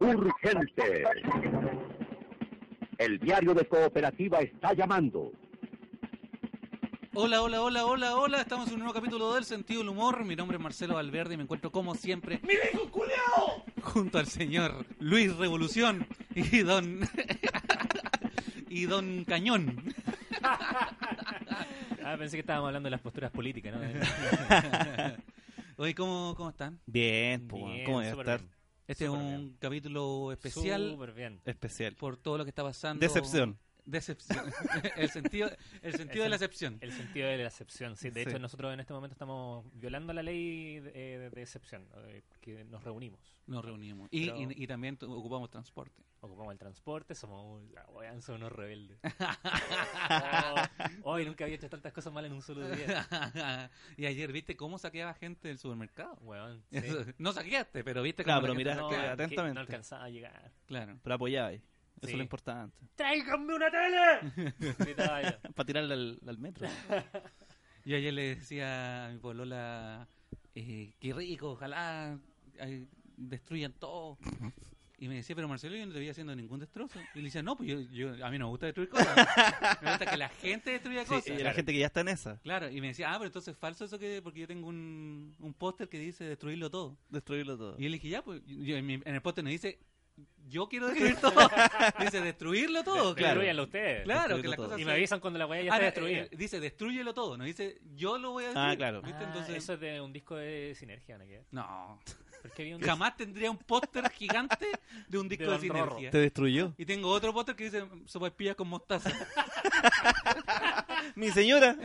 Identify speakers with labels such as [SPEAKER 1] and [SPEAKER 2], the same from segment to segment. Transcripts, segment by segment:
[SPEAKER 1] urgente. El diario de Cooperativa está llamando.
[SPEAKER 2] Hola, hola, hola, hola, hola. Estamos en un nuevo capítulo del Sentido del Humor. Mi nombre es Marcelo Valverde y me encuentro como siempre
[SPEAKER 3] ¡Mira, hijo culiao!
[SPEAKER 2] junto al señor Luis Revolución y don y don Cañón.
[SPEAKER 4] Ah, pensé que estábamos hablando de las posturas políticas, ¿no?
[SPEAKER 2] Oye, ¿cómo, cómo están?
[SPEAKER 5] Bien, po, weón,
[SPEAKER 4] Bien,
[SPEAKER 5] ¿cómo voy a
[SPEAKER 4] súper
[SPEAKER 5] estar?
[SPEAKER 4] bien.
[SPEAKER 2] Este es
[SPEAKER 4] Súper
[SPEAKER 2] un
[SPEAKER 4] bien.
[SPEAKER 2] capítulo especial
[SPEAKER 4] Súper bien.
[SPEAKER 5] Especial.
[SPEAKER 2] por todo lo que está pasando.
[SPEAKER 5] Decepción.
[SPEAKER 2] Decepción. el sentido, el sentido de la excepción.
[SPEAKER 4] El sentido de la excepción, sí. De
[SPEAKER 5] Sí.
[SPEAKER 4] hecho, nosotros en este momento estamos violando la ley de, eh, de excepción, eh, que nos reunimos.
[SPEAKER 2] Nos reunimos. Y,
[SPEAKER 4] Pero-
[SPEAKER 2] y- y también tu- ocupamos transporte.
[SPEAKER 4] Ocupamos el transporte, somos, ah, weón, somos unos rebeldes. Oh, Hoy nunca había hecho tantas cosas mal en un solo día.
[SPEAKER 2] y ayer, ¿viste cómo saqueaba gente del supermercado?
[SPEAKER 4] Weón, sí.
[SPEAKER 2] Eso- No saqueaste, pero viste cómo
[SPEAKER 5] Claro,
[SPEAKER 2] la
[SPEAKER 5] pero
[SPEAKER 2] gente
[SPEAKER 5] mira,
[SPEAKER 4] No,
[SPEAKER 5] que-
[SPEAKER 2] saqueaba.
[SPEAKER 4] que
[SPEAKER 5] atentamente.
[SPEAKER 4] no alcanzaba a llegar.
[SPEAKER 2] Claro.
[SPEAKER 5] Pero apoyáis. Eso
[SPEAKER 4] Sí.
[SPEAKER 5] es lo importante.
[SPEAKER 4] ¡Tráiganme una tele! Gritaba yo.
[SPEAKER 2] Oh,
[SPEAKER 5] Para tirarle al, al metro.
[SPEAKER 2] Yo ayer le decía a mi polola, eh, qué rico, ojalá ay, destruyan todo. Y me decía, pero Marcelo, yo no te voy haciendo ningún destrozo. Y le decía, no, pues yo, yo- a mí no me gusta destruir cosas. Me gusta que la gente destruya
[SPEAKER 5] Sí,
[SPEAKER 2] cosas.
[SPEAKER 5] y la
[SPEAKER 2] Claro.
[SPEAKER 5] gente que ya está en esa.
[SPEAKER 2] Claro, y me decía, ah, pero entonces es falso eso que porque yo tengo un, un póster que dice destruirlo todo.
[SPEAKER 5] Destruirlo todo.
[SPEAKER 2] Y yo le dije, ya, pues yo- en, mi- en el póster no dice, yo quiero destruir todo. dice, destruirlo todo, claro.
[SPEAKER 4] Destruyanlo ustedes.
[SPEAKER 2] Claro,
[SPEAKER 5] Destruirlo
[SPEAKER 2] que las
[SPEAKER 5] todo.
[SPEAKER 2] cosas
[SPEAKER 4] Y me
[SPEAKER 2] se-
[SPEAKER 4] avisan cuando la weá ya
[SPEAKER 2] Ah,
[SPEAKER 4] está
[SPEAKER 2] no,
[SPEAKER 4] destruida.
[SPEAKER 2] eh, dice, destruyelo todo, no dice, yo lo voy a destruir.
[SPEAKER 5] Ah, claro.
[SPEAKER 2] ¿Viste?
[SPEAKER 4] Ah,
[SPEAKER 2] Entonces,
[SPEAKER 4] Eso es de un disco de sinergia, ¿no? ¿Qué?
[SPEAKER 2] No,
[SPEAKER 4] Porque había un disco
[SPEAKER 2] jamás tendría un póster gigante de un disco de,
[SPEAKER 4] Don Rorro.
[SPEAKER 2] sinergia.
[SPEAKER 5] Te destruyó.
[SPEAKER 2] Y tengo otro póster que dice sopaipillas con mostaza.
[SPEAKER 5] ¡Mi señora!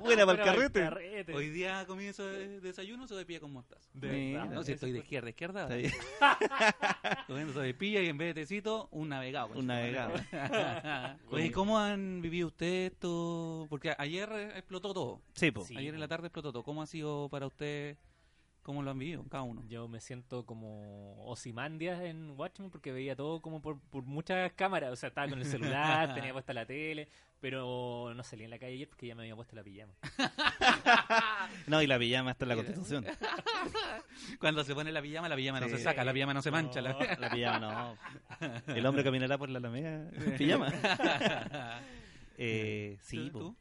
[SPEAKER 5] Buena para el
[SPEAKER 4] Pero al
[SPEAKER 5] carrete.
[SPEAKER 4] carrete.
[SPEAKER 2] Hoy día comienzo de desayuno sopaipillas con mostaza.
[SPEAKER 4] De
[SPEAKER 5] Mira,
[SPEAKER 4] verdad.
[SPEAKER 2] No, si
[SPEAKER 4] Eso
[SPEAKER 2] estoy de
[SPEAKER 4] fue-
[SPEAKER 2] izquierda, a izquierda.
[SPEAKER 5] Está bien.
[SPEAKER 2] Comiendo sopaipillas y en vez de tecito, un navegado.
[SPEAKER 5] Un navegado.
[SPEAKER 2] Oye, ¿cómo han vivido ustedes esto? Porque ayer explotó todo.
[SPEAKER 5] Sí, po.
[SPEAKER 4] Sí.
[SPEAKER 2] Ayer en la tarde explotó todo. ¿Cómo ha sido para ustedes? ¿Cómo lo han vivido cada uno?
[SPEAKER 4] Yo me siento como Osimandias en Watchmen porque veía todo como por, por muchas cámaras. O sea, estaba con el celular, tenía puesta la tele, pero no salí en la calle ayer porque ya me había puesto la pijama.
[SPEAKER 5] No, y la pijama está en la
[SPEAKER 2] Mira.
[SPEAKER 5] constitución.
[SPEAKER 2] Cuando se pone la pijama, la pijama no
[SPEAKER 5] Sí.
[SPEAKER 2] se saca, la pijama no se mancha. la-
[SPEAKER 5] La pijama no. El hombre caminará por la alameda en pijama. Eh, sí,
[SPEAKER 2] ¿Tú?
[SPEAKER 5] po.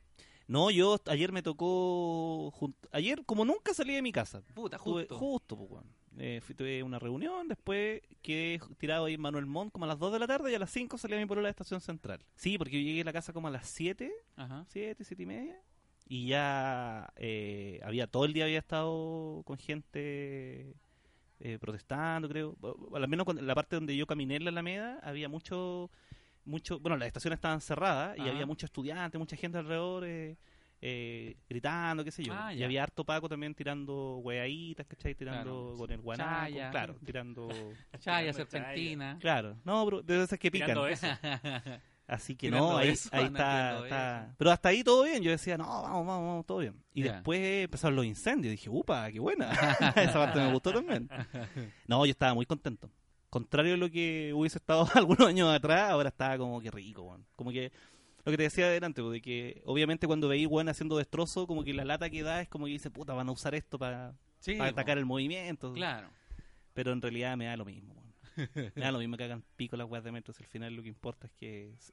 [SPEAKER 5] No, yo ayer me tocó. jun- Ayer, como nunca salí de mi casa,
[SPEAKER 2] Puta,
[SPEAKER 5] Tuve-
[SPEAKER 2] justo.
[SPEAKER 5] justo, pues, weón. Eh, fui- tuve una reunión, después quedé tirado ahí en Manuel Montt como a las 2 de la tarde y a las 5 salí a mi polola de Estación Central. Sí, porque yo llegué a la casa como a las 7,
[SPEAKER 2] Ajá.
[SPEAKER 5] 7, 7 y media y ya eh, había todo el día había estado con gente eh, protestando, creo. O- o Al menos cuando- la parte donde yo caminé en la Alameda había mucho, mucho bueno, las estaciones estaban cerradas y
[SPEAKER 2] Ajá.
[SPEAKER 5] había muchos estudiantes, mucha gente alrededor. eh, eh, gritando, qué sé yo.
[SPEAKER 2] Ah,
[SPEAKER 5] y
[SPEAKER 2] ya.
[SPEAKER 5] había harto Paco también tirando hueaitas, ¿cachai?
[SPEAKER 2] Claro,
[SPEAKER 5] Tirando
[SPEAKER 2] Ah,
[SPEAKER 5] con el guanaco,
[SPEAKER 2] Chaya.
[SPEAKER 5] claro, tirando...
[SPEAKER 2] Chaya,
[SPEAKER 4] Chaya.
[SPEAKER 2] serpentina.
[SPEAKER 5] claro, no, bro, de esas que pican.
[SPEAKER 4] Tirando eso.
[SPEAKER 5] Así que
[SPEAKER 2] Tirando
[SPEAKER 5] no, ahí,
[SPEAKER 2] eso,
[SPEAKER 5] ahí
[SPEAKER 2] anda
[SPEAKER 5] está,
[SPEAKER 2] tirando
[SPEAKER 5] está-
[SPEAKER 2] eso.
[SPEAKER 5] Pero hasta ahí todo bien, yo decía, no, vamos, vamos, vamos, todo bien. Y
[SPEAKER 2] Ya.
[SPEAKER 5] después empezaron los incendios, dije, upa, qué buena. Esa parte me gustó también. No, yo estaba muy contento. Contrario a lo que hubiese estado algunos años atrás, ahora estaba como que rico, weón. Como que lo que te decía adelante, po, de que obviamente cuando veis weón haciendo destrozo, como que la lata que da es como que dice, puta, van a usar esto para
[SPEAKER 2] Sí, po.
[SPEAKER 5] atacar el movimiento.
[SPEAKER 2] Claro.
[SPEAKER 5] Pero en realidad me da lo mismo, weón. Me da lo mismo que hagan pico las weas de metro. si al final lo que importa es que es-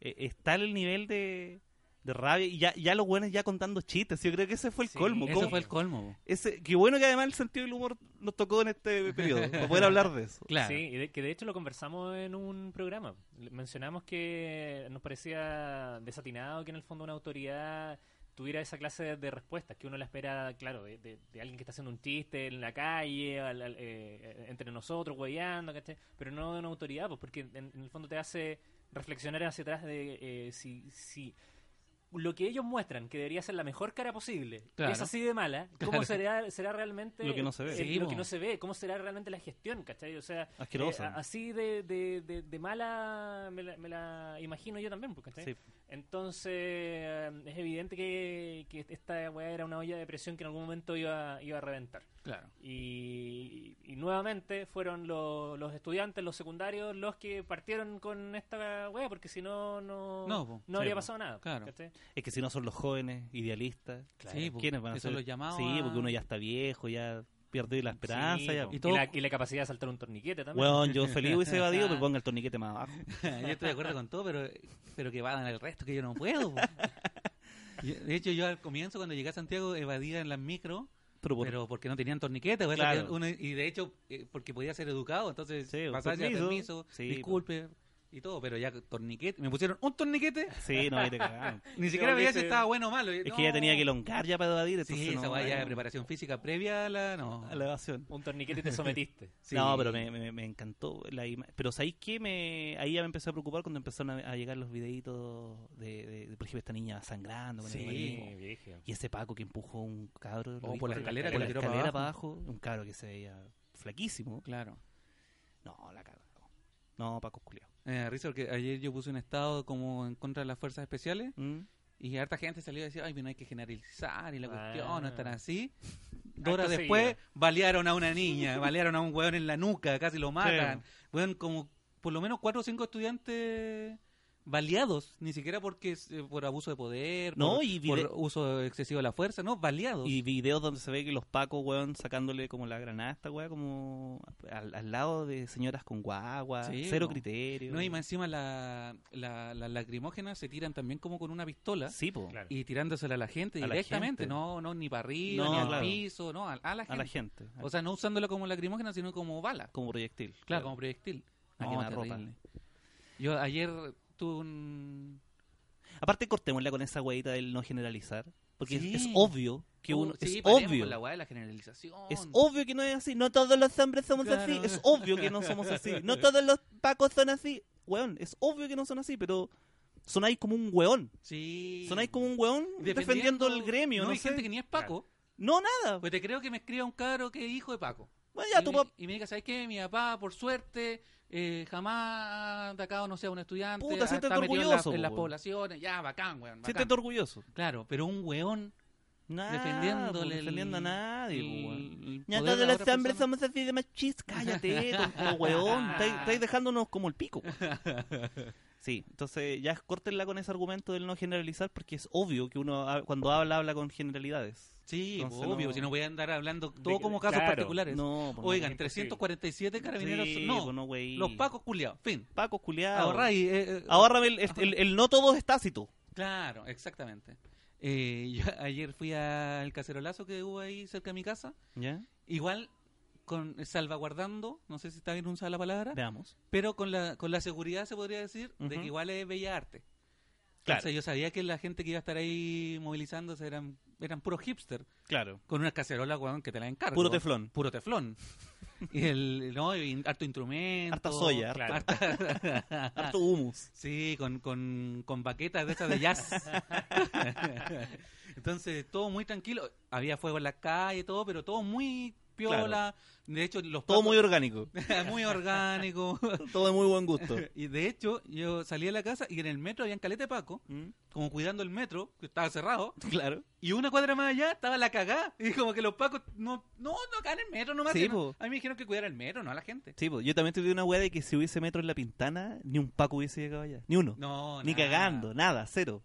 [SPEAKER 5] eh, está el nivel de, de rabia. Y ya, ya los buenos ya contando chistes. Yo creo que ese fue el
[SPEAKER 4] Sí,
[SPEAKER 5] colmo.
[SPEAKER 2] Eso
[SPEAKER 5] ¿cómo?
[SPEAKER 2] fue el colmo. po.
[SPEAKER 5] Ese- qué bueno que además el sentido del humor nos tocó en este periodo. Para poder hablar de eso.
[SPEAKER 2] Claro.
[SPEAKER 4] Sí, y de- que de hecho lo conversamos en un programa. Le- Mencionamos que nos parecía desatinado que en el fondo una autoridad tuviera esa clase de, de respuestas, que uno la espera, claro, de, de- de alguien que está haciendo un chiste en la calle, al- al- eh, entre nosotros, hueveando, ¿cachai? Pero no de una autoridad, pues porque en, en el fondo te hace reflexionar hacia atrás de eh, si, si lo que ellos muestran, que debería ser la mejor cara posible,
[SPEAKER 2] Claro.
[SPEAKER 4] es así de mala, ¿cómo
[SPEAKER 2] Claro.
[SPEAKER 4] será, será realmente
[SPEAKER 5] Lo que no se ve.
[SPEAKER 4] el-
[SPEAKER 2] Sí,
[SPEAKER 4] lo
[SPEAKER 2] po.
[SPEAKER 4] que no se ve? ¿Cómo será realmente la gestión, ¿cachai? O sea,
[SPEAKER 5] Asqueroso.
[SPEAKER 4] eh, a- así de, de- de- de mala me la, me la imagino yo también, pues, ¿cachai?
[SPEAKER 5] Sí.
[SPEAKER 4] Entonces eh, es evidente que, que esta weá era una olla de presión que en algún momento iba, iba a reventar.
[SPEAKER 2] Claro.
[SPEAKER 4] Y, y nuevamente fueron lo- los estudiantes, los secundarios, los que partieron con esta weá, porque si no, no,
[SPEAKER 2] No, po.
[SPEAKER 4] no habría
[SPEAKER 5] Sí, po.
[SPEAKER 4] pasado nada.
[SPEAKER 2] Claro.
[SPEAKER 4] ¿cachai?
[SPEAKER 5] Es que si no son los jóvenes idealistas.
[SPEAKER 2] Sí, po,
[SPEAKER 5] ¿Quiénes van a
[SPEAKER 2] que son
[SPEAKER 5] ser?
[SPEAKER 2] los llamados
[SPEAKER 5] Sí,
[SPEAKER 2] a-
[SPEAKER 5] porque uno ya está viejo, ya pierde la esperanza.
[SPEAKER 4] Sí,
[SPEAKER 5] ya,
[SPEAKER 4] po.
[SPEAKER 2] Y
[SPEAKER 4] y,
[SPEAKER 2] todo-
[SPEAKER 4] la, y la capacidad de saltar un torniquete también.
[SPEAKER 5] Weón, yo feliz hubiese evadido, pero ponga el torniquete más abajo.
[SPEAKER 2] yo estoy de acuerdo con todo, pero, pero que vadan el resto, que yo no puedo. po. Yo- De hecho, yo al comienzo, cuando llegué a Santiago, evadía en las micro,
[SPEAKER 5] Pero, por-
[SPEAKER 2] pero porque no tenían torniquetes. pues,
[SPEAKER 5] Claro.
[SPEAKER 2] era uno- y de hecho, eh, porque podía ser educado, entonces
[SPEAKER 5] Sí, un
[SPEAKER 2] pasaba ya,
[SPEAKER 5] permiso.
[SPEAKER 2] permiso,
[SPEAKER 5] Sí,
[SPEAKER 2] disculpe y todo, pero ya torniquete. Me pusieron un torniquete,
[SPEAKER 5] sí, no, ahí te cagaron.
[SPEAKER 2] ni siquiera veía si
[SPEAKER 4] volviste-
[SPEAKER 2] estaba bueno o malo.
[SPEAKER 5] Es que ya tenía que elongar ya para evadir, entonces
[SPEAKER 2] Sí, esa
[SPEAKER 5] no,
[SPEAKER 2] guay ya
[SPEAKER 5] eh,
[SPEAKER 2] de preparación física previa a la... No,
[SPEAKER 5] a la evasión.
[SPEAKER 4] Un torniquete y te sometiste.
[SPEAKER 2] Sí.
[SPEAKER 5] No, pero me, me- me encantó. La ima- pero ¿sabéis qué? Me, ahí ya me empecé a preocupar cuando empezaron a, a llegar los videitos de, de, de, por ejemplo, esta niña sangrando. con el
[SPEAKER 2] Sí.
[SPEAKER 5] baño.
[SPEAKER 4] viejo.
[SPEAKER 5] Y ese Paco que empujó a un cabro. ¿lo
[SPEAKER 2] O
[SPEAKER 5] viste?
[SPEAKER 2] por la escalera que
[SPEAKER 5] Por
[SPEAKER 2] lo
[SPEAKER 5] la
[SPEAKER 2] tiró para
[SPEAKER 5] escalera
[SPEAKER 2] abajo.
[SPEAKER 5] para abajo. Un cabro que se veía flaquísimo.
[SPEAKER 2] Claro.
[SPEAKER 5] No, la cagado. No, Paco culiao.
[SPEAKER 2] Eh, risa porque ayer yo puse un estado como en contra de las fuerzas especiales
[SPEAKER 5] ¿Mm?
[SPEAKER 2] y harta gente salió y decía, ay, pero no hay que generalizar y la cuestión, no
[SPEAKER 4] Ah.
[SPEAKER 2] están así. Dos horas
[SPEAKER 4] Acto
[SPEAKER 2] después,
[SPEAKER 4] seguido.
[SPEAKER 2] balearon a una niña, balearon a un weón en la nuca, casi lo matan. Weón, como por lo menos cuatro o cinco estudiantes baleados, ni siquiera porque es, eh, por abuso de poder,
[SPEAKER 5] No,
[SPEAKER 2] por,
[SPEAKER 5] y
[SPEAKER 2] por
[SPEAKER 5] vide-
[SPEAKER 2] uso excesivo de la fuerza, no, baleados.
[SPEAKER 5] Y videos donde se ve que los Pacos, weón, sacándole como la granada a esta weá, como al, al lado de señoras con guagua.
[SPEAKER 2] Sí,
[SPEAKER 5] cero
[SPEAKER 2] po.
[SPEAKER 5] criterio.
[SPEAKER 2] No, y más encima la, la, la lacrimógena se tiran también como con una pistola.
[SPEAKER 5] Sí, po.
[SPEAKER 4] Claro.
[SPEAKER 2] y tirándosela a la gente
[SPEAKER 5] A la
[SPEAKER 2] directamente,
[SPEAKER 5] gente.
[SPEAKER 2] no no ni para arriba,
[SPEAKER 5] No,
[SPEAKER 2] ni al
[SPEAKER 5] claro.
[SPEAKER 2] piso, no, a, a la gente.
[SPEAKER 5] A la gente.
[SPEAKER 2] O sea, no usándola como lacrimógena, sino como bala, claro,
[SPEAKER 5] como proyectil.
[SPEAKER 2] como proyectil.
[SPEAKER 5] A
[SPEAKER 2] No,
[SPEAKER 5] quemarropa.
[SPEAKER 2] terrible. Yo ayer tuve un...
[SPEAKER 5] Aparte, cortémosla con esa huevita del no generalizar. Porque es-
[SPEAKER 2] Sí.
[SPEAKER 5] es, obvio que
[SPEAKER 2] Uh,
[SPEAKER 5] uno.
[SPEAKER 2] sí,
[SPEAKER 5] es
[SPEAKER 2] paremos
[SPEAKER 5] obvio.
[SPEAKER 2] con la weá de la generalización.
[SPEAKER 5] Es obvio que no es así. No todos los hombres somos
[SPEAKER 2] Claro.
[SPEAKER 5] así. Es obvio que no somos así. No todos los pacos son así. Weón, es obvio que no son así, pero sonáis como un weón.
[SPEAKER 2] Sí.
[SPEAKER 5] Sonáis como un weón defendiendo el gremio. No,
[SPEAKER 2] hay
[SPEAKER 5] sé.
[SPEAKER 2] gente que ni es Paco.
[SPEAKER 5] no nada.
[SPEAKER 2] Pues te creo que me escriba un cabro que es hijo de Paco.
[SPEAKER 5] Bueno, ya
[SPEAKER 2] y,
[SPEAKER 5] tu
[SPEAKER 2] me,
[SPEAKER 5] pap-
[SPEAKER 2] y me diga, ¿sabes qué? Mi papá, por suerte, eh, jamás ha atacado, no sé, a un estudiante.
[SPEAKER 5] Puta,
[SPEAKER 2] ha-
[SPEAKER 5] siéntete
[SPEAKER 2] está metido en la-
[SPEAKER 5] orgulloso,
[SPEAKER 2] En, las
[SPEAKER 5] po, weón.
[SPEAKER 2] poblaciones. Ya, bacán, weón. bacán.
[SPEAKER 5] Siéntete orgulloso.
[SPEAKER 2] Claro, pero un weón
[SPEAKER 5] Nada,
[SPEAKER 2] defendiéndole.
[SPEAKER 5] po,
[SPEAKER 2] el-
[SPEAKER 5] defendiendo a nadie. po,
[SPEAKER 2] el-
[SPEAKER 5] weón.
[SPEAKER 2] el
[SPEAKER 5] No
[SPEAKER 2] poder
[SPEAKER 5] todos
[SPEAKER 2] de la
[SPEAKER 5] los
[SPEAKER 2] otra
[SPEAKER 5] hombres
[SPEAKER 2] persona.
[SPEAKER 5] somos así de machis. Cállate, tonto weón. Estáis estáis dejándonos como el pico. pues. Sí, entonces ya córtenla con ese argumento del no generalizar porque es obvio que uno ha- cuando habla, habla con generalidades.
[SPEAKER 2] Sí,
[SPEAKER 5] Entonces,
[SPEAKER 2] obvio,
[SPEAKER 5] no-
[SPEAKER 2] si no voy a andar hablando todo
[SPEAKER 4] que-
[SPEAKER 2] como casos
[SPEAKER 4] claro.
[SPEAKER 2] particulares.
[SPEAKER 5] No, po,
[SPEAKER 2] Oigan,
[SPEAKER 4] imposible.
[SPEAKER 2] 347
[SPEAKER 5] no.
[SPEAKER 2] carabineros.
[SPEAKER 5] Sí, Ah,
[SPEAKER 2] no,
[SPEAKER 5] po, no, güey.
[SPEAKER 2] los pacos culiados. Fin.
[SPEAKER 5] Pacos culiados.
[SPEAKER 2] Ahorra y. eh, eh,
[SPEAKER 5] Ahórrame el, este, el- el- el no todo es tácito.
[SPEAKER 2] Claro, exactamente. Eh, yo ayer fui al cacerolazo que hubo ahí cerca de mi casa.
[SPEAKER 5] ¿Ya?
[SPEAKER 2] Igual con eh, salvaguardando, no sé si está bien usada la palabra,
[SPEAKER 5] Veamos.
[SPEAKER 2] pero con la, con la seguridad se podría decir de
[SPEAKER 5] Ujú.
[SPEAKER 2] que igual es bella arte.
[SPEAKER 5] Claro.
[SPEAKER 2] Entonces, yo sabía que la gente que iba a estar ahí movilizándose eran, eran puros hipster,
[SPEAKER 5] Claro.
[SPEAKER 2] con unas cacerolas weón, que te la encargo.
[SPEAKER 5] Puro teflón.
[SPEAKER 2] Puro teflón. Y el, no, y harto instrumento.
[SPEAKER 5] Harta soya,
[SPEAKER 4] claro.
[SPEAKER 2] harta-
[SPEAKER 5] Harto humus.
[SPEAKER 2] Sí, con, con, con baquetas de esas de jazz. Entonces, todo muy tranquilo. Había fuego en la calle, todo, pero todo muy piola. De hecho, los
[SPEAKER 5] Todo
[SPEAKER 2] pacos-
[SPEAKER 5] muy orgánico.
[SPEAKER 2] muy orgánico.
[SPEAKER 5] Todo de muy buen gusto.
[SPEAKER 2] y de hecho, yo salí de la casa y en el metro había un calete Paco,
[SPEAKER 5] ¿Mm?
[SPEAKER 2] como cuidando el metro, que estaba cerrado.
[SPEAKER 5] Claro.
[SPEAKER 2] Y una cuadra más allá estaba la cagá. Y como que los pacos, no, no, no acá en el metro nomás.
[SPEAKER 5] Sí,
[SPEAKER 2] si no-
[SPEAKER 5] po.
[SPEAKER 2] a mí me dijeron que cuidara el metro, no a la gente.
[SPEAKER 5] Sí, pues yo también tuve una weá de que si hubiese metro en la pintana, ni un Paco hubiese llegado allá. Ni uno.
[SPEAKER 2] No,
[SPEAKER 5] ni
[SPEAKER 2] nada.
[SPEAKER 5] cagando, nada, cero.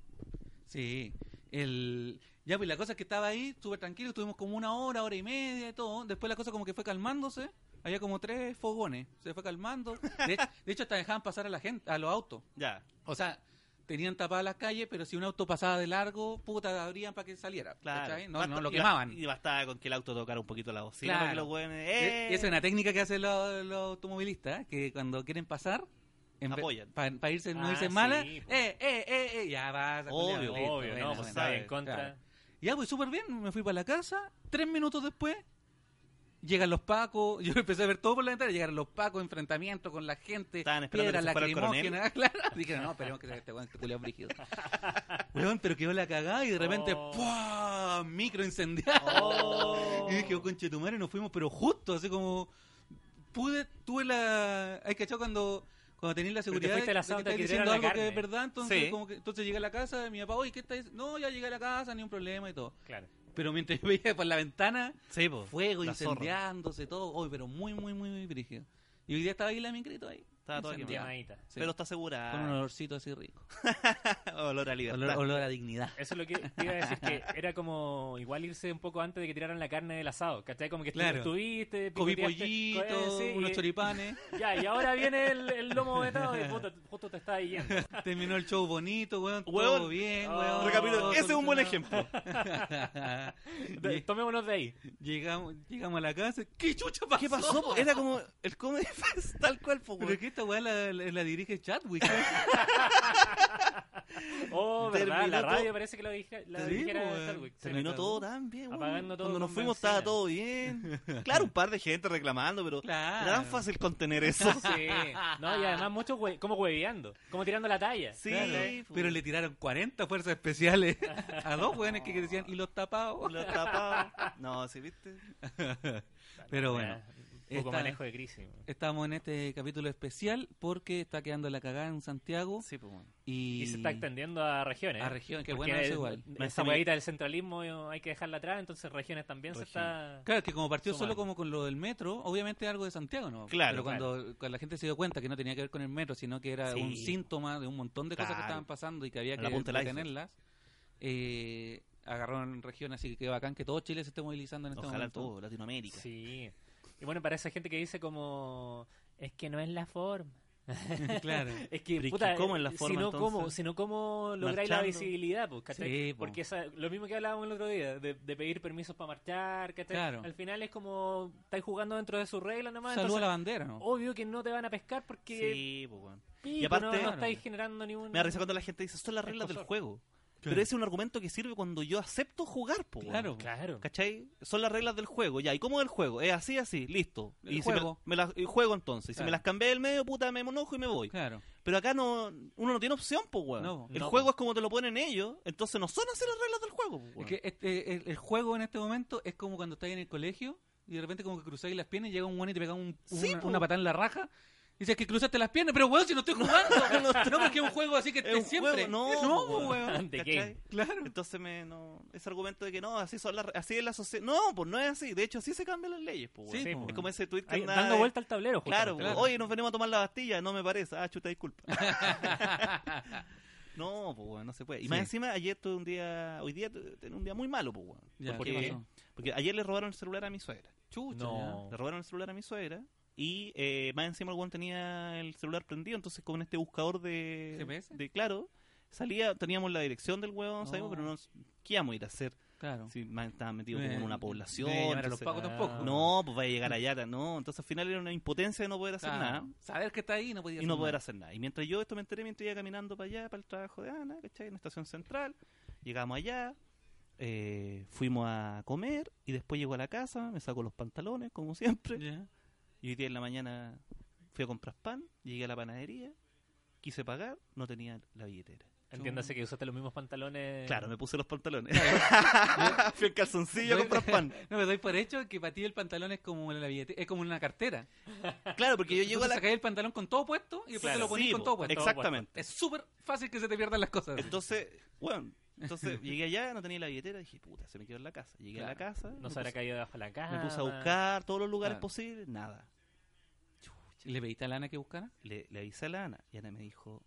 [SPEAKER 2] Sí. El... Ya, pues la cosa es que estaba ahí, súper tranquilo, estuvimos como una hora, hora y media y todo. Después la cosa como que fue calmándose. Había como tres fogones, se fue calmando. De, de hecho, hasta dejaban pasar a la gente, a los autos.
[SPEAKER 5] Ya.
[SPEAKER 2] O sea, tenían tapadas las calles, pero si un auto pasaba de largo, puta, abrían para que saliera.
[SPEAKER 5] Claro.
[SPEAKER 2] ¿cachai? No,
[SPEAKER 5] Basta-
[SPEAKER 2] no lo
[SPEAKER 5] y ba-
[SPEAKER 2] quemaban.
[SPEAKER 5] Y bastaba con que el auto tocara un poquito la bocina
[SPEAKER 2] Claro.
[SPEAKER 5] para que los hueones-
[SPEAKER 2] E-
[SPEAKER 5] ¡Eh!
[SPEAKER 2] Esa es una técnica que hacen los, los automovilistas, ¿eh? que cuando quieren pasar,
[SPEAKER 5] Apoyan.
[SPEAKER 2] Para irse, no
[SPEAKER 4] Ah,
[SPEAKER 2] irse
[SPEAKER 4] sí,
[SPEAKER 2] mala,
[SPEAKER 4] po.
[SPEAKER 2] eh, eh, eh, eh, ya vas.
[SPEAKER 5] Obvio,
[SPEAKER 2] culiao, listo,
[SPEAKER 4] Obvio,
[SPEAKER 2] buena,
[SPEAKER 4] no,
[SPEAKER 2] buena,
[SPEAKER 4] pues está en
[SPEAKER 2] claro.
[SPEAKER 4] contra.
[SPEAKER 2] Ya, pues súper bien, me fui para la casa. Tres minutos después, llegan los pacos. Yo empecé a ver todo por la ventana. Llegaron los pacos, enfrentamientos con la gente.
[SPEAKER 5] Estaban esperando
[SPEAKER 2] piedras
[SPEAKER 5] que se fuera el
[SPEAKER 2] lacrimógenas, claro. Dijeron, no, esperemos que sea este weón, este culiao brígido. Weón, pero quedó la cagada y de repente,
[SPEAKER 4] Oh.
[SPEAKER 2] ¡pua! Micro incendiado.
[SPEAKER 4] Oh.
[SPEAKER 2] Y dije, oh, conchetumare, nos fuimos, pero justo, así como. Pude, tuve la. Hay cachado cuando. Cuando tenés la
[SPEAKER 4] Pero te
[SPEAKER 2] seguridad
[SPEAKER 4] fuiste al
[SPEAKER 2] de
[SPEAKER 4] asado
[SPEAKER 2] que
[SPEAKER 4] hasta
[SPEAKER 2] estás
[SPEAKER 4] que
[SPEAKER 2] diciendo
[SPEAKER 4] tiraron
[SPEAKER 2] algo
[SPEAKER 4] la
[SPEAKER 2] que es
[SPEAKER 4] carne.
[SPEAKER 2] verdad, entonces,
[SPEAKER 5] Sí.
[SPEAKER 2] como que, entonces llegué a la casa, mi papá, oye, ¿qué estás diciendo? No, ya llegué a la casa, ni un problema y todo.
[SPEAKER 4] Claro.
[SPEAKER 2] Pero mientras yo veía por la ventana,
[SPEAKER 5] Sí, po.
[SPEAKER 2] fuego,
[SPEAKER 5] La zorra.
[SPEAKER 2] incendiándose, todo. Hoy, pero muy, muy, muy, muy brígido. Y hoy día estaba ahí la mincrito ahí.
[SPEAKER 5] Estaba toda
[SPEAKER 2] Sí,
[SPEAKER 5] quemada.
[SPEAKER 4] Quemadita.
[SPEAKER 2] Sí.
[SPEAKER 5] Pero está
[SPEAKER 2] Con un
[SPEAKER 5] asegurada.
[SPEAKER 2] olorcito así rico.
[SPEAKER 5] Olor a libertad.
[SPEAKER 2] Olor, olor a dignidad.
[SPEAKER 4] Eso es lo que te iba a decir, que era como igual irse un poco antes de que tiraran la carne del asado, ¿cachai? Como que estu-
[SPEAKER 2] Claro.
[SPEAKER 4] estuviste,
[SPEAKER 2] Comí
[SPEAKER 4] picoteaste,
[SPEAKER 2] pollito,
[SPEAKER 4] eh, sí,
[SPEAKER 2] unos
[SPEAKER 4] y-
[SPEAKER 2] choripanes.
[SPEAKER 4] Ya, y ahora viene el, el lomo vetado y puta, justo te está yendo.
[SPEAKER 2] Terminó el show bonito, weón.
[SPEAKER 5] Weón.
[SPEAKER 2] Todo bien,
[SPEAKER 4] Oh.
[SPEAKER 2] weón.
[SPEAKER 5] Recapitulo,
[SPEAKER 2] todo
[SPEAKER 5] ese es un buen
[SPEAKER 2] solucionado.
[SPEAKER 5] ejemplo.
[SPEAKER 4] De- Tomémonos de ahí.
[SPEAKER 2] llegamos, llegamos a la casa. ¿Qué chucha pasó?
[SPEAKER 5] ¿Qué pasó? po? Era como el Comedy Fest tal cual, po,
[SPEAKER 2] Pero es
[SPEAKER 5] weón.
[SPEAKER 2] que esta weá la, la- la dirige Chadwick.
[SPEAKER 4] Oh, verdad,
[SPEAKER 5] Terminó
[SPEAKER 4] la radio
[SPEAKER 5] todo-
[SPEAKER 4] parece que la, dirija- la
[SPEAKER 2] Sí,
[SPEAKER 4] dijera
[SPEAKER 2] weón.
[SPEAKER 4] Chadwick. Sí,
[SPEAKER 5] Terminó
[SPEAKER 4] me
[SPEAKER 5] todo
[SPEAKER 4] acuerdo.
[SPEAKER 5] tan bien, weón.
[SPEAKER 4] Apagando todo
[SPEAKER 5] Cuando nos
[SPEAKER 4] con
[SPEAKER 5] fuimos
[SPEAKER 4] bencina.
[SPEAKER 5] estaba todo bien. Claro, un par de gente reclamando, pero
[SPEAKER 2] Claro.
[SPEAKER 5] era tan fácil contener eso.
[SPEAKER 4] Sí, no, y además muchos hue- como hueveando, como tirando la talla.
[SPEAKER 5] Sí, po.
[SPEAKER 2] Pero le tiraron 40 fuerzas especiales a dos weones que decían y los tapados.
[SPEAKER 5] Lo tapaba. No, ¿sí viste?
[SPEAKER 2] Pero bueno,
[SPEAKER 4] Ya, Un poco
[SPEAKER 2] esta-
[SPEAKER 4] manejo de crisis.
[SPEAKER 2] estamos en este capítulo especial porque está quedando la cagada en Santiago
[SPEAKER 5] Sí, pues, weón.
[SPEAKER 2] y,
[SPEAKER 4] Y, se está extendiendo a regiones.
[SPEAKER 2] a
[SPEAKER 4] ¿eh?
[SPEAKER 2] regiones. Qué
[SPEAKER 4] Porque
[SPEAKER 2] bueno eso igual.
[SPEAKER 4] el- Esa
[SPEAKER 5] Encima-
[SPEAKER 4] huevita del centralismo eh, hay que dejarla atrás, entonces regiones también se está...
[SPEAKER 2] Claro, que como partió solo
[SPEAKER 4] Sumando.
[SPEAKER 2] como con lo del metro, obviamente algo de Santiago, ¿no?
[SPEAKER 5] Claro,
[SPEAKER 2] Pero cuando, cuando la gente se dio cuenta que no tenía que ver con el metro, sino que era
[SPEAKER 5] Sí.
[SPEAKER 2] un síntoma de un montón de cosas que
[SPEAKER 5] Claro.
[SPEAKER 2] estaban pasando y que había
[SPEAKER 5] En
[SPEAKER 2] que
[SPEAKER 5] la punta del iceberg.
[SPEAKER 2] detenerlas, eh, agarraron región, así que bacán que todo Chile se esté movilizando en este
[SPEAKER 5] Ojalá
[SPEAKER 2] momento.
[SPEAKER 5] todo, Latinoamérica.
[SPEAKER 4] Sí. Y bueno, para esa gente que dice como... Es que no es la forma.
[SPEAKER 2] claro.
[SPEAKER 4] Es que,
[SPEAKER 5] Pero ¿y
[SPEAKER 4] puta,
[SPEAKER 5] cómo es la forma,
[SPEAKER 4] si no,
[SPEAKER 5] entonces?
[SPEAKER 4] ¿cómo, si no, ¿cómo lográis la
[SPEAKER 5] Marchando.
[SPEAKER 4] visibilidad? Pues, ¿cachai?
[SPEAKER 2] Sí, po.
[SPEAKER 4] Porque esa- lo mismo que hablábamos el otro día, de, de pedir permisos para marchar, ¿cachai?
[SPEAKER 2] Claro.
[SPEAKER 4] Al final es como, estáis jugando dentro de sus reglas nomás,
[SPEAKER 2] Saludo a la
[SPEAKER 4] entonces,
[SPEAKER 2] bandera,
[SPEAKER 5] Oh.
[SPEAKER 2] ¿no?
[SPEAKER 4] obvio que no te van a pescar porque
[SPEAKER 5] Sí, pues, weón.
[SPEAKER 4] pico,
[SPEAKER 5] Y aparte-
[SPEAKER 4] no, no
[SPEAKER 2] Claro.
[SPEAKER 4] estáis generando ningún...
[SPEAKER 5] Me da risa cuando la gente dice, son las reglas del
[SPEAKER 4] Escosor.
[SPEAKER 5] juego. Pero ese es un argumento que sirve cuando yo acepto jugar, po. weón.
[SPEAKER 2] Claro.
[SPEAKER 4] Claro.
[SPEAKER 5] ¿Cachai? Son las reglas del juego, ya. ¿Y cómo es el juego? Es así, así, listo.
[SPEAKER 2] El
[SPEAKER 5] y si
[SPEAKER 2] juego.
[SPEAKER 5] me, me las- el juego entonces. Y Si
[SPEAKER 2] Claro.
[SPEAKER 5] me las cambié del medio, puta, me enojo y me voy.
[SPEAKER 2] Claro.
[SPEAKER 5] Pero acá no, uno no tiene opción, pues, weón.
[SPEAKER 2] No,
[SPEAKER 5] el
[SPEAKER 4] no,
[SPEAKER 5] juego
[SPEAKER 4] po.
[SPEAKER 5] es como te lo ponen ellos, entonces no son así las reglas del juego, po,
[SPEAKER 2] Es
[SPEAKER 5] weón.
[SPEAKER 2] que este, el, el juego en este momento es como cuando estáis en el colegio y de repente como que cruzáis las piernas y llega un guan y te pega un-
[SPEAKER 5] Sí,
[SPEAKER 2] una,
[SPEAKER 5] po.
[SPEAKER 2] una patada en la raja. Y dices que cruzaste las piernas, pero weón, si no estoy jugando. no, porque es un juego así que
[SPEAKER 5] Es
[SPEAKER 2] esté
[SPEAKER 5] un juego,
[SPEAKER 2] siempre.
[SPEAKER 5] no,
[SPEAKER 2] no,
[SPEAKER 5] po,
[SPEAKER 2] weón.
[SPEAKER 4] The
[SPEAKER 5] ¿Cachai?
[SPEAKER 4] game.
[SPEAKER 2] Claro.
[SPEAKER 5] Entonces me, no, ese argumento de que no, así son las, así es la sociedad. No, pues no es así. De hecho, así se cambian las leyes, pues,
[SPEAKER 2] Sí,
[SPEAKER 5] weón.
[SPEAKER 2] po,
[SPEAKER 5] Es
[SPEAKER 2] weón.
[SPEAKER 5] como ese tweet que
[SPEAKER 4] Ahí,
[SPEAKER 5] andaba
[SPEAKER 4] dando
[SPEAKER 5] de-
[SPEAKER 4] vuelta al tablero,
[SPEAKER 5] Claro, pues,
[SPEAKER 4] justamente.
[SPEAKER 2] claro.
[SPEAKER 5] oye, nos venimos a tomar la Bastilla, no me parece. Ah, chuta, disculpa. no, pues, weón, no se puede. Y más
[SPEAKER 2] Sí.
[SPEAKER 5] encima, ayer tuve un día, hoy día tu- tenía un día muy malo, pues, weón.
[SPEAKER 2] Ya,
[SPEAKER 5] porque,
[SPEAKER 2] ¿qué pasó?
[SPEAKER 5] porque ayer le robaron el celular a mi suegra.
[SPEAKER 2] Chucha.
[SPEAKER 4] No.
[SPEAKER 5] Le robaron el celular a mi suegra. Y eh, más encima el weón tenía el celular prendido, entonces con este buscador de...
[SPEAKER 2] ¿GPS?
[SPEAKER 5] De claro, salía, teníamos la dirección del weón,
[SPEAKER 2] No.
[SPEAKER 5] sabíamos, pero no... ¿Qué íbamos a ir a hacer?
[SPEAKER 2] ya. Claro.
[SPEAKER 5] Si más estaba metido
[SPEAKER 2] Eh,
[SPEAKER 5] como en
[SPEAKER 2] no
[SPEAKER 5] una población.
[SPEAKER 2] debe llamar a los
[SPEAKER 5] entonces-
[SPEAKER 2] pacos tampoco.
[SPEAKER 5] no, pues va a llegar allá, no. Entonces al final era una impotencia de no poder hacer
[SPEAKER 2] Claro.
[SPEAKER 5] nada
[SPEAKER 2] Saber que está ahí no podía
[SPEAKER 5] y no
[SPEAKER 2] hacer
[SPEAKER 5] poder
[SPEAKER 2] nada.
[SPEAKER 5] hacer nada. Y mientras yo esto me enteré, mientras iba caminando para allá, para el trabajo de Ana, ¿cachai? En la estación central, llegamos allá, eh, fuimos a comer y después llego a la casa, me saco los pantalones, como siempre.
[SPEAKER 2] Ya.
[SPEAKER 5] Y hoy día en la mañana fui a comprar pan, llegué a la panadería, quise pagar, no tenía la billetera.
[SPEAKER 4] Entiéndase que usaste los mismos
[SPEAKER 2] Eh.
[SPEAKER 4] pantalones.
[SPEAKER 5] Claro, me puse los pantalones. fui en calzoncillo a
[SPEAKER 2] Doy-
[SPEAKER 5] comprar pan.
[SPEAKER 2] No, me doy por hecho que para ti el pantalón es como la billete, es como una cartera.
[SPEAKER 5] Claro, porque yo llego a
[SPEAKER 2] Entonces
[SPEAKER 5] la
[SPEAKER 2] sacáis el pantalón con todo puesto y después
[SPEAKER 5] Claro.
[SPEAKER 2] te lo ponís
[SPEAKER 5] Sí,
[SPEAKER 2] con
[SPEAKER 5] po,
[SPEAKER 2] todo puesto.
[SPEAKER 5] Exactamente.
[SPEAKER 2] Es súper fácil que se te pierdan las cosas.
[SPEAKER 5] Entonces, bueno, entonces llegué allá, no tenía la billetera, dije, puta, se me quedó en la casa. Llegué a la
[SPEAKER 2] Claro.
[SPEAKER 5] casa, me
[SPEAKER 4] No se habrá
[SPEAKER 5] puse,
[SPEAKER 4] caído debajo de la
[SPEAKER 5] me
[SPEAKER 4] cama.
[SPEAKER 5] puse a buscar todos los lugares
[SPEAKER 2] Claro.
[SPEAKER 5] posibles, nada.
[SPEAKER 2] ¿Y ¿Le pediste a Lana que buscara?
[SPEAKER 5] Le, le avisé a la Ana y Ana me dijo,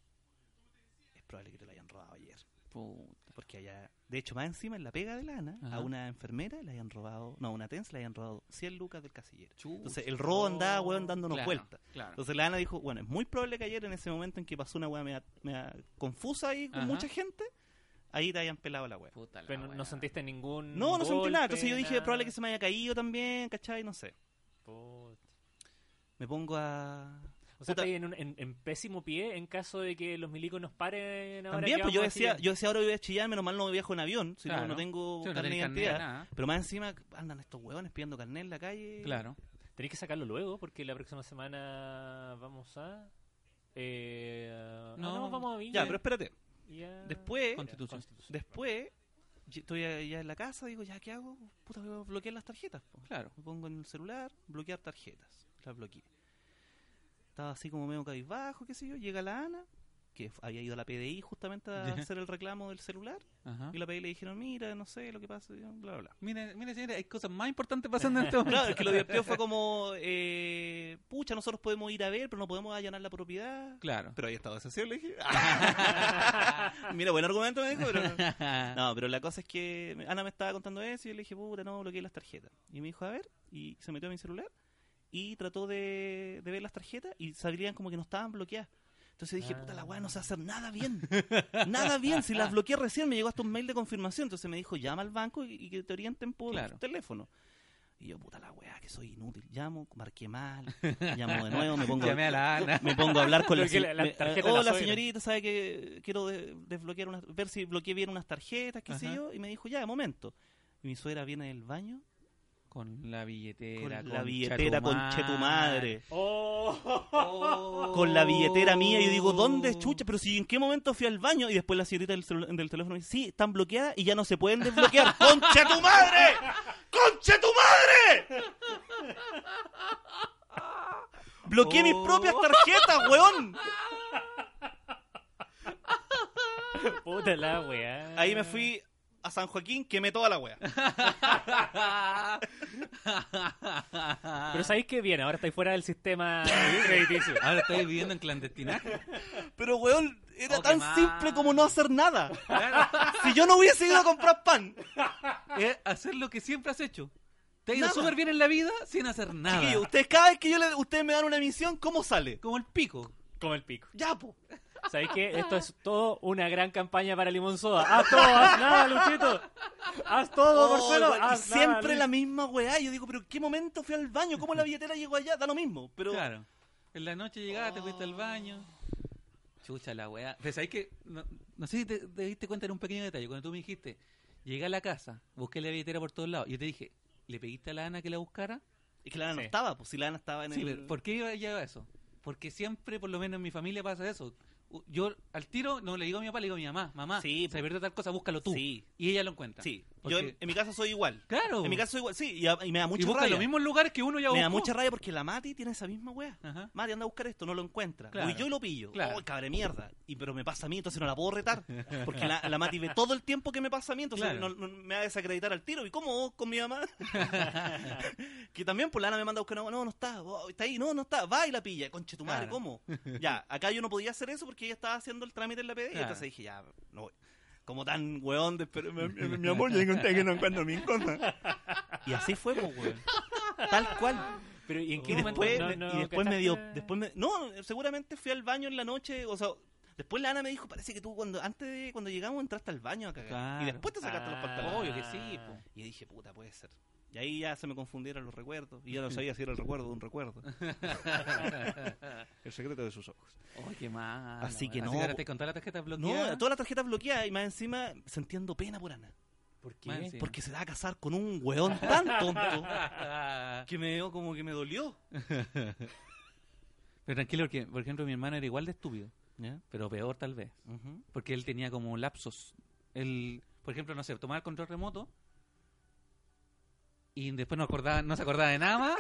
[SPEAKER 5] es probable que te lo hayan robado ayer.
[SPEAKER 2] Puta.
[SPEAKER 5] Porque allá, de hecho, más encima en la pega de la Ana,
[SPEAKER 2] Ajá.
[SPEAKER 5] a una enfermera le hayan robado, no, a una TENS le hayan robado 100 lucas del casillero. Entonces el robo
[SPEAKER 4] Oh,
[SPEAKER 5] andaba, weón, dándonos
[SPEAKER 2] claro,
[SPEAKER 5] vueltas.
[SPEAKER 2] Claro.
[SPEAKER 5] Entonces la Ana dijo, bueno, es muy probable que ayer en ese momento en que pasó una weá media, media confusa ahí con
[SPEAKER 2] Ajá.
[SPEAKER 5] mucha gente, ahí te hayan pelado la weá.
[SPEAKER 2] Puta la
[SPEAKER 4] Pero no,
[SPEAKER 2] wea.
[SPEAKER 4] no sentiste ningún.
[SPEAKER 5] No, no sentí
[SPEAKER 4] golpe,
[SPEAKER 5] nada. Entonces yo dije,
[SPEAKER 4] nada.
[SPEAKER 5] probable que se me haya caído también, ¿cachai? No sé.
[SPEAKER 4] Puta.
[SPEAKER 5] Me pongo a...
[SPEAKER 4] O sea,
[SPEAKER 5] Puta.
[SPEAKER 4] estáis en, un- en- en pésimo pie en caso de que los milicos nos paren ahora.
[SPEAKER 5] también,
[SPEAKER 4] que
[SPEAKER 5] pues yo
[SPEAKER 4] vamos a
[SPEAKER 5] decía,
[SPEAKER 4] Chillán.
[SPEAKER 5] yo decía, ahora voy a chillar, menos mal no viajo en avión, si no,
[SPEAKER 2] Claro.
[SPEAKER 5] no tengo
[SPEAKER 2] Sí, no
[SPEAKER 5] carnet de
[SPEAKER 2] tenés carnet,
[SPEAKER 5] identidad.
[SPEAKER 2] nada.
[SPEAKER 5] Pero más encima andan estos huevones pidiendo carnet en la calle.
[SPEAKER 2] Claro.
[SPEAKER 4] Tenéis que sacarlo luego porque la próxima semana vamos a. Eh, ah,
[SPEAKER 2] No.
[SPEAKER 4] no, vamos a Viña.
[SPEAKER 5] Ya, pero espérate.
[SPEAKER 4] Y a-
[SPEAKER 5] Después,
[SPEAKER 2] Constitu- Constitución.
[SPEAKER 5] después, yo estoy ya en la casa, digo, ya, ¿qué hago? Puta, voy a bloquear las tarjetas. po.
[SPEAKER 2] Claro.
[SPEAKER 5] Me pongo en el celular, bloquear tarjetas. Las bloqueé. Estaba así como medio cabizbajo, qué sé yo. Llega la Ana, que había ido a la PDI justamente a
[SPEAKER 2] Ya. Ah.
[SPEAKER 5] hacer el reclamo del celular.
[SPEAKER 2] Ajá.
[SPEAKER 5] Y la PDI le dijeron, mira, no sé lo que pasa, y bla, bla, bla.
[SPEAKER 2] Mira, mira, señora, hay cosas más importantes pasando en este momento.
[SPEAKER 5] Claro, es que lo divertido fue como, eh, pucha, nosotros podemos ir a ver, pero no podemos allanar la propiedad.
[SPEAKER 2] Claro.
[SPEAKER 5] Pero ahí estaba de sesión, le dije. Mira, buen argumento me dijo, pero...
[SPEAKER 2] Ah.
[SPEAKER 5] No, pero la cosa es que me- Ana me estaba contando eso y yo le dije, puta, no, bloqueé las tarjetas. Y me dijo, a ver, y se metió a mi celular y trató de, de ver las tarjetas y sabían como que no estaban bloqueadas. Entonces dije,
[SPEAKER 4] Ah.
[SPEAKER 5] puta, la weá no sé hacer nada bien. nada bien, si las bloqueé recién me llegó hasta un mail de confirmación. Entonces me dijo, llama al banco y, y que te orienten por
[SPEAKER 2] Claro.
[SPEAKER 5] teléfono. Y yo, puta la weá, que soy inútil. Llamo, marqué mal, llamo de nuevo, me pongo
[SPEAKER 2] Llamé a la Ana.
[SPEAKER 5] me pongo a hablar con
[SPEAKER 4] Creo
[SPEAKER 5] la,
[SPEAKER 4] que
[SPEAKER 5] se-
[SPEAKER 4] la- la
[SPEAKER 5] me- eh,
[SPEAKER 4] tarjeta de la
[SPEAKER 5] Hola,
[SPEAKER 4] suegra".
[SPEAKER 5] señorita, sabe que quiero de- desbloquear unas, ver si bloqueé bien unas tarjetas, qué sé
[SPEAKER 2] Ajá.
[SPEAKER 5] yo, y me dijo, "Ya, de momento." Y mi suegra viene del baño
[SPEAKER 2] Con la
[SPEAKER 5] con
[SPEAKER 2] billetera.
[SPEAKER 5] la billetera conche tu madre.
[SPEAKER 4] ¡Oh!
[SPEAKER 5] Con la billetera mía, y yo digo, ¿dónde
[SPEAKER 2] Oh.
[SPEAKER 5] chucha? Pero si en qué momento fui al baño, y después la señorita del, celu- del teléfono me dice, sí, están bloqueadas y ya no se pueden desbloquear. ¡Concha tu madre! ¡Concha tu madre! Bloqueé mis
[SPEAKER 2] Oh.
[SPEAKER 5] propias tarjetas, weón.
[SPEAKER 4] Puta la weá.
[SPEAKER 5] Ahí me fui a San Joaquín, quemé toda la wea.
[SPEAKER 4] Pero sabéis que bien, ahora estáis fuera del sistema crediticio.
[SPEAKER 2] Ahora estoy viviendo en clandestinaje.
[SPEAKER 5] Pero weón, era
[SPEAKER 2] Oh,
[SPEAKER 5] tan
[SPEAKER 2] qué mal.
[SPEAKER 5] simple como no hacer nada.
[SPEAKER 2] Claro.
[SPEAKER 5] Si yo no hubiese ido a comprar pan.
[SPEAKER 2] Es hacer lo que siempre has hecho. Te ha ido
[SPEAKER 5] Nada.
[SPEAKER 2] súper bien en la vida sin hacer nada.
[SPEAKER 5] Chiquillo, ustedes cada vez que yo le- ustedes me dan una emisión, ¿cómo sale?
[SPEAKER 2] Como el pico.
[SPEAKER 4] Como el pico.
[SPEAKER 5] Ya, po.
[SPEAKER 4] ¿Sabéis que esto es todo una gran campaña para Limón Soda? ¡Haz todo! ¡Haz nada, Luchito! ¡Haz todo,
[SPEAKER 5] Oh,
[SPEAKER 4] Marcelo!
[SPEAKER 2] Ah,
[SPEAKER 5] weón, y
[SPEAKER 4] ¡Haz nada,
[SPEAKER 5] siempre
[SPEAKER 4] Luis!
[SPEAKER 5] la misma weá. Yo digo, pero ¿en qué momento fui al baño? ¿Cómo la billetera llegó allá? Da lo mismo. Pero Oh.
[SPEAKER 2] Claro. En la noche llegabas, te fuiste al baño. Chucha la weá. Pero sabes que, no, no sé si te, te diste cuenta en un pequeño detalle. Cuando tú me dijiste, llegué a la casa, busqué la billetera por todos lados. Yo te dije, ¿le pediste a la Ana que la buscara?
[SPEAKER 5] es que la Ana no
[SPEAKER 4] Sí.
[SPEAKER 5] estaba, pues si la Ana estaba en
[SPEAKER 2] Sí,
[SPEAKER 5] el
[SPEAKER 2] pero ¿por qué iba ella a eso? Porque siempre, por lo menos en mi familia, pasa eso. U- Yo al tiro no le digo a mi papá, le digo a mi mamá, mamá,
[SPEAKER 5] Sí,
[SPEAKER 2] se
[SPEAKER 5] po.
[SPEAKER 2] perdió tal cosa, búscalo tú.
[SPEAKER 5] Sí.
[SPEAKER 2] Y ella lo encuentra.
[SPEAKER 5] Sí. Yo
[SPEAKER 2] Porque-
[SPEAKER 5] en, en mi casa soy igual.
[SPEAKER 2] Claro.
[SPEAKER 5] En mi casa soy igual. Sí, y, a- y me da
[SPEAKER 2] Oh. y
[SPEAKER 5] mucha
[SPEAKER 2] busca
[SPEAKER 5] rabia.
[SPEAKER 2] los mismos lugares que uno ya
[SPEAKER 5] Me da
[SPEAKER 2] buscó.
[SPEAKER 5] mucha rabia porque la Mati tiene esa misma weá.
[SPEAKER 2] Ajá.
[SPEAKER 5] Mati, anda a buscar esto, no lo encuentra.
[SPEAKER 2] Claro.
[SPEAKER 5] Voy yo y lo pillo.
[SPEAKER 2] Claro.
[SPEAKER 5] Oh, cabre mierda. Y, pero me pasa a mí, entonces no la puedo retar. Porque la, la Mati ve todo el tiempo que me pasa a mí, entonces
[SPEAKER 2] Claro.
[SPEAKER 5] no- no- me va a desacreditar al tiro. ¿Y cómo vos con mi mamá? que también, pues la Ana me manda a buscar. No, no, no está. Oh, está ahí, no, no está. Va y la pilla. Conche tu madre,
[SPEAKER 2] Claro.
[SPEAKER 5] ¿cómo? Ya, acá yo no podía hacer eso porque ella estaba haciendo el trámite en la PDI.
[SPEAKER 2] Claro.
[SPEAKER 5] Entonces dije, ya, no voy. Como tan weón, de, pero, mi, mi- mi amor, yo encontré que no encuentro mi cosa. Y así fue, pues, weón. Tal cual
[SPEAKER 4] Pero ¿y en qué
[SPEAKER 5] y
[SPEAKER 4] momento?
[SPEAKER 5] después,
[SPEAKER 4] Oh, ¿No-
[SPEAKER 5] me-
[SPEAKER 4] no
[SPEAKER 5] y después me dio
[SPEAKER 4] cachaste?
[SPEAKER 5] después me- no seguramente fui al baño en la noche o sea después la Ana me dijo parece que tú cuando antes de cuando llegamos entraste al baño a cagar
[SPEAKER 2] Claro.
[SPEAKER 5] y después te sacaste los
[SPEAKER 4] Ah.
[SPEAKER 5] pantalones
[SPEAKER 2] Obvio que sí, po.
[SPEAKER 5] y dije puta puede ser y ahí ya se me confundieron los recuerdos y yo no sabía si era el recuerdo de un recuerdo el secreto de sus ojos
[SPEAKER 2] Ay, Oh, qué mal.
[SPEAKER 5] Así que no,
[SPEAKER 2] ahora
[SPEAKER 5] po.
[SPEAKER 2] te contó la tarjeta
[SPEAKER 5] no
[SPEAKER 2] bloqueada.
[SPEAKER 5] todas las tarjetas bloqueadas y más encima sintiendo pena por Ana
[SPEAKER 4] ¿Por qué?
[SPEAKER 2] Más encima.
[SPEAKER 5] porque se va a casar con un weón tan tonto que me dio como que me dolió
[SPEAKER 2] Pero tranquilo, porque por ejemplo mi hermano era igual de estúpido, pero peor tal vez.
[SPEAKER 5] Ujú.
[SPEAKER 2] Porque él tenía como lapsos. Él, por ejemplo, no sé, tomaba el control remoto y después no, acordaba, no se acordaba de nada más,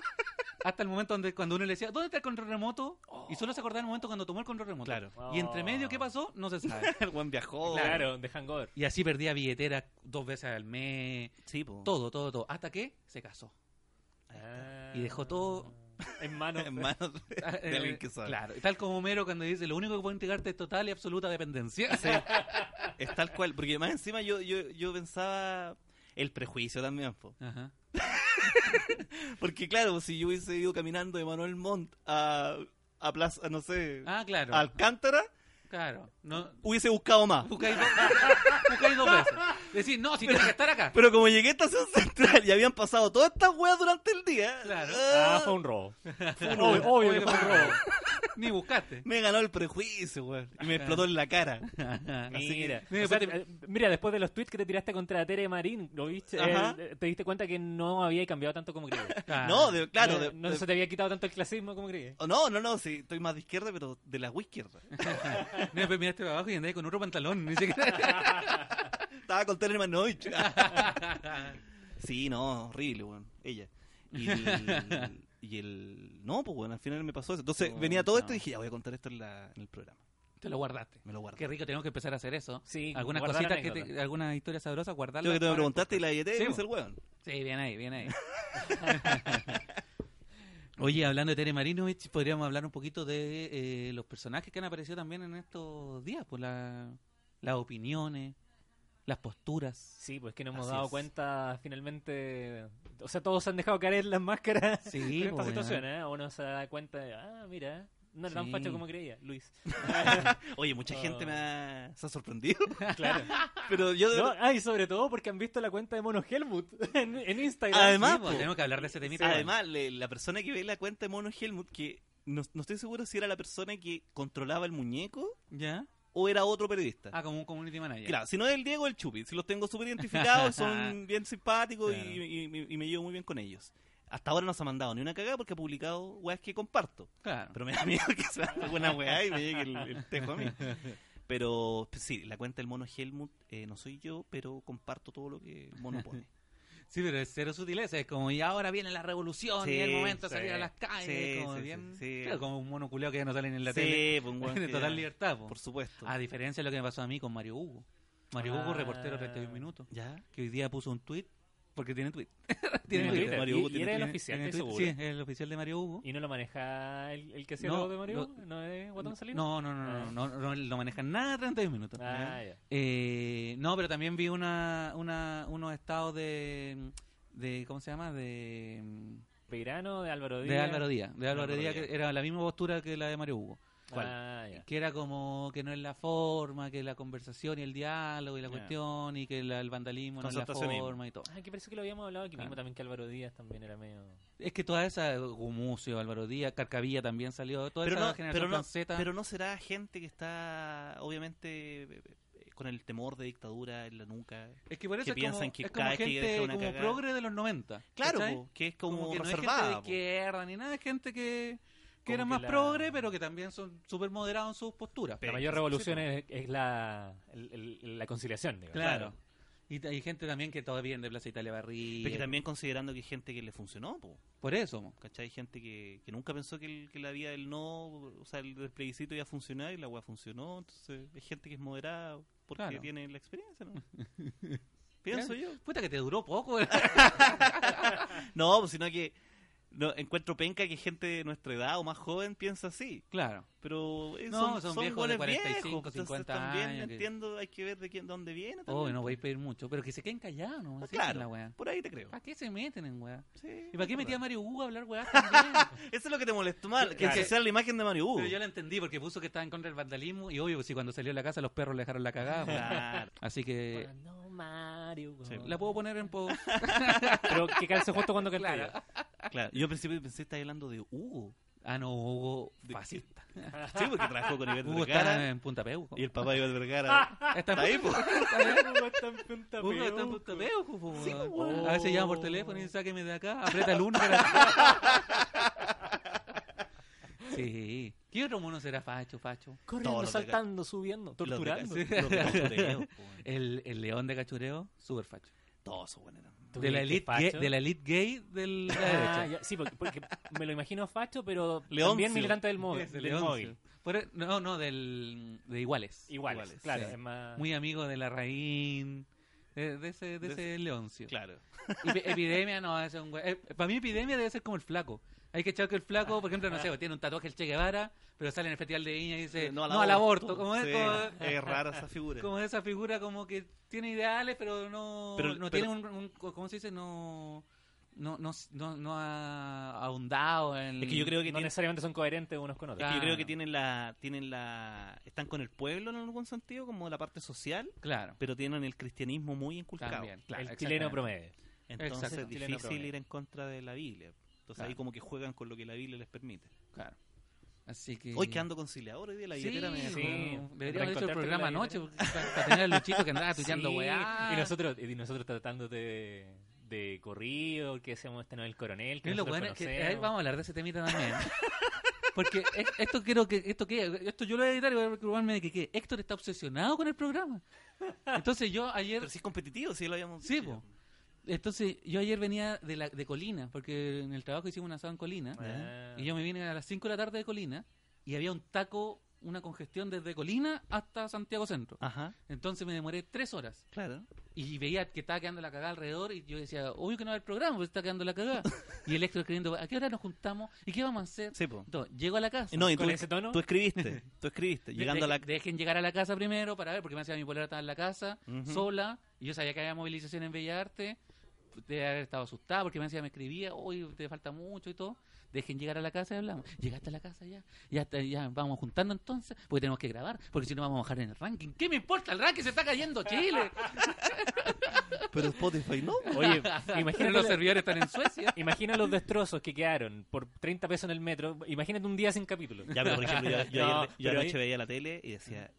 [SPEAKER 2] hasta el momento donde cuando uno le decía, ¿dónde está el control remoto? Y solo se acordaba el momento cuando tomó el control remoto.
[SPEAKER 5] Claro.
[SPEAKER 2] Y entre medio, ¿qué pasó? No se sabe.
[SPEAKER 5] el buen viajó
[SPEAKER 4] Claro, de Hangover.
[SPEAKER 2] Y así perdía billetera dos veces al mes,
[SPEAKER 5] sí po.
[SPEAKER 2] todo, todo, todo. Hasta que se casó.
[SPEAKER 4] Ah.
[SPEAKER 2] Y dejó todo-
[SPEAKER 4] en manos.
[SPEAKER 5] en manos de, de alguien que
[SPEAKER 2] Ah,
[SPEAKER 5] sabe.
[SPEAKER 2] eh, Claro, tal como Homero cuando dice, lo único que puede integrarte es total y absoluta dependencia.
[SPEAKER 5] Es tal cual, porque más encima yo, yo, yo pensaba el prejuicio también, po.
[SPEAKER 2] Ajá.
[SPEAKER 5] porque claro, si yo hubiese ido caminando de Manuel Montt a, a Plaza, no sé,
[SPEAKER 2] Ah, claro.
[SPEAKER 5] a Alcántara,
[SPEAKER 2] Claro. No,
[SPEAKER 5] hubiese buscado más.
[SPEAKER 2] buscáis dos, buscáis dos veces. Decís, no, si tienes que estar acá.
[SPEAKER 5] Pero como llegué a Estación Central y habían pasado todas estas weas durante el día,
[SPEAKER 2] Claro.
[SPEAKER 5] ah,
[SPEAKER 4] Ah, fue un robo. obvio, obvio que fue un robo.
[SPEAKER 2] Ni buscaste.
[SPEAKER 5] me ganó el prejuicio, weón.
[SPEAKER 2] Ah.
[SPEAKER 5] Y me explotó en la cara. Así que-
[SPEAKER 4] Mira,
[SPEAKER 2] Mira,
[SPEAKER 4] o sea,
[SPEAKER 2] después
[SPEAKER 4] eh, mira, después de los tweets que te tiraste contra Tere Marín, lo viste, eh,
[SPEAKER 5] Ajá.
[SPEAKER 4] te diste cuenta que no había cambiado tanto como creías.
[SPEAKER 2] Ah,
[SPEAKER 5] No, de- claro,
[SPEAKER 4] no,
[SPEAKER 5] de-
[SPEAKER 4] no
[SPEAKER 5] de-
[SPEAKER 4] se te había quitado tanto el clasismo como creías.
[SPEAKER 5] oh, no, no, no, sí, estoy más de izquierda, pero de la izquierda.
[SPEAKER 2] no, después miraste para abajo y andáis con otro pantalón. Ni siquiera.
[SPEAKER 5] Estaba con Tere Manovich. Sí, no, horrible, weón. Ella. Y el, y el- No, pues, weón, al final me pasó eso. Entonces
[SPEAKER 2] Puta.
[SPEAKER 5] venía todo esto y dije, ya voy a contar esto en, la- en el programa.
[SPEAKER 2] Te lo guardaste.
[SPEAKER 5] Me lo guardé.
[SPEAKER 2] Qué rico, tenemos que empezar a hacer eso.
[SPEAKER 4] Sí,
[SPEAKER 2] Algunas
[SPEAKER 4] guardar
[SPEAKER 2] cositas que te-
[SPEAKER 4] anécdotas.
[SPEAKER 2] algunas historias sabrosas, guardarlas.
[SPEAKER 5] Yo que tú me
[SPEAKER 2] para-
[SPEAKER 5] preguntaste y la
[SPEAKER 2] Sí,
[SPEAKER 5] billetera y
[SPEAKER 2] po.
[SPEAKER 5] es el weón.
[SPEAKER 2] Sí, bien ahí, bien ahí. Oye, hablando de Tere Marinovich, podríamos hablar un poquito de eh, los personajes que han aparecido también en estos días, pues la- las opiniones, las posturas.
[SPEAKER 4] Sí, pues que no hemos
[SPEAKER 2] Así
[SPEAKER 4] dado
[SPEAKER 2] es.
[SPEAKER 4] cuenta finalmente. O sea, todos se han dejado caer las máscaras
[SPEAKER 2] Sí,
[SPEAKER 4] en esta
[SPEAKER 2] pues,
[SPEAKER 4] situación,
[SPEAKER 2] weón.
[SPEAKER 4] ¿eh? Uno se da cuenta de, ah, mira, no era tan
[SPEAKER 2] Sí.
[SPEAKER 4] facho como creía, Luis.
[SPEAKER 5] Oye, mucha
[SPEAKER 2] Oh.
[SPEAKER 4] Ah.
[SPEAKER 5] gente me ha, se ha sorprendido.
[SPEAKER 4] claro.
[SPEAKER 5] Pero yo.
[SPEAKER 4] No, ah, y sobre todo porque han visto la cuenta de Mono Helmut en, en Instagram.
[SPEAKER 5] Además,
[SPEAKER 2] Sí, pues,
[SPEAKER 5] po.
[SPEAKER 2] tenemos que hablar de ese temita. weón.
[SPEAKER 5] Además, le- la persona que ve la cuenta de Mono Helmut, que no, no estoy seguro si era la persona que controlaba el muñeco
[SPEAKER 2] ¿Ya?
[SPEAKER 5] o era otro periodista.
[SPEAKER 2] Ah, como un community manager.
[SPEAKER 5] Claro, si no es el Diego, el Chupi. Si los tengo súper identificados, son bien simpáticos y-
[SPEAKER 2] Claro.
[SPEAKER 5] y, y- y me llevo muy bien con ellos. Hasta ahora no se ha mandado ni una cagada porque ha publicado weas que comparto.
[SPEAKER 2] Claro.
[SPEAKER 5] Pero me da miedo que sea alguna weá y me llegue el, el tejo a mí. Pero pues, sí, la cuenta del mono Helmut eh, no soy yo, pero comparto todo lo que el mono pone.
[SPEAKER 2] Sí, pero es cero sutileza. Es como, y ahora viene la revolución
[SPEAKER 5] Sí,
[SPEAKER 2] y el momento de
[SPEAKER 4] sí.
[SPEAKER 2] salir a las calles.
[SPEAKER 5] Sí,
[SPEAKER 2] como,
[SPEAKER 5] sí,
[SPEAKER 2] bien,
[SPEAKER 5] sí, sí.
[SPEAKER 2] claro, como un mono culiao que no sale ni en la
[SPEAKER 5] Sí,
[SPEAKER 2] tele.
[SPEAKER 5] pues, un weón
[SPEAKER 2] Tiene
[SPEAKER 5] que-
[SPEAKER 2] total libertad. pues. Ah, po.
[SPEAKER 5] Por supuesto.
[SPEAKER 2] A diferencia de lo que me pasó a mí con Mario Hugo. Mario Hugo,
[SPEAKER 4] Ah.
[SPEAKER 2] reportero de 31 minutos.
[SPEAKER 5] ¿Ya?
[SPEAKER 2] Que hoy día puso un tweet. Porque tiene tweet.
[SPEAKER 4] Tiene
[SPEAKER 5] Mario-
[SPEAKER 4] Twitter.
[SPEAKER 5] Mario
[SPEAKER 4] Y-
[SPEAKER 5] Hugo
[SPEAKER 4] y,
[SPEAKER 5] tiene-
[SPEAKER 4] era el
[SPEAKER 2] tiene-
[SPEAKER 4] oficial,
[SPEAKER 2] tiene
[SPEAKER 4] estoy
[SPEAKER 2] tweet.
[SPEAKER 4] seguro.
[SPEAKER 2] Sí, es el oficial de Mario Hugo.
[SPEAKER 4] ¿Y no lo maneja el, el que hacía
[SPEAKER 2] No,
[SPEAKER 4] lo de Mario?
[SPEAKER 2] lo-
[SPEAKER 4] Hugo? ¿No es Guatón Salinas?
[SPEAKER 2] No, no, no, no, no, no, no, no manejan nada 31 minutos.
[SPEAKER 4] Ah, ya.
[SPEAKER 2] Eh, no, pero también vi una, una, unos estados de, de, ¿cómo se llama? De,
[SPEAKER 4] Peirano de Álvaro Díaz.
[SPEAKER 2] de Álvaro Díaz. De Álvaro
[SPEAKER 5] Álvaro
[SPEAKER 2] Díaz,
[SPEAKER 5] Díaz.
[SPEAKER 2] que era la misma postura que la de Mario Hugo.
[SPEAKER 5] ¿Cuál?
[SPEAKER 4] Ah, ya.
[SPEAKER 2] Que era como que no es la forma, que la conversación y el diálogo y la
[SPEAKER 5] Ya.
[SPEAKER 2] cuestión y que la- el vandalismo no es la
[SPEAKER 5] Concentracionismo.
[SPEAKER 2] forma y todo.
[SPEAKER 4] Ah, que parece que lo habíamos hablado aquí mismo
[SPEAKER 2] Claro.
[SPEAKER 4] también, que Álvaro Díaz también era medio...
[SPEAKER 2] Es que toda esa, eh, Gumucio, Álvaro Díaz, Carcavilla también salió, toda
[SPEAKER 5] Pero
[SPEAKER 2] esa
[SPEAKER 5] no,
[SPEAKER 2] generación
[SPEAKER 5] pero, no,
[SPEAKER 2] francesa.
[SPEAKER 5] pero no será gente que está, obviamente, eh, eh, con el temor de dictadura en la nuca.
[SPEAKER 2] es que por eso
[SPEAKER 5] que
[SPEAKER 2] es
[SPEAKER 5] piensan
[SPEAKER 2] como,
[SPEAKER 5] que
[SPEAKER 2] es como
[SPEAKER 5] cada vez que
[SPEAKER 2] gente
[SPEAKER 5] deja una
[SPEAKER 2] como
[SPEAKER 5] cagada-
[SPEAKER 2] progre de los 90.
[SPEAKER 5] Claro,
[SPEAKER 2] ¿cachai?
[SPEAKER 5] po, que es como,
[SPEAKER 2] que
[SPEAKER 5] reservada.
[SPEAKER 2] no es
[SPEAKER 5] po.
[SPEAKER 2] gente de izquierda ni nada, es gente que, que
[SPEAKER 4] Como
[SPEAKER 2] era
[SPEAKER 4] que
[SPEAKER 2] más
[SPEAKER 4] la-
[SPEAKER 2] progre, pero que también son súper moderados en sus posturas.
[SPEAKER 5] Pe-
[SPEAKER 4] La mayor revolución es, es la, el- el- la conciliación, digamos.
[SPEAKER 2] claro. Y t- hay gente también que todavía viene de Plaza Italia Barriga.
[SPEAKER 5] Pero que también considerando que hay gente que le funcionó, po,
[SPEAKER 2] Por eso. mo.
[SPEAKER 5] ¿cachai? Gente que, que nunca pensó que, el- que la vía del no, o sea, el del plebiscito iba a funcionar y la weá funcionó. Entonces, es gente que es moderada porque
[SPEAKER 2] Claro.
[SPEAKER 5] tiene la experiencia, ¿no? Pienso yo.
[SPEAKER 2] Puta que te duró poco. eh.
[SPEAKER 5] No, pues, sino que no, encuentro penca que gente de nuestra edad o más joven piensa así.
[SPEAKER 2] claro.
[SPEAKER 5] Pero eh,
[SPEAKER 2] No,
[SPEAKER 5] son,
[SPEAKER 2] son
[SPEAKER 5] son
[SPEAKER 2] viejos de
[SPEAKER 5] hueones
[SPEAKER 2] 45,
[SPEAKER 5] viejos, entonces
[SPEAKER 2] 50
[SPEAKER 5] también
[SPEAKER 2] años que-
[SPEAKER 5] entiendo, hay que ver de quién, dónde viene.
[SPEAKER 2] Oh,
[SPEAKER 5] también.
[SPEAKER 2] no voy a pedir mucho, pero que se queden callados, ¿no?
[SPEAKER 5] Ah,
[SPEAKER 2] Así es
[SPEAKER 5] claro,
[SPEAKER 2] la weá.
[SPEAKER 5] por ahí te creo.
[SPEAKER 2] ¿Para qué se meten en weá?
[SPEAKER 5] Sí,
[SPEAKER 2] Ah, ¿Y para
[SPEAKER 5] es
[SPEAKER 2] qué metía a
[SPEAKER 5] verdad.
[SPEAKER 2] Mario Hugo a hablar weá también?
[SPEAKER 5] Eso es lo que te molestó mal, que
[SPEAKER 2] Claro.
[SPEAKER 5] ensuciar la imagen de Mario Hugo.
[SPEAKER 2] Pero yo la entendí porque puso que estaba en contra del vandalismo y obvio, si cuando salió de la casa los perros le dejaron la cagada. po.
[SPEAKER 5] Claro.
[SPEAKER 2] Así que
[SPEAKER 4] No, Mario.
[SPEAKER 5] Sí.
[SPEAKER 4] weón.
[SPEAKER 2] la puedo poner en post.
[SPEAKER 4] Pero que calce justo cuando calce.
[SPEAKER 2] Claro.
[SPEAKER 4] yo.
[SPEAKER 5] Claro, yo al principio pensé que estabas hablando de Hugo.
[SPEAKER 2] Ah, no, Hugo
[SPEAKER 5] ¿De
[SPEAKER 2] fascista.
[SPEAKER 5] Sí, porque trabajó con Ivette
[SPEAKER 2] Hugo está
[SPEAKER 5] Vergara.
[SPEAKER 2] en Punta Peuco.
[SPEAKER 5] Y el papá de Ivette Vergara.
[SPEAKER 2] Está en
[SPEAKER 5] ahí,
[SPEAKER 2] Punta-
[SPEAKER 4] Hugo está en punta
[SPEAKER 2] Hugo está en
[SPEAKER 4] Peuco.
[SPEAKER 2] Punta Peuco, po,
[SPEAKER 5] Sí,
[SPEAKER 2] weón.
[SPEAKER 5] weón.
[SPEAKER 2] A veces llama por teléfono y dice, sáqueme de acá, aprieta el uno. para- Sí. ¿Qué otro mono será facho, facho?
[SPEAKER 5] Todos
[SPEAKER 4] Corriendo,
[SPEAKER 5] los
[SPEAKER 4] saltando, subiendo,
[SPEAKER 5] Los de-
[SPEAKER 4] torturando.
[SPEAKER 5] sí, los de Cachureo, po.
[SPEAKER 2] El, el león de cachureo, súper facho.
[SPEAKER 5] Todos esos buenos eran.
[SPEAKER 4] ¿Tú
[SPEAKER 2] De la,
[SPEAKER 4] crees que
[SPEAKER 2] elite
[SPEAKER 4] facho?
[SPEAKER 2] gay, de la elite gay del, de la
[SPEAKER 4] Ah,
[SPEAKER 2] derecha.
[SPEAKER 4] ya, sí, porque, porque me lo imagino facho, pero
[SPEAKER 5] Leoncio.
[SPEAKER 4] también militante del móvil.
[SPEAKER 2] Ese
[SPEAKER 4] Del
[SPEAKER 2] león,
[SPEAKER 4] móvil.
[SPEAKER 2] sí. Por- e-, no, no, del, de iguales.
[SPEAKER 4] Iguales,
[SPEAKER 5] Iguales,
[SPEAKER 4] claro.
[SPEAKER 2] sí.
[SPEAKER 4] Es más...
[SPEAKER 2] Muy amigo de la Raín. De, de ese, de
[SPEAKER 5] Ah. De
[SPEAKER 2] ese leoncio.
[SPEAKER 5] Claro.
[SPEAKER 2] Epi- Epidemia no es un güey. Para mí, Epidemia debe ser como el flaco. Hay que echar que el flaco, por ejemplo, no
[SPEAKER 5] Ah.
[SPEAKER 2] sé, tiene un tatuaje el Che Guevara, pero sale en el Festival de Viña y dice no al, aborto. Como, es,
[SPEAKER 5] Sí,
[SPEAKER 2] como-
[SPEAKER 5] es rara esa figura.
[SPEAKER 2] como esa figura como que tiene ideales, pero no,
[SPEAKER 5] Pero-
[SPEAKER 2] no
[SPEAKER 5] pero-
[SPEAKER 2] tiene un, un- ¿Cómo se dice? No. No, no, no, no ha ahondado en.
[SPEAKER 5] Es que yo creo
[SPEAKER 4] no
[SPEAKER 5] que tienen,
[SPEAKER 4] necesariamente son coherentes unos con otros.
[SPEAKER 5] es que yo creo que
[SPEAKER 2] Claro.
[SPEAKER 5] tienen la, tienen la, están con el pueblo en algún sentido, como la parte social,
[SPEAKER 2] Claro.
[SPEAKER 5] pero tienen el cristianismo muy inculcado.
[SPEAKER 2] También, claro,
[SPEAKER 4] el chileno
[SPEAKER 2] exactamente.
[SPEAKER 4] promedio.
[SPEAKER 5] Entonces
[SPEAKER 2] Exacto.
[SPEAKER 5] es
[SPEAKER 4] Chileno
[SPEAKER 5] difícil
[SPEAKER 4] promedio.
[SPEAKER 5] ir en contra de la Biblia. Entonces
[SPEAKER 2] Claro.
[SPEAKER 5] ahí como que juegan con lo que la Biblia les permite.
[SPEAKER 2] Claro. Así que.
[SPEAKER 5] Hoy que ando conciliador, hoy día la
[SPEAKER 2] Sí,
[SPEAKER 5] billetera me dejó.
[SPEAKER 4] Sí.
[SPEAKER 2] bueno, Deberíamos haber hecho el
[SPEAKER 4] Reencontrarte
[SPEAKER 2] programa
[SPEAKER 4] con la
[SPEAKER 2] anoche para, tener al Luchito que andaba tuiteando
[SPEAKER 4] Sí,
[SPEAKER 2] weá.
[SPEAKER 4] Y nosotros, y nosotros tratándote de, de corrido, que decíamos este no es el coronel, que
[SPEAKER 2] Y lo
[SPEAKER 4] nosotros
[SPEAKER 2] bueno es que
[SPEAKER 4] conocemos.
[SPEAKER 2] ahí vamos a hablar de ese temita también. Porque es- esto quiero que esto que esto yo lo voy a editar y voy a preocuparme de que ¿qué? Héctor está obsesionado con el programa. Entonces yo ayer
[SPEAKER 5] Pero si es competitivo, si lo habíamos
[SPEAKER 2] Sí,
[SPEAKER 5] dicho.
[SPEAKER 2] po. entonces yo ayer venía de la de Colina, porque en el trabajo hicimos un asado en Colina
[SPEAKER 5] Ah.
[SPEAKER 2] y yo me vine a las 5 de la tarde de Colina y había un taco una congestión desde Colina hasta Santiago Centro.
[SPEAKER 5] Ajá,
[SPEAKER 2] Entonces me demoré tres horas.
[SPEAKER 5] claro.
[SPEAKER 2] Y veía que estaba quedando la cagada alrededor y yo decía, obvio que no va el programa, porque está quedando la cagada. y Electro escribiendo, ¿a qué hora nos juntamos? ¿Y qué vamos a hacer?
[SPEAKER 5] Sí, po.
[SPEAKER 2] Entonces, llego a la casa.
[SPEAKER 5] No, y
[SPEAKER 4] ¿Con
[SPEAKER 5] tú,
[SPEAKER 4] ese tono?
[SPEAKER 5] tú escribiste, tú escribiste,
[SPEAKER 2] De-
[SPEAKER 5] llegando a la...
[SPEAKER 2] de- Dejen llegar a la casa primero para ver, porque me hacía mi polera estaba en la casa,
[SPEAKER 5] Ujú.
[SPEAKER 2] sola, y yo sabía que había movilización en Bellarte. Debe haber estado asustada porque me decía, me escribía, hoy te falta mucho y todo. Dejen llegar a la casa y hablamos. Llegaste a la casa ya, ya, está- ya vamos juntando entonces, porque tenemos que grabar, porque si no vamos a bajar en el ranking. ¿Qué me importa? El ranking se está cayendo Chile.
[SPEAKER 5] Pero Spotify no.
[SPEAKER 4] Oye,
[SPEAKER 2] Pero
[SPEAKER 4] imagínate,
[SPEAKER 2] los servidores están en Suecia.
[SPEAKER 4] imagina los destrozos que quedaron por 30 pesos en el metro. Imagínate un día sin capítulo.
[SPEAKER 5] Ya, pero por ejemplo, yo, yo
[SPEAKER 4] No,
[SPEAKER 5] ayer- yo
[SPEAKER 4] pero
[SPEAKER 5] anoche
[SPEAKER 4] ahí-
[SPEAKER 5] veía la tele y decía,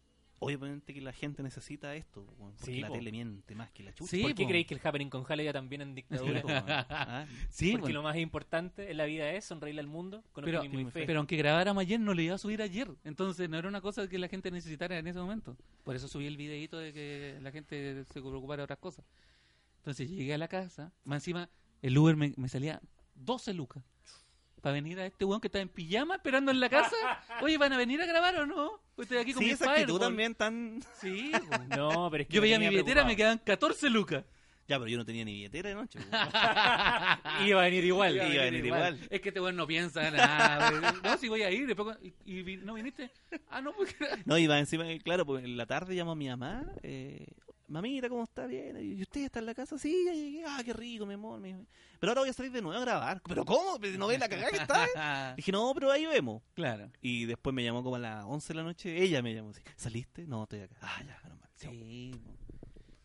[SPEAKER 5] obviamente que la gente necesita esto, weón, porque
[SPEAKER 4] Sí,
[SPEAKER 5] la
[SPEAKER 4] po.
[SPEAKER 5] tele miente más que la chucha.
[SPEAKER 2] Sí,
[SPEAKER 4] ¿Por qué
[SPEAKER 2] po.
[SPEAKER 4] creéis que el happening con Jale ya también en
[SPEAKER 5] Sí, po,
[SPEAKER 4] dictadura?
[SPEAKER 5] weón. Ah,
[SPEAKER 2] Sí,
[SPEAKER 4] Porque
[SPEAKER 2] bueno.
[SPEAKER 4] lo más importante en la vida es sonreírle al mundo con
[SPEAKER 2] pero,
[SPEAKER 4] optimismo y fe.
[SPEAKER 2] pero aunque grabáramos ayer, no lo iba a subir ayer. Entonces no era una cosa que la gente necesitara en ese momento. Por eso subí el videito de que la gente se preocupara de otras cosas. Entonces llegué a la casa. Más encima, el Uber me, me salía 12 lucas. Para venir a este weón que está en pijama esperando en la casa. Oye, ¿van a venir a grabar o no? Estoy aquí con
[SPEAKER 5] Sí,
[SPEAKER 2] mi
[SPEAKER 5] esa actitud
[SPEAKER 2] Fireball.
[SPEAKER 5] también tan...
[SPEAKER 2] Sí, weón.
[SPEAKER 4] No, pero es que
[SPEAKER 2] Yo
[SPEAKER 4] me
[SPEAKER 2] veía mi
[SPEAKER 4] tenía
[SPEAKER 2] billetera, me
[SPEAKER 4] preocupado.
[SPEAKER 2] quedaban 14 lucas.
[SPEAKER 5] Ya, pero yo no tenía ni billetera anoche. weón.
[SPEAKER 4] Iba a venir igual.
[SPEAKER 5] Iba a
[SPEAKER 2] Iba a
[SPEAKER 5] venir
[SPEAKER 2] venir igual.
[SPEAKER 5] igual.
[SPEAKER 2] Es que este weón no piensa nada. weón. No, si voy a ir. después cu- y, y vi- no viniste? Ah, no, porque era-
[SPEAKER 5] No, iba encima, que, claro, porque en la tarde llamo a mi mamá, eh, mamita, ¿cómo está? Bien, ¿y usted está en la casa? Sí, ya llegué, ah, qué rico, mi amor. mi- Pero ahora voy a salir de nuevo a grabar. ¿Pero cómo? Pero ¿No ves la cagada que está? eh?". Dije, no, pero ahí vemos.
[SPEAKER 2] Claro.
[SPEAKER 5] Y después me llamó como a las 11 de la noche, ella me llamó así, ¿saliste? No, estoy acá. Ah, ya, menos mal. chao".
[SPEAKER 2] Sí. po.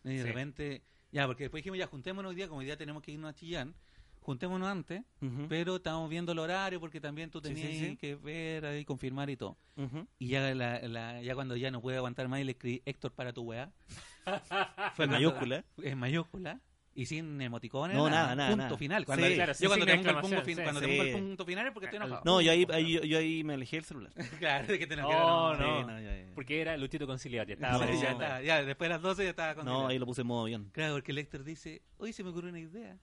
[SPEAKER 2] Y de
[SPEAKER 4] Sí.
[SPEAKER 2] repente, ya, porque después dijimos, ya, juntémonos hoy día, como hoy día tenemos que irnos a Chillán, juntémonos antes,
[SPEAKER 5] Ujú,
[SPEAKER 2] pero estábamos viendo el horario porque también tú
[SPEAKER 5] Sí, sí,
[SPEAKER 2] tenías
[SPEAKER 5] sí.
[SPEAKER 2] que ver ahí, confirmar y todo.
[SPEAKER 5] ujú.
[SPEAKER 2] Y ya, la- la- ya cuando ya no puede aguantar más, y le escribí Héctor para tu weá,
[SPEAKER 5] Fue en mayúscula.
[SPEAKER 2] en mayúscula. Y sin emoticones,
[SPEAKER 5] No, nada, nada,
[SPEAKER 2] punto
[SPEAKER 5] nada.
[SPEAKER 2] final. Cuando,
[SPEAKER 5] Sí,
[SPEAKER 4] claro, sí,
[SPEAKER 2] yo cuando,
[SPEAKER 4] sin
[SPEAKER 2] te pongo, el punto,
[SPEAKER 4] exclamación,
[SPEAKER 2] fin-
[SPEAKER 4] sí,
[SPEAKER 2] cuando te
[SPEAKER 5] sí.
[SPEAKER 2] pongo el punto final es porque estoy enojado.
[SPEAKER 5] No, yo ahí, ahí- yo, yo ahí me alejé el celular.
[SPEAKER 2] claro, es que te
[SPEAKER 4] Oh,
[SPEAKER 2] enojado,
[SPEAKER 4] no.
[SPEAKER 5] Sí, ya, ya.
[SPEAKER 4] Porque era Luchito Conciliar. Ya
[SPEAKER 5] Ah,
[SPEAKER 4] estaba.
[SPEAKER 5] bueno,
[SPEAKER 2] Sí, ya,
[SPEAKER 5] no.
[SPEAKER 2] estaba, ya, después de las 12 ya estaba con
[SPEAKER 5] No, ahí lo puse en modo avión.
[SPEAKER 2] Claro, porque el Héctor dice, hoy se me ocurrió una idea.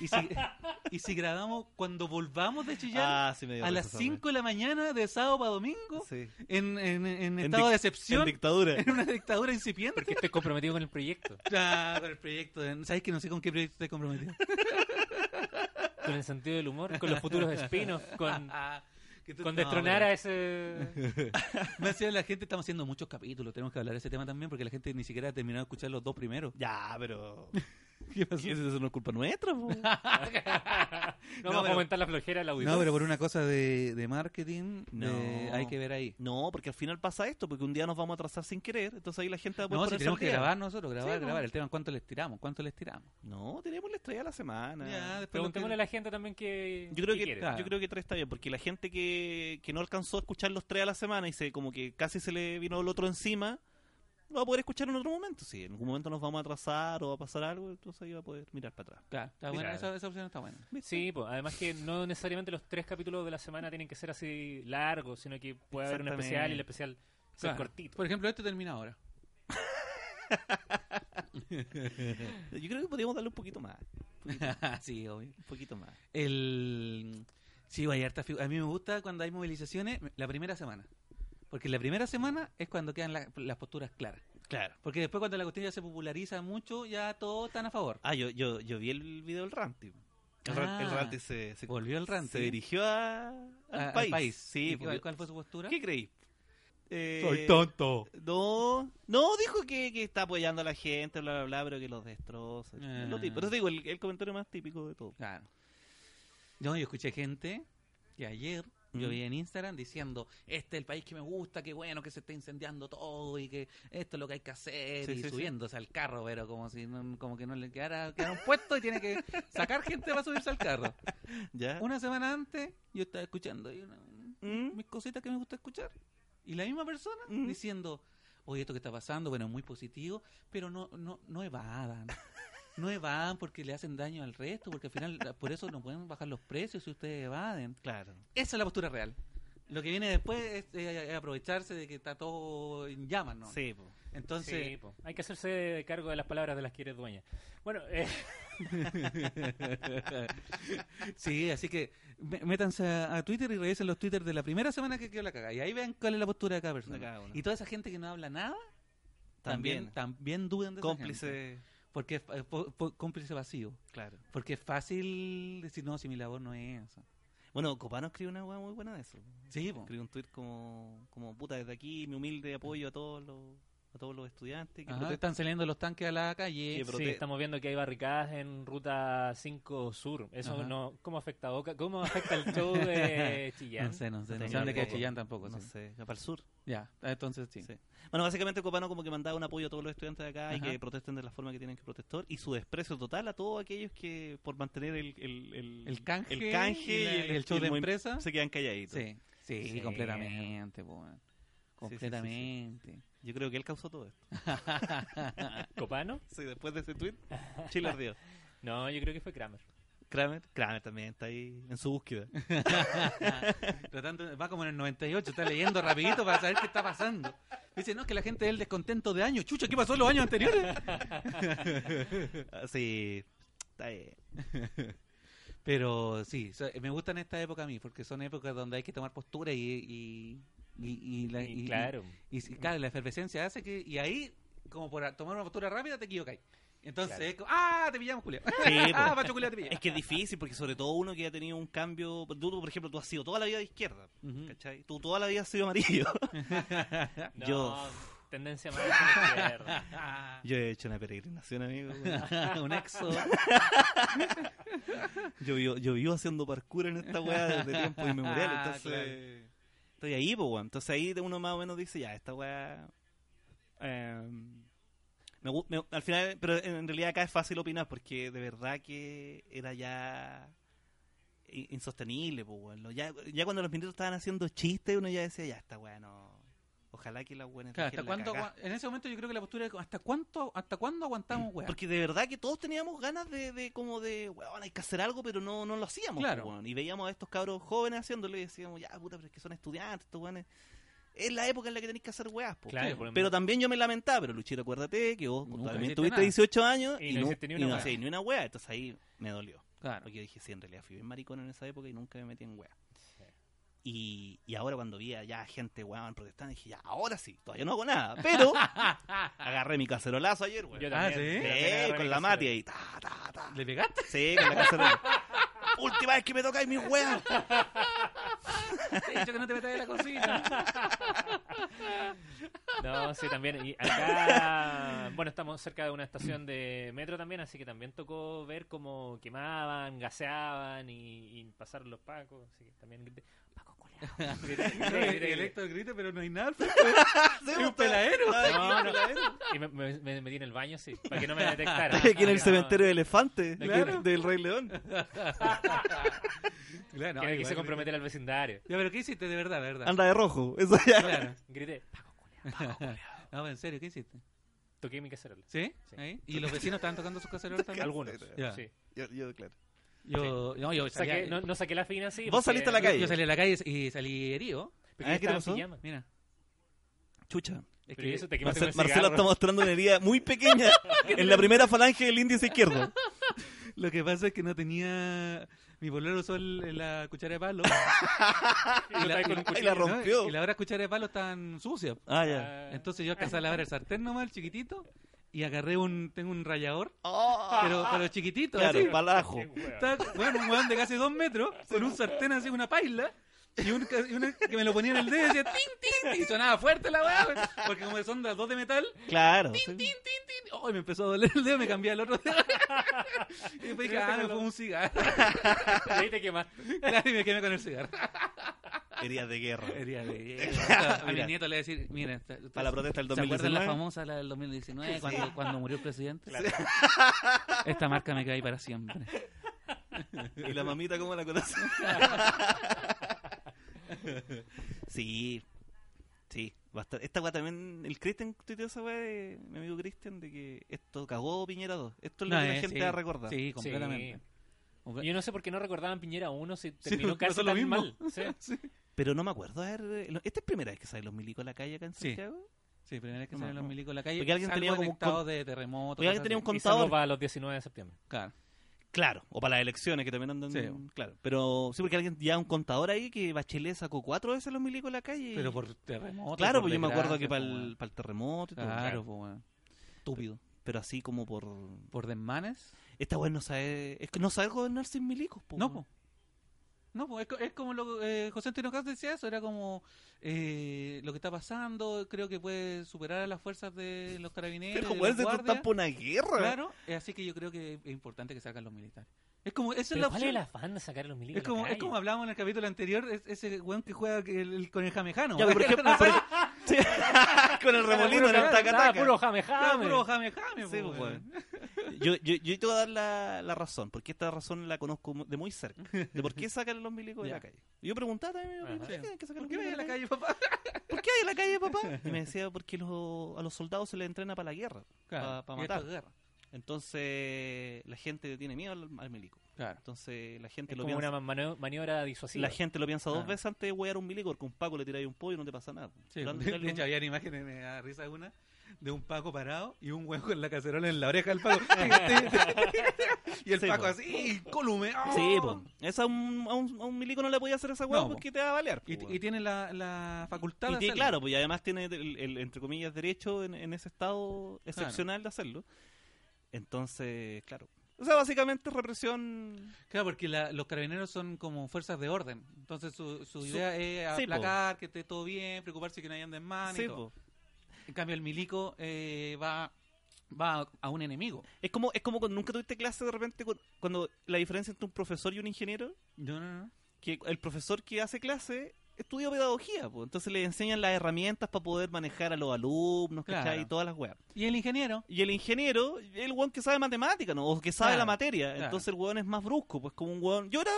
[SPEAKER 2] Y si, y si grabamos cuando volvamos de Chillán
[SPEAKER 5] Ah, sí, me dio
[SPEAKER 2] a
[SPEAKER 5] risa
[SPEAKER 2] las
[SPEAKER 5] esa wea.
[SPEAKER 2] 5 de la mañana de sábado para domingo,
[SPEAKER 5] Sí.
[SPEAKER 2] en, en- en
[SPEAKER 5] En
[SPEAKER 2] estado de
[SPEAKER 5] dic- En
[SPEAKER 2] excepción, en,
[SPEAKER 5] dictadura.
[SPEAKER 2] una dictadura incipiente.
[SPEAKER 4] Porque estoy comprometido con el proyecto.
[SPEAKER 2] Ah, con el proyecto, de- ¿sabes que no sé con qué proyecto estoy comprometido?
[SPEAKER 4] Con el sentido del humor, con los futuros espinos, con,
[SPEAKER 2] Ah, que tú-
[SPEAKER 4] con
[SPEAKER 2] No,
[SPEAKER 4] destronar
[SPEAKER 2] pero-
[SPEAKER 4] a ese.
[SPEAKER 2] Me ha sido la gente, estamos haciendo muchos capítulos, tenemos que hablar de ese tema también porque la gente ni siquiera ha terminado de escuchar los dos primeros.
[SPEAKER 5] Ya, pero. Eso no es culpa nuestra, po.
[SPEAKER 2] No,
[SPEAKER 4] No, vamos a
[SPEAKER 2] pero-
[SPEAKER 4] aumentar la flojera al auditor.
[SPEAKER 2] No, pero por una cosa de, de marketing,
[SPEAKER 5] No.
[SPEAKER 2] de- hay que ver ahí.
[SPEAKER 5] No, porque al final pasa esto, porque un día nos vamos a atrasar sin querer, entonces ahí la gente va a poder
[SPEAKER 2] No, si
[SPEAKER 5] ponerse
[SPEAKER 2] tenemos
[SPEAKER 5] al
[SPEAKER 2] que
[SPEAKER 5] día.
[SPEAKER 2] grabar nosotros, grabar,
[SPEAKER 5] Sí, po.
[SPEAKER 2] grabar. El tema es cuánto les tiramos, cuánto les tiramos.
[SPEAKER 5] No, tenemos la estrella de la semana.
[SPEAKER 2] Ya, después lo que-
[SPEAKER 4] Preguntémosle a la gente también que.
[SPEAKER 5] Yo creo
[SPEAKER 4] qué
[SPEAKER 5] que
[SPEAKER 4] quiere.
[SPEAKER 2] claro.
[SPEAKER 5] yo creo que tres está bien, porque la gente que, que no alcanzó a escuchar los tres a la semana y se como que casi se le vino el otro encima, lo va a poder escuchar en otro momento. Si en algún momento nos vamos a atrasar o va a pasar algo, entonces ahí va a poder mirar para atrás.
[SPEAKER 2] Claro, está
[SPEAKER 4] Mira.
[SPEAKER 2] buena, esa, esa opción está buena.
[SPEAKER 4] Sí, pues, además que no necesariamente los tres capítulos de la semana tienen que ser así largos, sino que puede haber un
[SPEAKER 5] Exactamente.
[SPEAKER 4] especial y el especial ser
[SPEAKER 2] Claro.
[SPEAKER 4] cortito.
[SPEAKER 2] Por ejemplo, este termina ahora.
[SPEAKER 5] Yo creo que podríamos darle un poquito más,
[SPEAKER 2] sí, obvio.
[SPEAKER 5] un poquito más.
[SPEAKER 2] El... Sí, hay harta figu- A mí me gusta cuando hay movilizaciones la primera semana. Porque la primera semana es cuando quedan la- las posturas claras.
[SPEAKER 5] Claro.
[SPEAKER 2] Porque después cuando la cuestión ya se populariza mucho, ya todos están a favor.
[SPEAKER 5] Ah, yo yo, yo vi el video del Ranty. El, Ran-
[SPEAKER 2] Ah.
[SPEAKER 5] el Ranty se, se,
[SPEAKER 2] Volvió el rante.
[SPEAKER 5] se dirigió a- al,
[SPEAKER 2] a-
[SPEAKER 5] país.
[SPEAKER 2] ¿Y
[SPEAKER 5] Sí,
[SPEAKER 2] cuál-
[SPEAKER 5] porque-
[SPEAKER 2] ¿Cuál fue su postura?
[SPEAKER 5] ¿Qué creí? Eh,
[SPEAKER 2] tonto.
[SPEAKER 5] No, no, dijo que, que está apoyando a la gente, bla, bla, bla, pero que los destroza.
[SPEAKER 2] Ah.
[SPEAKER 5] Lo típico. Por eso te digo, el, el comentario más típico de todo.
[SPEAKER 2] Claro. No, yo escuché gente que ayer yo
[SPEAKER 5] Mm.
[SPEAKER 2] vi en Instagram diciendo, este es el país que me gusta, que bueno, que se está incendiando todo y que esto es lo que hay que hacer
[SPEAKER 5] Sí,
[SPEAKER 2] y
[SPEAKER 5] sí, sí.
[SPEAKER 2] subiéndose al carro, pero como si no, como que no le quedara, quedara un puesto y tiene que sacar gente para subirse al carro.
[SPEAKER 5] ¿Ya?
[SPEAKER 2] Una semana antes yo estaba escuchando ahí una-
[SPEAKER 5] Mm,
[SPEAKER 2] mis cositas que me gusta escuchar y la misma persona
[SPEAKER 5] Mm.
[SPEAKER 2] diciendo, oye, esto que está pasando, bueno, es muy positivo, pero no, no, no evadan. No evadan porque le hacen daño al resto, porque al final por eso no pueden bajar los precios si ustedes evaden.
[SPEAKER 5] Claro.
[SPEAKER 2] Esa es la postura real. Lo que viene después es eh, aprovecharse de que está todo en llamas, ¿no?
[SPEAKER 5] Sí, pues. po.
[SPEAKER 2] Entonces,
[SPEAKER 4] Sí, po. hay que hacerse cargo de las palabras de las que eres dueña. Bueno, eh,
[SPEAKER 2] sí, así que me- métanse a, a Twitter y revisen los Twitter de la primera semana que quedó la caga. Y ahí vean cuál es la postura de cada persona.
[SPEAKER 5] De cada uno.
[SPEAKER 2] Y toda esa gente que no habla nada, también,
[SPEAKER 5] También.
[SPEAKER 2] también duden de esa gente.
[SPEAKER 5] Cómplice.
[SPEAKER 2] Porque es fa- po- po- cómplice vacío.
[SPEAKER 5] Claro.
[SPEAKER 2] Porque es fácil decir, no, si mi labor no es eso.
[SPEAKER 5] Bueno, Copano escribió una hueá muy buena de eso.
[SPEAKER 2] Sí, po.
[SPEAKER 5] Escribió un tuit como, como, puta, desde aquí mi humilde apoyo a todos los, a todos los estudiantes que
[SPEAKER 2] Ajá,
[SPEAKER 5] protestan.
[SPEAKER 2] están saliendo los tanques a la calle.
[SPEAKER 5] Que
[SPEAKER 4] Sí,
[SPEAKER 5] prote-
[SPEAKER 4] estamos viendo que hay barricadas en ruta 5 sur. Eso
[SPEAKER 2] Ajá.
[SPEAKER 4] no ¿cómo afecta a Boca? ¿Cómo afecta el show de Chillán?
[SPEAKER 2] No sé, no sé,
[SPEAKER 5] No
[SPEAKER 2] no sé
[SPEAKER 5] tenía
[SPEAKER 2] dónde queda
[SPEAKER 5] tampoco.
[SPEAKER 2] Chillán tampoco.
[SPEAKER 5] No
[SPEAKER 2] sí.
[SPEAKER 5] sé, para el sur.
[SPEAKER 2] Ya, ah, entonces sí.
[SPEAKER 5] Sí. Bueno, básicamente Copano como que mandaba un apoyo a todos los estudiantes de acá y
[SPEAKER 2] Ajá.
[SPEAKER 5] que protesten de la forma que tienen que protestar y su desprecio total a todos aquellos que por mantener el, el,
[SPEAKER 2] El canje,
[SPEAKER 5] el canje
[SPEAKER 2] y
[SPEAKER 5] y,
[SPEAKER 2] la-
[SPEAKER 5] el,
[SPEAKER 2] el show
[SPEAKER 5] y el
[SPEAKER 2] de
[SPEAKER 5] movim-
[SPEAKER 2] empresa.
[SPEAKER 5] se quedan calladitos.
[SPEAKER 2] Sí, sí,
[SPEAKER 4] Sí.
[SPEAKER 2] completamente, po, weón.
[SPEAKER 5] Sí, sí, sí, sí.
[SPEAKER 2] Completamente.
[SPEAKER 5] Yo creo que él causó todo esto.
[SPEAKER 4] ¿Copano?
[SPEAKER 5] Sí, después de ese tweet, Chile ardió.
[SPEAKER 4] No, yo creo que fue Kramer.
[SPEAKER 5] Kramer, Kramer también está ahí en su búsqueda.
[SPEAKER 2] Tratando, va como en el 98, está leyendo rapidito para saber qué está pasando. Dice, no, que la gente es el descontento de años. Chucha, ¿qué pasó en los años anteriores?
[SPEAKER 5] Ah, Sí, está bien.
[SPEAKER 2] Pero sí, so- me gustan estas épocas a mí, porque son épocas donde hay que tomar postura y... y, y,
[SPEAKER 5] Eh,
[SPEAKER 2] y la,
[SPEAKER 4] Y claro.
[SPEAKER 2] Y, si- claro, la efervescencia hace que... Y ahí, como por a- tomar una postura rápida, te equivocáis. Entonces,
[SPEAKER 4] Claro.
[SPEAKER 2] es como, ¡ah, te pillamos, Julia!
[SPEAKER 5] Sí,
[SPEAKER 2] ¡Ah,
[SPEAKER 5] po.
[SPEAKER 2] Pacho Julia, te
[SPEAKER 5] Es
[SPEAKER 2] pillamos!
[SPEAKER 5] que es difícil porque sobre todo uno que ha tenido un cambio, tú, por ejemplo, tú has sido toda la vida de izquierda,
[SPEAKER 2] Ujú.
[SPEAKER 5] ¿cachai? Tú toda la vida has sido amarillo.
[SPEAKER 4] No,
[SPEAKER 5] Yo-
[SPEAKER 4] tendencia más a la izquierda.
[SPEAKER 2] Ah.
[SPEAKER 5] Yo he hecho una peregrinación, amigo.
[SPEAKER 2] Un exo.
[SPEAKER 5] Yo vivo, yo vivo haciendo parkour en esta weá desde tiempo inmemorial, entonces estoy ahí, po, weón. Entonces ahí uno más o menos dice, ya, esta weá... eh, me, gu- me- al final, pero en, en realidad acá es fácil opinar porque de verdad que era ya i- insostenible, po, weón. Lo- Ya, ya cuando los ministros estaban haciendo chistes, uno ya decía, ya, esta weá no... Ojalá que la buena
[SPEAKER 2] Claro, ¿hasta cuándo, agua- en ese momento yo creo que la postura es como, ¿hasta cuánto, hasta cuándo aguantamos, weón?
[SPEAKER 5] Porque de verdad que todos teníamos ganas de, de como de, weón, hay que hacer algo, pero no, no lo hacíamos.
[SPEAKER 2] Claro.
[SPEAKER 5] po, weón. Y veíamos a estos cabros jóvenes haciéndolo y decíamos, ya, puta, pero es que son estudiantes, estos weones. Es la época en la que tenéis que hacer weas, po.
[SPEAKER 4] Claro,
[SPEAKER 2] Sí,
[SPEAKER 4] por lo
[SPEAKER 5] Pero
[SPEAKER 4] menos.
[SPEAKER 5] también yo me lamentaba, pero Luchito, acuérdate que vos pues,
[SPEAKER 2] Nunca
[SPEAKER 5] también
[SPEAKER 2] hiciste
[SPEAKER 5] tuviste
[SPEAKER 2] nada.
[SPEAKER 5] 18 años
[SPEAKER 4] Y
[SPEAKER 5] y
[SPEAKER 4] no
[SPEAKER 5] no,
[SPEAKER 4] hiciste ni
[SPEAKER 5] y
[SPEAKER 4] una
[SPEAKER 5] no
[SPEAKER 4] wea.
[SPEAKER 5] hacías ni una wea. Entonces ahí me dolió.
[SPEAKER 2] Claro.
[SPEAKER 5] Porque yo dije, sí, en realidad fui bien maricón en esa época y nunca me metí en wea. Y, y ahora cuando vi a ya gente, weón, protestando, dije, ya, ahora sí, todavía no hago nada. Pero agarré mi cacerolazo ayer, weón.
[SPEAKER 4] Yo también.
[SPEAKER 2] Ah,
[SPEAKER 4] yo
[SPEAKER 2] ¿sí?
[SPEAKER 4] también
[SPEAKER 5] Sí, Eh,
[SPEAKER 4] agarré
[SPEAKER 5] con
[SPEAKER 4] mi
[SPEAKER 5] la
[SPEAKER 4] cacerola.
[SPEAKER 5] mati ahí. Ta, ta, ta.
[SPEAKER 2] Ah. ¿Le pegaste?
[SPEAKER 5] Sí, con la cacerola. Última vez que me tocáis mis weas.
[SPEAKER 2] Te he dicho que no te metas en la cocina.
[SPEAKER 4] No, sí, también. Y acá, bueno, estamos cerca de una estación de metro también, así que también tocó ver cómo quemaban, gaseaban y, y pasaron los pacos. Así que también grité, Paco culiao". Grité, grité, grité,
[SPEAKER 2] el
[SPEAKER 4] grité.
[SPEAKER 2] Héctor grita, pero no hay nada.
[SPEAKER 5] Sí,
[SPEAKER 2] un
[SPEAKER 5] está-
[SPEAKER 2] peladero.
[SPEAKER 5] estaba aquí,
[SPEAKER 4] No,
[SPEAKER 5] un
[SPEAKER 4] no.
[SPEAKER 5] peladero.
[SPEAKER 4] Y me, me- me metí en el baño, sí, para que no me detectaran.
[SPEAKER 5] Estaba aquí en
[SPEAKER 4] Para
[SPEAKER 5] el
[SPEAKER 4] que no-
[SPEAKER 5] cementerio de elefantes
[SPEAKER 4] Ah, Claro.
[SPEAKER 5] del- del Rey León.
[SPEAKER 2] Claro, no,
[SPEAKER 4] Que me quise
[SPEAKER 2] igual-
[SPEAKER 4] comprometer al vecindario.
[SPEAKER 2] Ya, pero ¿qué hiciste de verdad, de verdad?
[SPEAKER 5] Anda de rojo. Eso ya.
[SPEAKER 2] Claro.
[SPEAKER 4] Grité, Paco culiao".
[SPEAKER 2] No, en serio, ¿qué hiciste?
[SPEAKER 4] Toqué mi cacerola.
[SPEAKER 2] ¿Sí?
[SPEAKER 4] Sí.
[SPEAKER 2] ¿Ahí? ¿Y los vecinos estaban tocando sus cacerolas también?
[SPEAKER 4] Algunos.
[SPEAKER 2] Ya.
[SPEAKER 4] Sí.
[SPEAKER 5] Yo, yo, claro.
[SPEAKER 2] Yo, no, yo salí,
[SPEAKER 4] Saqué- no, no saqué la fina así.
[SPEAKER 5] Vos saliste a la
[SPEAKER 2] yo-
[SPEAKER 5] calle.
[SPEAKER 2] yo salí a la calle y salí herido.
[SPEAKER 5] Ah, ¿qué te pasó?
[SPEAKER 2] Mira,
[SPEAKER 5] Chucha.
[SPEAKER 2] es
[SPEAKER 4] Pero
[SPEAKER 2] que
[SPEAKER 4] eso te quemaste con
[SPEAKER 5] Marcel-
[SPEAKER 4] el
[SPEAKER 5] Marcela
[SPEAKER 4] cigarro.
[SPEAKER 5] está mostrando una herida muy pequeña en la primera falange del índice izquierdo.
[SPEAKER 2] Lo que pasa es que no tenía. Mi bolero usó el- la cuchara de palo.
[SPEAKER 4] Y la- con un
[SPEAKER 5] Y la rompió.
[SPEAKER 2] Y la hora cuchara de palo estaban sucias.
[SPEAKER 5] Ah, ya.
[SPEAKER 2] Entonces yo alcancé a lavar el sartén nomás, el chiquitito, y agarré un, tengo un rallador,
[SPEAKER 5] Oh,
[SPEAKER 2] pero, pero chiquitito,
[SPEAKER 5] claro,
[SPEAKER 2] así.
[SPEAKER 5] palajo.
[SPEAKER 4] Qué hueón.
[SPEAKER 2] Estaba, bueno, un weón de casi dos metros, con un sartén así, una paila, y, un, ca- y una que me lo ponía en el dedo y decía tin, tin, y sonaba fuerte la weá, porque como son las dos de metal,
[SPEAKER 5] Claro. sí.
[SPEAKER 2] tin, tin, tin, oh, y me empezó a doler el dedo, me cambié al otro dedo. Y después dije, ah, me fue un cigarro.
[SPEAKER 4] Y ahí te quemaste.
[SPEAKER 2] Claro, y me quemé con el cigarro.
[SPEAKER 5] Heridas de guerra.
[SPEAKER 2] Sería de- A mi
[SPEAKER 5] Mira.
[SPEAKER 2] nieto le voy a decir, mira, esta- esta-
[SPEAKER 5] Para la protesta del
[SPEAKER 2] ¿Se acuerdan la
[SPEAKER 5] 2019?
[SPEAKER 2] famosa, la del 2019, cuando, cuando murió el presidente? Esta marca me queda ahí para siempre.
[SPEAKER 5] ¿Y la mamita cómo la conoce? sí, sí, bastante. Esta weá también, el Cristian tuiteó esa weá de mi amigo Cristian de que esto cagó Piñera 2. Esto es lo
[SPEAKER 2] No,
[SPEAKER 5] que la
[SPEAKER 2] eh,
[SPEAKER 5] gente
[SPEAKER 2] sí,
[SPEAKER 5] va a recordar.
[SPEAKER 2] Sí, completamente.
[SPEAKER 4] Y Yo no sé por qué no recordaban Piñera 1 si
[SPEAKER 2] Sí, pasó
[SPEAKER 4] terminó casi
[SPEAKER 2] lo
[SPEAKER 4] tan
[SPEAKER 2] mismo.
[SPEAKER 4] mal. Sí.
[SPEAKER 5] Pero no me acuerdo, a ver, eh, lo- esta es primera vez que salen los milicos a la calle acá en
[SPEAKER 2] Sí.
[SPEAKER 5] Santiago.
[SPEAKER 2] Sí, primera vez que
[SPEAKER 5] No,
[SPEAKER 2] salen los
[SPEAKER 5] no.
[SPEAKER 2] milicos en la calle.
[SPEAKER 5] Porque alguien
[SPEAKER 2] salvo
[SPEAKER 5] tenía
[SPEAKER 2] en
[SPEAKER 5] como un
[SPEAKER 2] estado
[SPEAKER 5] con-
[SPEAKER 2] de terremoto.
[SPEAKER 5] Porque alguien
[SPEAKER 2] cosas
[SPEAKER 5] tenía un
[SPEAKER 2] así.
[SPEAKER 4] Y salvo
[SPEAKER 5] contador.
[SPEAKER 4] para los 19 de septiembre.
[SPEAKER 2] Claro.
[SPEAKER 5] Claro, o para las elecciones que también andan.
[SPEAKER 2] Sí.
[SPEAKER 5] Claro, pero sí, porque alguien ya un contador ahí que Bachelet sacó cuatro veces los milicos en la calle. y-
[SPEAKER 2] Pero por terremoto.
[SPEAKER 5] claro,
[SPEAKER 2] por
[SPEAKER 5] pues yo me acuerdo
[SPEAKER 2] desgracia,
[SPEAKER 5] que pues, para
[SPEAKER 2] po,
[SPEAKER 5] el,
[SPEAKER 2] weón.
[SPEAKER 5] terremoto y todo.
[SPEAKER 2] Claro, po, weón.
[SPEAKER 5] estúpido. Pero así como por.
[SPEAKER 2] ¿Por desmanes?
[SPEAKER 5] Esta weá no sabe. Es que no sabe gobernar sin milicos, po.
[SPEAKER 2] No,
[SPEAKER 5] Pues, weón.
[SPEAKER 2] po. No, po, es, co- es como lo eh, José Antonio Cast decía eso, era como eh, lo que está pasando, creo que puede superar a las fuerzas de los carabineros.
[SPEAKER 5] Pero
[SPEAKER 2] de
[SPEAKER 5] weón,
[SPEAKER 2] los
[SPEAKER 5] se tú
[SPEAKER 2] guardias.
[SPEAKER 5] estás por una guerra.
[SPEAKER 2] Claro, eh, así que yo creo que es importante que salgan los militares. Es como, esa es
[SPEAKER 4] Pero
[SPEAKER 2] la
[SPEAKER 4] ¿Cuál
[SPEAKER 2] opción.
[SPEAKER 4] es la Ah, afán de sacar a los milicos?
[SPEAKER 2] Es como, es como hablábamos en el capítulo anterior, es- ese weón que juega que el- el- con el jamejano.
[SPEAKER 5] Ya, pero por ejemplo, por ej- Sí. con el remolino en el
[SPEAKER 4] Estaba
[SPEAKER 5] taca-taca.
[SPEAKER 4] puro jame
[SPEAKER 2] Claro,
[SPEAKER 4] jame.
[SPEAKER 2] puro jamejame,
[SPEAKER 5] Sí,
[SPEAKER 2] po,
[SPEAKER 5] pues,
[SPEAKER 2] weón.
[SPEAKER 5] Yo, yo, yo te voy a dar la, la razón, porque esta razón la conozco mu- de muy cerca. De por qué sacan los milicos de
[SPEAKER 2] Ya.
[SPEAKER 5] la calle. Yo preguntaba también,
[SPEAKER 4] Ajá.
[SPEAKER 5] ¿por qué hay que
[SPEAKER 2] ¿Por
[SPEAKER 5] sacar los
[SPEAKER 2] qué
[SPEAKER 5] milicos
[SPEAKER 2] vais
[SPEAKER 5] de
[SPEAKER 2] a
[SPEAKER 5] la
[SPEAKER 2] la
[SPEAKER 5] calle?
[SPEAKER 2] calle, papá?
[SPEAKER 5] ¿Por qué hay en la calle, papá? Y me decía, porque los- a los soldados se les entrena para la guerra, para
[SPEAKER 2] y esto
[SPEAKER 5] matar.
[SPEAKER 2] es guerra.
[SPEAKER 5] Entonces, la gente tiene miedo al, al milico.
[SPEAKER 2] Claro.
[SPEAKER 5] Entonces, la gente
[SPEAKER 4] Es
[SPEAKER 5] lo
[SPEAKER 4] como
[SPEAKER 5] piensa.
[SPEAKER 4] una mano- maniobra disuasiva.
[SPEAKER 5] La gente lo piensa dos
[SPEAKER 2] Ah.
[SPEAKER 5] veces antes de huear un milico, porque un paco le tiráis un pollo y no te pasa nada.
[SPEAKER 2] Sí,
[SPEAKER 5] Pero
[SPEAKER 2] de,
[SPEAKER 5] antes de
[SPEAKER 2] hecho,
[SPEAKER 5] darle
[SPEAKER 2] había imágenes, me da risa una, de un Paco parado y un huevo con la cacerola en la oreja del Paco. y el
[SPEAKER 5] Sí,
[SPEAKER 2] Paco
[SPEAKER 5] po.
[SPEAKER 2] así, colume. ¡ah!
[SPEAKER 5] un- Sí, po. Esa a un, a, un, a un milico no le podía hacer esa hueá
[SPEAKER 2] No, po.
[SPEAKER 5] porque te va a balear. po,
[SPEAKER 2] Y,
[SPEAKER 5] weón.
[SPEAKER 2] y tiene la, la facultad
[SPEAKER 5] Y
[SPEAKER 2] de
[SPEAKER 5] tiene-
[SPEAKER 2] hacerlo.
[SPEAKER 5] claro, pues y además tiene el, el, entre comillas derecho en, en ese estado excepcional de hacerlo. Entonces, claro. O sea, básicamente represión.
[SPEAKER 2] Claro, porque la- los carabineros son como fuerzas de orden. Entonces su, su
[SPEAKER 5] Su-
[SPEAKER 2] idea es
[SPEAKER 5] sí, po.
[SPEAKER 2] aplacar, que esté todo bien, preocuparse que no hayan desmanes. y
[SPEAKER 5] sí,
[SPEAKER 2] Ah, todo.
[SPEAKER 5] po.
[SPEAKER 2] En cambio, el milico eh, va, va a- a un enemigo.
[SPEAKER 5] Es como es como cuando nunca tuviste clase de repente cu- cuando la diferencia entre un profesor y un ingeniero,
[SPEAKER 2] No, no, no.
[SPEAKER 5] que el profesor que hace clase estudia pedagogía, pues entonces le enseñan las herramientas para poder manejar a los alumnos,
[SPEAKER 2] Claro.
[SPEAKER 5] ¿cachai? Y todas las weas.
[SPEAKER 2] Y el ingeniero.
[SPEAKER 5] Y el ingeniero, el weón que sabe matemática, ¿no? O que sabe
[SPEAKER 2] Claro,
[SPEAKER 5] la materia.
[SPEAKER 2] claro.
[SPEAKER 5] Entonces el weón es más brusco, pues como un weón. Yo era,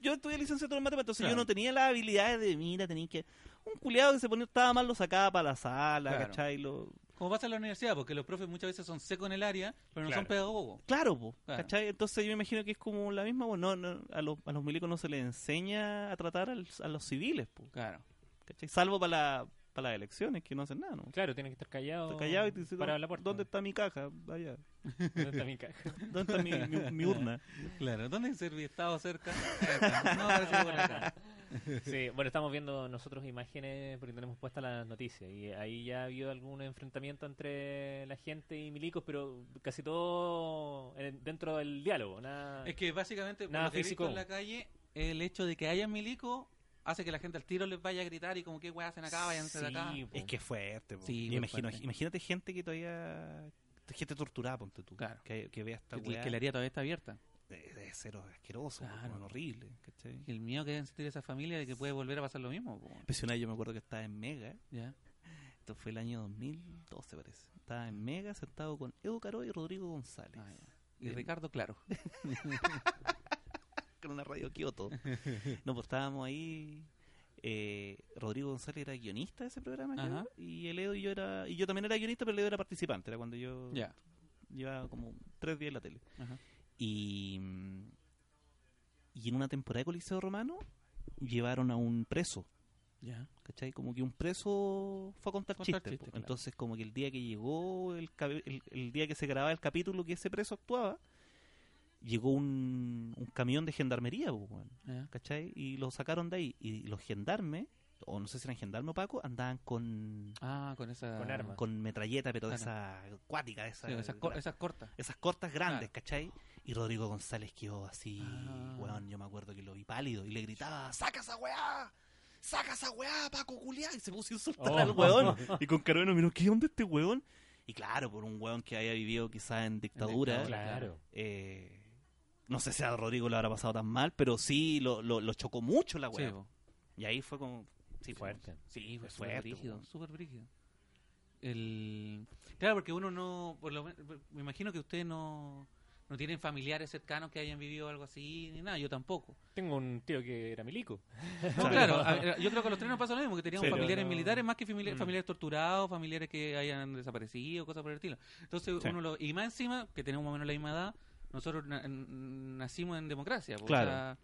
[SPEAKER 5] yo estudié licenciatura en matemática, entonces
[SPEAKER 2] Claro.
[SPEAKER 5] yo no tenía las habilidades de, mira, tenía que. Un culiado que se ponía, estaba mal, lo sacaba para la sala,
[SPEAKER 2] Claro.
[SPEAKER 5] ¿cachai? Lo...
[SPEAKER 2] Como pasa en la universidad, porque los profes muchas veces son secos en el área, pero no son
[SPEAKER 5] Claro.
[SPEAKER 2] pedagogos.
[SPEAKER 5] Claro, pues,
[SPEAKER 2] Claro.
[SPEAKER 5] ¿cachai? Entonces yo me imagino que es como la misma, bueno, no, no, a, los, a los milicos no se les enseña a tratar al- a los civiles, pues,
[SPEAKER 2] Claro.
[SPEAKER 5] ¿cachai? Salvo para la- para las elecciones, que no hacen nada, ¿no?
[SPEAKER 4] Claro, tiene que estar callado.
[SPEAKER 5] Está callado y te dice,
[SPEAKER 4] parado en la puerta.
[SPEAKER 5] ¿dónde está mi caja? Allá.
[SPEAKER 4] ¿Dónde está mi caja?
[SPEAKER 5] ¿Dónde está mi, mi- mi urna?
[SPEAKER 2] Claro, ¿dónde se había estado cerca? Acá. No, parece que por acá.
[SPEAKER 4] Sí, bueno, estamos viendo nosotros imágenes porque tenemos puestas las noticias y ahí ya ha habido algún enfrentamiento entre la gente y milicos, pero casi todo en- dentro del diálogo, nada.
[SPEAKER 2] Es que básicamente, por
[SPEAKER 4] Nada
[SPEAKER 2] lo que he
[SPEAKER 4] físico.
[SPEAKER 2] visto en la calle, el hecho de que haya milico hace que la gente al tiro les vaya a gritar y como, ¿qué weá hacen acá? Váyanse de acá.
[SPEAKER 4] Sí, po.
[SPEAKER 5] Es que es fuerte, po.
[SPEAKER 2] Sí,
[SPEAKER 5] Y
[SPEAKER 2] muy
[SPEAKER 5] imagino,
[SPEAKER 2] fuerte.
[SPEAKER 5] imagínate gente que todavía gente torturada, ponte tú,
[SPEAKER 2] Claro.
[SPEAKER 5] que, que vea esta
[SPEAKER 2] Que-
[SPEAKER 5] weá
[SPEAKER 2] que la área todavía está abierta.
[SPEAKER 5] de, de cero asqueroso, po,
[SPEAKER 2] Claro.
[SPEAKER 5] weón, horrible, ¿cachai?
[SPEAKER 2] Y el miedo que deben sentir esa familia de que puede volver a pasar lo mismo. po.
[SPEAKER 5] Impresionante, yo me acuerdo que estaba en Mega,
[SPEAKER 2] Ya.
[SPEAKER 5] esto fue el año 2012 parece, estaba en Mega sentado con Edu Caro y Rodrigo González,
[SPEAKER 2] Ah, ya. Y Ricardo, claro.
[SPEAKER 5] con una radio Kioto. no, pues estábamos ahí, eh, Rodrigo González era guionista de ese programa, creo,
[SPEAKER 2] Ajá.
[SPEAKER 5] y el Edu y yo era, y yo también era guionista, pero el Edu era participante, era cuando yo
[SPEAKER 2] Ya.
[SPEAKER 5] llevaba como tres días en la tele.
[SPEAKER 2] Ajá.
[SPEAKER 5] Y, mm, y en una temporada de Coliseo Romano llevaron a un preso,
[SPEAKER 2] Ya.
[SPEAKER 5] ¿cachai? Como que un preso fue a contar,
[SPEAKER 2] Contar
[SPEAKER 5] chistes.
[SPEAKER 2] chistes,
[SPEAKER 5] po.
[SPEAKER 2] claro.
[SPEAKER 5] Entonces como que el día que llegó, el, cabe- el, el día que se grababa el capítulo que ese preso actuaba, llegó un, un camión de gendarmería, po, weón,
[SPEAKER 2] ya.
[SPEAKER 5] ¿cachai? Y lo sacaron de ahí. Y los gendarmes, o no sé si eran gendarmes o Paco, andaban con...
[SPEAKER 2] Ah, con esa.
[SPEAKER 4] Con armas.
[SPEAKER 5] Con metralleta, pero de
[SPEAKER 2] Claro.
[SPEAKER 5] esa acuática, de esa,
[SPEAKER 2] Sí, esas, cor- esas cortas.
[SPEAKER 5] esas cortas grandes,
[SPEAKER 2] Claro.
[SPEAKER 5] ¿cachai? Y Rodrigo González quedó así,
[SPEAKER 2] Ah.
[SPEAKER 5] weón, yo me acuerdo que lo vi pálido y le gritaba, ¡saca esa weá! ¡Saca esa weá, Paco Culiá! Y se puso a insultar
[SPEAKER 4] Oh.
[SPEAKER 5] al weón. Y con Carolina miró, ¿qué onda este weón? Y claro, por un weón que haya vivido quizás en dictadura,
[SPEAKER 2] dictadura.
[SPEAKER 4] pues, Claro.
[SPEAKER 5] eh, no sé si a Rodrigo le habrá pasado tan mal, pero sí lo, lo- lo chocó mucho la
[SPEAKER 2] Sí,
[SPEAKER 5] Ah, weá.
[SPEAKER 2] po.
[SPEAKER 5] y ahí fue como... Sí, fue-
[SPEAKER 4] Fuerte.
[SPEAKER 5] Sí, fue
[SPEAKER 2] Es súper
[SPEAKER 5] fuerte.
[SPEAKER 2] brígido,
[SPEAKER 5] weón.
[SPEAKER 2] súper brígido. El... Claro, porque uno no, por lo men- me imagino que ustedes no, no tienen familiares cercanos que hayan vivido algo así, ni nada, yo tampoco.
[SPEAKER 4] Tengo un tío que era milico.
[SPEAKER 2] No,
[SPEAKER 5] Claro.
[SPEAKER 2] claro, a ver, yo creo que a los tres nos pasa lo mismo, que teníamos
[SPEAKER 5] Pero
[SPEAKER 2] familiares
[SPEAKER 4] no-
[SPEAKER 2] militares más que familia-
[SPEAKER 4] Mm.
[SPEAKER 2] familiares torturados, familiares que hayan desaparecido, cosas por el estilo. Entonces
[SPEAKER 5] Sí.
[SPEAKER 2] uno lo... Y más encima, que tenemos más o menos la misma edad, nosotros na- n- nacimos en democracia. po, o
[SPEAKER 5] Claro.
[SPEAKER 2] sea,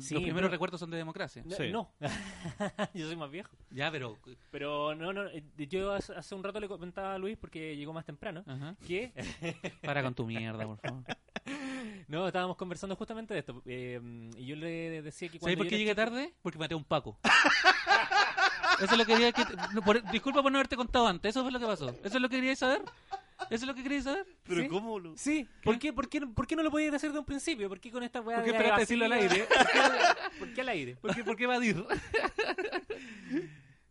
[SPEAKER 4] Sí,
[SPEAKER 2] los primeros
[SPEAKER 4] pero-
[SPEAKER 2] recuerdos son de democracia.
[SPEAKER 4] No,
[SPEAKER 5] Sí.
[SPEAKER 4] No, yo soy más viejo.
[SPEAKER 2] Ya, pero...
[SPEAKER 4] Pero no, no, eh, yo hace hace un rato le comentaba a Luis porque llegó más temprano
[SPEAKER 2] Ajá.
[SPEAKER 4] que
[SPEAKER 2] Para con tu mierda, por favor.
[SPEAKER 4] No, estábamos conversando justamente de esto. eh, y yo le decía que cuando.
[SPEAKER 2] ¿Sabes por
[SPEAKER 4] yo
[SPEAKER 2] qué
[SPEAKER 4] era
[SPEAKER 2] llegué
[SPEAKER 4] chico-
[SPEAKER 2] tarde? Porque maté a un Paco. Eso es lo que quería que... no, por- Disculpa por no haberte contado antes, eso fue lo que pasó. ¿Eso es lo que queríais saber? ¿Eso es lo que queríais saber?
[SPEAKER 5] Pero
[SPEAKER 4] ¿Sí?
[SPEAKER 5] ¿cómo, lo-
[SPEAKER 4] Sí, ¿por qué, por, qué, ¿por qué no lo podías hacer de un principio? ¿Por qué con esta weá
[SPEAKER 2] ¿Por qué
[SPEAKER 4] de
[SPEAKER 2] esperaste decirlo al aire?
[SPEAKER 4] ¿Por qué, por qué al aire?
[SPEAKER 2] ¿Por qué, por qué evadir?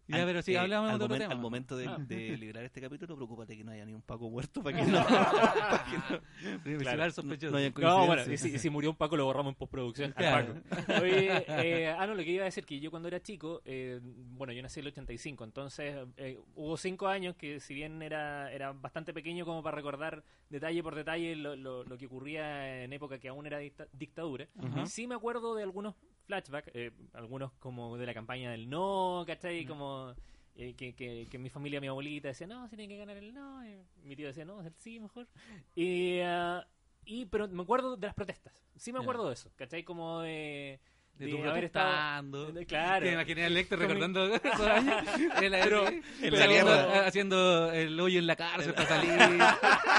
[SPEAKER 2] ya,
[SPEAKER 5] Al-
[SPEAKER 2] pero sí,
[SPEAKER 5] eh,
[SPEAKER 2] hablamos
[SPEAKER 5] al
[SPEAKER 2] de otro
[SPEAKER 5] momen-
[SPEAKER 2] tema.
[SPEAKER 5] Al momento de,
[SPEAKER 4] Ah.
[SPEAKER 5] de liberar este capítulo, preocúpate que no haya ni un Paco muerto para que no, para que no-
[SPEAKER 2] Sí,
[SPEAKER 4] Claro.
[SPEAKER 2] visual sospechoso.
[SPEAKER 5] no hayan
[SPEAKER 4] No, bueno, y
[SPEAKER 5] coincidencias.
[SPEAKER 4] si, y si murió un Paco lo borramos en postproducción. al
[SPEAKER 2] Claro.
[SPEAKER 4] Paco. Oye, eh, ah, no, lo que iba a decir que yo cuando era chico, eh, bueno, yo nací en el 85, entonces eh, hubo cinco años que si bien era, era bastante pequeño como para recordar detalle por detalle lo, lo- lo que ocurría en época que aún era dicta- dictadura,
[SPEAKER 2] Ajá.
[SPEAKER 4] sí me acuerdo de algunos flashbacks, eh, algunos como de la campaña del no, ¿cachai? Como... eh, que, que, que mi familia, mi abuelita decía, no, si tiene que ganar el no. eh, mi tío decía, no, el sí, mejor. Y, ah, y pero me acuerdo de las protestas. Sí me
[SPEAKER 2] Ya.
[SPEAKER 4] acuerdo de eso, ¿cachai? Como de,
[SPEAKER 2] De tu
[SPEAKER 4] de haber estado
[SPEAKER 2] protestando.
[SPEAKER 4] de- claro.
[SPEAKER 2] Te imaginé al Héctor
[SPEAKER 4] Con mi-
[SPEAKER 2] recordando esos años. Él, eh,
[SPEAKER 4] Pero-
[SPEAKER 2] sí,
[SPEAKER 5] pero-
[SPEAKER 2] saliendo, eh, haciendo el hoyo en la cárcel para salir.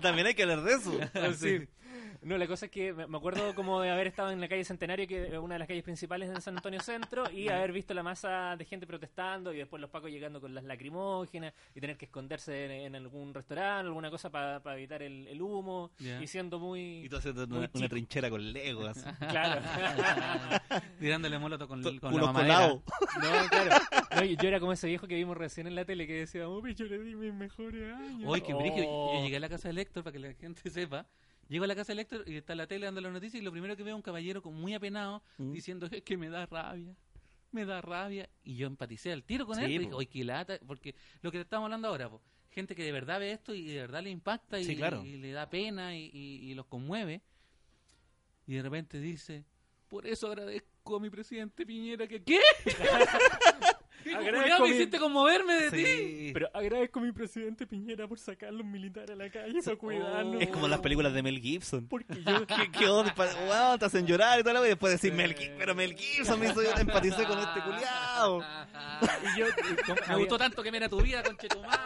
[SPEAKER 5] También hay que hablar de eso.
[SPEAKER 2] Sí.
[SPEAKER 4] No, la cosa es que me me acuerdo como de haber estado en la calle Centenario, que es una de las calles principales de San Antonio Centro, y haber visto la masa de gente protestando y después los pacos llegando con las lacrimógenas y tener que esconderse en, en algún restaurante, alguna cosa para evitar el, el humo
[SPEAKER 2] Ya.
[SPEAKER 4] y siendo muy...
[SPEAKER 5] Y tú haciendo
[SPEAKER 4] Muy
[SPEAKER 5] una, una
[SPEAKER 4] chico.
[SPEAKER 5] trinchera con Lego, así.
[SPEAKER 4] Claro.
[SPEAKER 2] Tirándole molotov con,
[SPEAKER 5] To-
[SPEAKER 2] con la
[SPEAKER 5] unos
[SPEAKER 2] mamadera.
[SPEAKER 5] colados.
[SPEAKER 4] No, claro. No, yo yo era como ese viejo que vimos recién en la tele que decía, oh, yo le di mis mejores años.
[SPEAKER 2] Oye, qué brillo.
[SPEAKER 4] Oh.
[SPEAKER 2] Yo llegué a la casa de Héctor, para que la gente sepa. Llego a la casa de Héctor y está la tele dando la noticia y lo primero que veo es un caballero con muy apenado
[SPEAKER 5] Mm.
[SPEAKER 2] diciendo es que me da rabia. Me da rabia. Y yo empaticé al tiro con
[SPEAKER 5] Sí,
[SPEAKER 2] él. y
[SPEAKER 5] po.
[SPEAKER 2] Dije, oye, qué lata. Porque lo que te estamos hablando ahora, po, gente que de verdad ve esto y de verdad le impacta y,
[SPEAKER 5] Sí, claro.
[SPEAKER 2] y le da pena y, y- y los conmueve. Y de repente dice, por eso agradezco a mi presidente Piñera que... ¿Qué? ¿Qué
[SPEAKER 4] Agradezco
[SPEAKER 2] culiao me
[SPEAKER 4] mi-
[SPEAKER 2] hiciste conmoverme de ti?
[SPEAKER 5] Sí.
[SPEAKER 4] Pero agradezco a mi presidente Piñera por sacar a los militares a la calle para
[SPEAKER 2] Oh.
[SPEAKER 4] cuidarnos.
[SPEAKER 5] Es como las películas de Mel Gibson.
[SPEAKER 4] Porque yo...
[SPEAKER 5] ¿Qué, qué onda? Pa- Wow, te hacen llorar y todo lo y después decir Mel Gibson, pero Mel Gibson me hizo yo empaticé con este culiao.
[SPEAKER 4] y yo
[SPEAKER 2] Me gustó tanto que me era tu vida, conchetumar.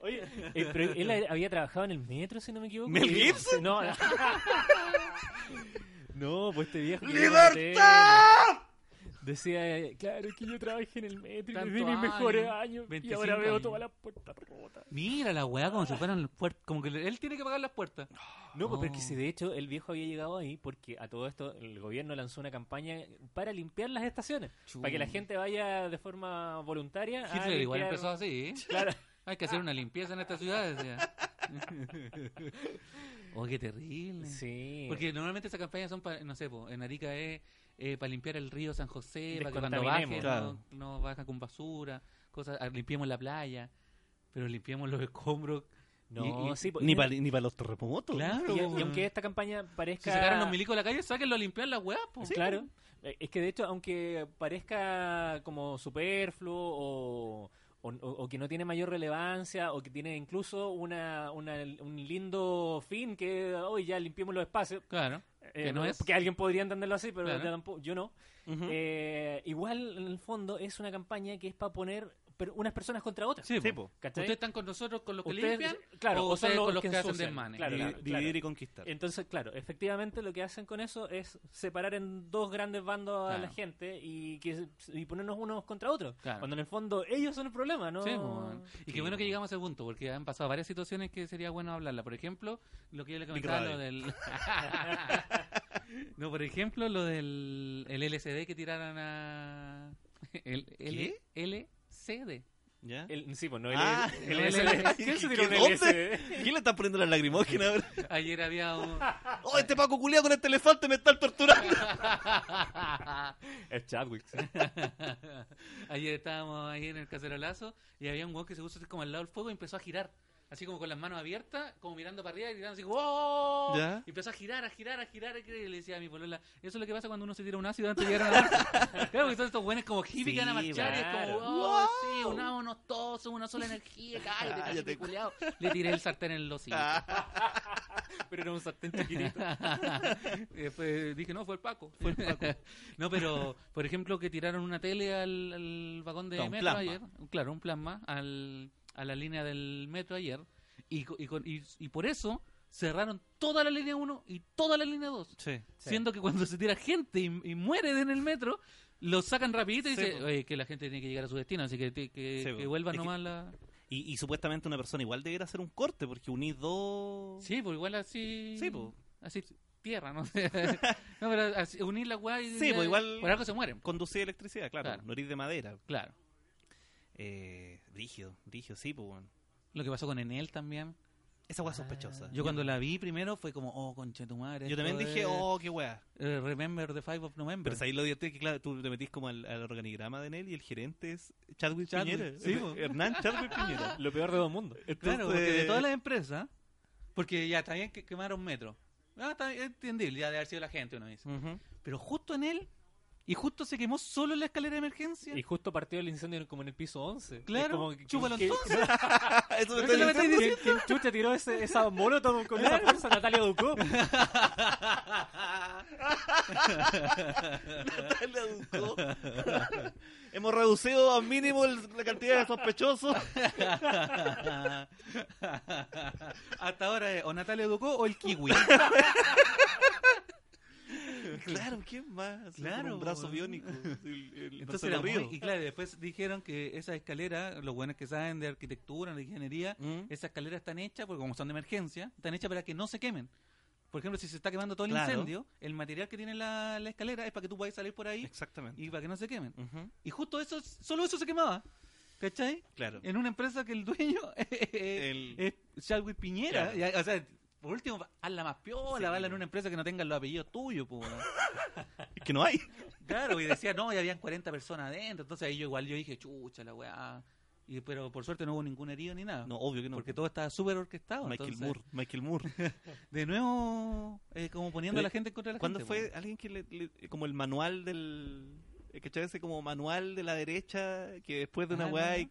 [SPEAKER 4] Oye, eh, pero él ha- había trabajado en el metro, si no me equivoco.
[SPEAKER 5] ¿Mel
[SPEAKER 4] Y-
[SPEAKER 5] Gibson?
[SPEAKER 4] No, no. No, pues este viejo. que
[SPEAKER 5] ¡Libertad!
[SPEAKER 4] Decía, eh, claro, es que yo trabajé en el metro y
[SPEAKER 2] Tanto
[SPEAKER 4] le di mis mejores
[SPEAKER 2] año,
[SPEAKER 4] años. Y
[SPEAKER 2] 25
[SPEAKER 4] ahora veo
[SPEAKER 2] años.
[SPEAKER 4] todas las puertas rotas.
[SPEAKER 2] Mira la weá como si fueran puertas. Como que él tiene que pagar las puertas.
[SPEAKER 4] No, pues porque
[SPEAKER 2] Oh.
[SPEAKER 4] si de hecho el viejo había llegado ahí porque a todo esto el gobierno lanzó una campaña para limpiar las estaciones, para que la gente vaya de forma voluntaria. a
[SPEAKER 2] Ah, Hitler igual
[SPEAKER 4] limpiar-
[SPEAKER 2] empezó así, ¿eh?
[SPEAKER 4] Claro.
[SPEAKER 2] Hay que hacer una limpieza en esta ciudad, decía. oh, qué terrible.
[SPEAKER 4] Sí.
[SPEAKER 2] Porque normalmente esas campañas son para, no sé, po, en Arica es para limpiar el río San José, para que cuando baje
[SPEAKER 4] Descontaminemos.
[SPEAKER 5] Claro.
[SPEAKER 2] no, no baja con basura, cosas, ah, limpiemos la playa, pero limpiemos los escombros.
[SPEAKER 4] no,
[SPEAKER 2] y- y-
[SPEAKER 4] sí, pues,
[SPEAKER 5] Ni
[SPEAKER 4] y-
[SPEAKER 5] para ni pa los terremotos.
[SPEAKER 2] Claro.
[SPEAKER 4] y- y aunque esta campaña
[SPEAKER 2] Si
[SPEAKER 4] parezca
[SPEAKER 2] sacaron los milicos de la calle, sáquenlo a limpiar la weá, po.
[SPEAKER 4] Claro. Eh, Es que de hecho, aunque parezca como superfluo o, o- o- o que no tiene mayor relevancia o que tiene incluso una, una- un lindo fin que hoy ya limpiemos los espacios,
[SPEAKER 2] Claro.
[SPEAKER 4] eh,
[SPEAKER 2] Que no es.
[SPEAKER 4] que alguien podría entenderlo así, pero
[SPEAKER 2] Claro. ¿Mm?
[SPEAKER 4] yo tampoco- yo no.
[SPEAKER 5] Ujú.
[SPEAKER 4] Eh, igual, en el fondo, es una campaña que es para poner per- unas personas contra otras.
[SPEAKER 2] Sí,
[SPEAKER 5] Sí,
[SPEAKER 2] po.
[SPEAKER 5] po.
[SPEAKER 4] ¿cachai?
[SPEAKER 2] Ustedes están con nosotros con los que
[SPEAKER 4] Ustedes-
[SPEAKER 2] limpian.
[SPEAKER 4] claro,
[SPEAKER 2] o
[SPEAKER 4] o son
[SPEAKER 2] ustedes
[SPEAKER 4] los
[SPEAKER 2] con los
[SPEAKER 4] que
[SPEAKER 2] que hacen
[SPEAKER 4] ensucian,
[SPEAKER 2] desmanes.
[SPEAKER 4] claro,
[SPEAKER 5] Divi-
[SPEAKER 4] claro,
[SPEAKER 5] dividir
[SPEAKER 4] claro.
[SPEAKER 5] y conquistar.
[SPEAKER 4] Entonces, claro, efectivamente lo que hacen con eso es separar en dos grandes bandos a la
[SPEAKER 2] Claro.
[SPEAKER 4] gente y, que, y ponernos unos contra otros.
[SPEAKER 2] Claro.
[SPEAKER 4] Cuando en el fondo ellos son el problema, ¿no?
[SPEAKER 2] Sí, po, weón. y
[SPEAKER 5] Sí,
[SPEAKER 2] qué bueno que
[SPEAKER 5] po.
[SPEAKER 2] llegamos a ese punto, porque han pasado varias situaciones que sería bueno hablarla. Por ejemplo, lo que yo le comentaba,
[SPEAKER 5] Radio.
[SPEAKER 2] lo del... no, por ejemplo, lo del el LCD que tiraron a... El, L- LCD.
[SPEAKER 5] ¿Ya?
[SPEAKER 4] El- sí, pues no, el,
[SPEAKER 5] Ah,
[SPEAKER 4] el-
[SPEAKER 2] no,
[SPEAKER 4] el-
[SPEAKER 2] el-
[SPEAKER 4] el-
[SPEAKER 5] ¿Qué-
[SPEAKER 4] ¿Quién se
[SPEAKER 5] qué-
[SPEAKER 4] tiró un
[SPEAKER 5] dónde?
[SPEAKER 4] LSD?
[SPEAKER 5] ¿Quién le está poniendo la lagrimógena ahora?
[SPEAKER 2] Ayer había un...
[SPEAKER 5] ¡Oh, este Paco culiado con este elefante me está torturando!
[SPEAKER 4] Es Chadwick. sí.
[SPEAKER 2] Ayer estábamos ahí en el cacerolazo y había un weón que se puso así como al lado del fuego y empezó a girar. Así como con las manos abiertas, como mirando para arriba y gritando así, ¡wow!
[SPEAKER 5] Ya.
[SPEAKER 2] Y empezó a girar, a girar, a girar. Y le decía a mi polola, eso es lo que pasa cuando uno se tira un ácido antes de llegar a la marcha. claro, porque son estos buenos como hippies que van a
[SPEAKER 5] Sí,
[SPEAKER 2] marchar y es
[SPEAKER 4] claro.
[SPEAKER 2] como, ¡wow! Sí, unámonos todos, somos una sola energía, cállate,
[SPEAKER 5] Cállate,
[SPEAKER 2] cállate,
[SPEAKER 5] cu-
[SPEAKER 2] culiao. Le tiré el sartén en el hocico.
[SPEAKER 4] Pero era un sartén chiquitito.
[SPEAKER 2] Y después dije, no, fue el Paco. no, pero, por ejemplo, que tiraron una tele al, al vagón de
[SPEAKER 5] Claro, un
[SPEAKER 2] metro
[SPEAKER 5] plasma.
[SPEAKER 2] ayer. Claro, un plasma al, a la línea del metro ayer. Y, co- y, con- y- y por eso cerraron toda la línea 1 y toda la línea 2.
[SPEAKER 5] Sí.
[SPEAKER 4] Sí.
[SPEAKER 2] Siendo que cuando se tira gente y, y muere en el metro, lo sacan rapidito y
[SPEAKER 5] Sí,
[SPEAKER 2] dicen,
[SPEAKER 5] po.
[SPEAKER 2] oye, que la gente tiene que llegar a su destino, así que, te- que,
[SPEAKER 5] Sí,
[SPEAKER 2] que
[SPEAKER 5] po.
[SPEAKER 2] vuelvan
[SPEAKER 5] Es que-
[SPEAKER 2] nomás la...
[SPEAKER 5] Y, y supuestamente una persona igual debiera hacer un corte porque unís dos.
[SPEAKER 2] Sí, pues igual así...
[SPEAKER 5] Sí, po.
[SPEAKER 2] Así tierra, no sé. no, pero así, unir la weá y...
[SPEAKER 5] Sí,
[SPEAKER 2] ya-
[SPEAKER 5] po, igual-
[SPEAKER 2] Por algo se mueren.
[SPEAKER 5] Conducir electricidad, claro.
[SPEAKER 2] Claro.
[SPEAKER 5] No erís de madera.
[SPEAKER 2] Claro.
[SPEAKER 5] Eh, rígido, rígido, sí, pues, weón.
[SPEAKER 2] Lo que pasó con Enel también.
[SPEAKER 5] Esa weá es sospechosa.
[SPEAKER 2] Ah, Yo cuando la vi primero fue como, oh, conche tu madre.
[SPEAKER 5] Yo también
[SPEAKER 2] esto
[SPEAKER 5] dije,
[SPEAKER 2] es,
[SPEAKER 5] oh, qué weá.
[SPEAKER 2] eh, Remember the Five of November.
[SPEAKER 5] Pero ahí lo divertido es que, claro, tú te metís como al, al organigrama de Nelly y el gerente es Chadwick,
[SPEAKER 2] Chadwick,
[SPEAKER 5] Piñera.
[SPEAKER 2] sí, po.
[SPEAKER 5] Hernán Chadwick Piñera.
[SPEAKER 4] Lo peor de dos mundos.
[SPEAKER 2] Claro, porque
[SPEAKER 5] Entonces,
[SPEAKER 2] de todas las empresas, porque ya está bien que quemaron metro. Ah, está bien, entendible, ya de haber sido la gente, uno dice.
[SPEAKER 5] Ujú.
[SPEAKER 2] Pero justo en él, y justo se quemó solo en la escalera de emergencia.
[SPEAKER 4] Y justo partió el incendio como en el piso 11.
[SPEAKER 2] Claro,
[SPEAKER 4] Es como que-
[SPEAKER 2] chúpalo
[SPEAKER 4] que-
[SPEAKER 2] entonces.
[SPEAKER 5] Eso me
[SPEAKER 2] ¿Qué le
[SPEAKER 5] está diciendo.
[SPEAKER 2] metí?
[SPEAKER 4] ¿Quién, quién chucha tiró ese, esa molotov con esa fuerza Natalia Ducó?
[SPEAKER 5] Dale, adulto. Hemos reducido a mínimo el- la cantidad de sospechosos.
[SPEAKER 2] Hasta ahora es o Natalia Ducó o el Kiwi.
[SPEAKER 5] Claro, ¿quién más?
[SPEAKER 2] Claro,
[SPEAKER 5] Con un brazo
[SPEAKER 2] weón.
[SPEAKER 5] biónico. El, el
[SPEAKER 2] Entonces
[SPEAKER 5] Marcelo
[SPEAKER 2] era muy-
[SPEAKER 5] Río.
[SPEAKER 2] y claro, después dijeron que esa escalera, los buenos que saben de arquitectura, de ingeniería,
[SPEAKER 5] ¿Mm?
[SPEAKER 2] esas escaleras están hechas, porque como son de emergencia, están hechas para que no se quemen. Por ejemplo, si se está quemando todo el
[SPEAKER 5] Claro.
[SPEAKER 2] incendio, el material que tiene la, la escalera es para que tú puedas salir por ahí
[SPEAKER 5] Exactamente.
[SPEAKER 2] y para que no se quemen.
[SPEAKER 5] Ujú.
[SPEAKER 2] Y justo eso, solo eso se quemaba. ¿Cachai?
[SPEAKER 5] Claro.
[SPEAKER 2] En una empresa que el dueño es,
[SPEAKER 5] El-
[SPEAKER 2] es Chadwick Piñera.
[SPEAKER 5] Claro.
[SPEAKER 2] Ya, O sea, por último, hazla más piola,
[SPEAKER 5] Sí.
[SPEAKER 2] hazla en una empresa que no tenga los apellidos tuyos, po, weón.
[SPEAKER 5] Que no hay.
[SPEAKER 2] Claro, y decía, no, y habían 40 personas adentro. Entonces ahí yo igual yo dije, chucha la weá. Y, pero por suerte no hubo ningún herido ni nada.
[SPEAKER 5] No, obvio que no.
[SPEAKER 2] Porque todo estaba súper orquestado.
[SPEAKER 5] Michael
[SPEAKER 2] entonces,
[SPEAKER 5] Moore. Michael Moore.
[SPEAKER 2] De nuevo, eh, como poniendo a la
[SPEAKER 5] Pero,
[SPEAKER 2] gente en contra de la
[SPEAKER 5] ¿Cuándo
[SPEAKER 2] gente.
[SPEAKER 5] fue alguien que le, le- como el manual del eh, ¿cachai? ese como manual de la derecha que después de una
[SPEAKER 2] Ah,
[SPEAKER 5] weá
[SPEAKER 2] no.
[SPEAKER 5] y-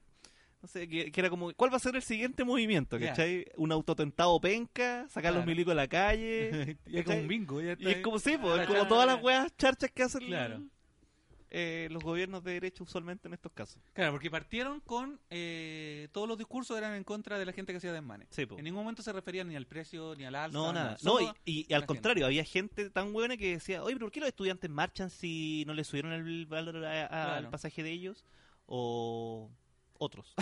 [SPEAKER 5] no sé, que, que era como ¿cuál va a ser el siguiente movimiento?
[SPEAKER 2] Ya.
[SPEAKER 5] ¿cachai? Un autotentado penca, sacar los
[SPEAKER 2] Claro.
[SPEAKER 5] milicos a la calle
[SPEAKER 2] po? Y es como
[SPEAKER 5] ¿cachai?
[SPEAKER 2] un bingo. ya
[SPEAKER 5] y es
[SPEAKER 2] está.
[SPEAKER 5] como sí, pues,
[SPEAKER 4] Ah,
[SPEAKER 5] es como
[SPEAKER 4] claro.
[SPEAKER 5] todas las weas charchas que hacen
[SPEAKER 2] Claro.
[SPEAKER 5] eh, los gobiernos de derecha usualmente en estos casos
[SPEAKER 2] Claro, porque partieron con. eh, todos los discursos eran en contra de la gente que hacía desmanes.
[SPEAKER 5] Sí, po.
[SPEAKER 2] En ningún momento se referían ni al precio, ni al alza.
[SPEAKER 5] no,
[SPEAKER 2] ni
[SPEAKER 5] nada.
[SPEAKER 2] al-
[SPEAKER 5] No, y,
[SPEAKER 2] solo-
[SPEAKER 5] y- y al
[SPEAKER 2] la
[SPEAKER 5] contrario, había gente tan buena que decía, oye, pero ¿por qué los estudiantes marchan si no le subieron el valor a- a- al
[SPEAKER 2] Claro.
[SPEAKER 5] pasaje de ellos? O otros.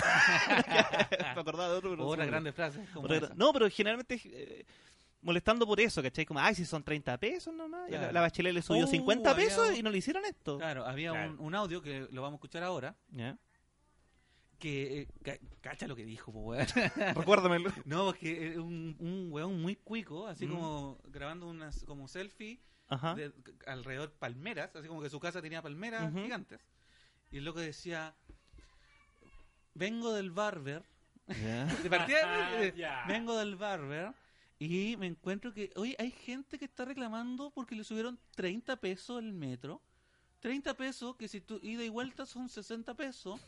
[SPEAKER 5] Me acordaba de otro, pero no se me
[SPEAKER 2] Otras
[SPEAKER 5] acuerdo.
[SPEAKER 2] grandes frases. Como
[SPEAKER 5] Otra
[SPEAKER 2] esa.
[SPEAKER 5] gran- No, pero generalmente eh, molestando por eso, ¿cachai? Como, ay, si son 30 pesos nomás. y La,
[SPEAKER 2] Claro.
[SPEAKER 5] la bachelet le subió
[SPEAKER 2] Uh,
[SPEAKER 5] 50
[SPEAKER 2] había-
[SPEAKER 5] pesos y no le hicieron esto.
[SPEAKER 2] Claro, había
[SPEAKER 4] Claro.
[SPEAKER 2] Un, un audio que lo vamos a escuchar ahora.
[SPEAKER 5] ¿Ya?
[SPEAKER 2] Que. eh, ca- cacha lo que dijo, po, weón.
[SPEAKER 5] Recuérdamelo.
[SPEAKER 2] No, porque es un, un weón muy cuico, así
[SPEAKER 5] Mm.
[SPEAKER 2] como grabando unas como selfie
[SPEAKER 5] Ajá.
[SPEAKER 2] de- alrededor palmeras, así como que su casa tenía palmeras
[SPEAKER 5] Ujú.
[SPEAKER 2] gigantes. Y el loco decía, vengo del barber,
[SPEAKER 5] Ya.
[SPEAKER 2] de partida, eh,
[SPEAKER 4] Ya.
[SPEAKER 2] vengo del barber y me encuentro que, oye, hay gente que está reclamando porque le subieron 30 pesos el metro. 30 pesos, que si tú ida y vuelta son 60 pesos.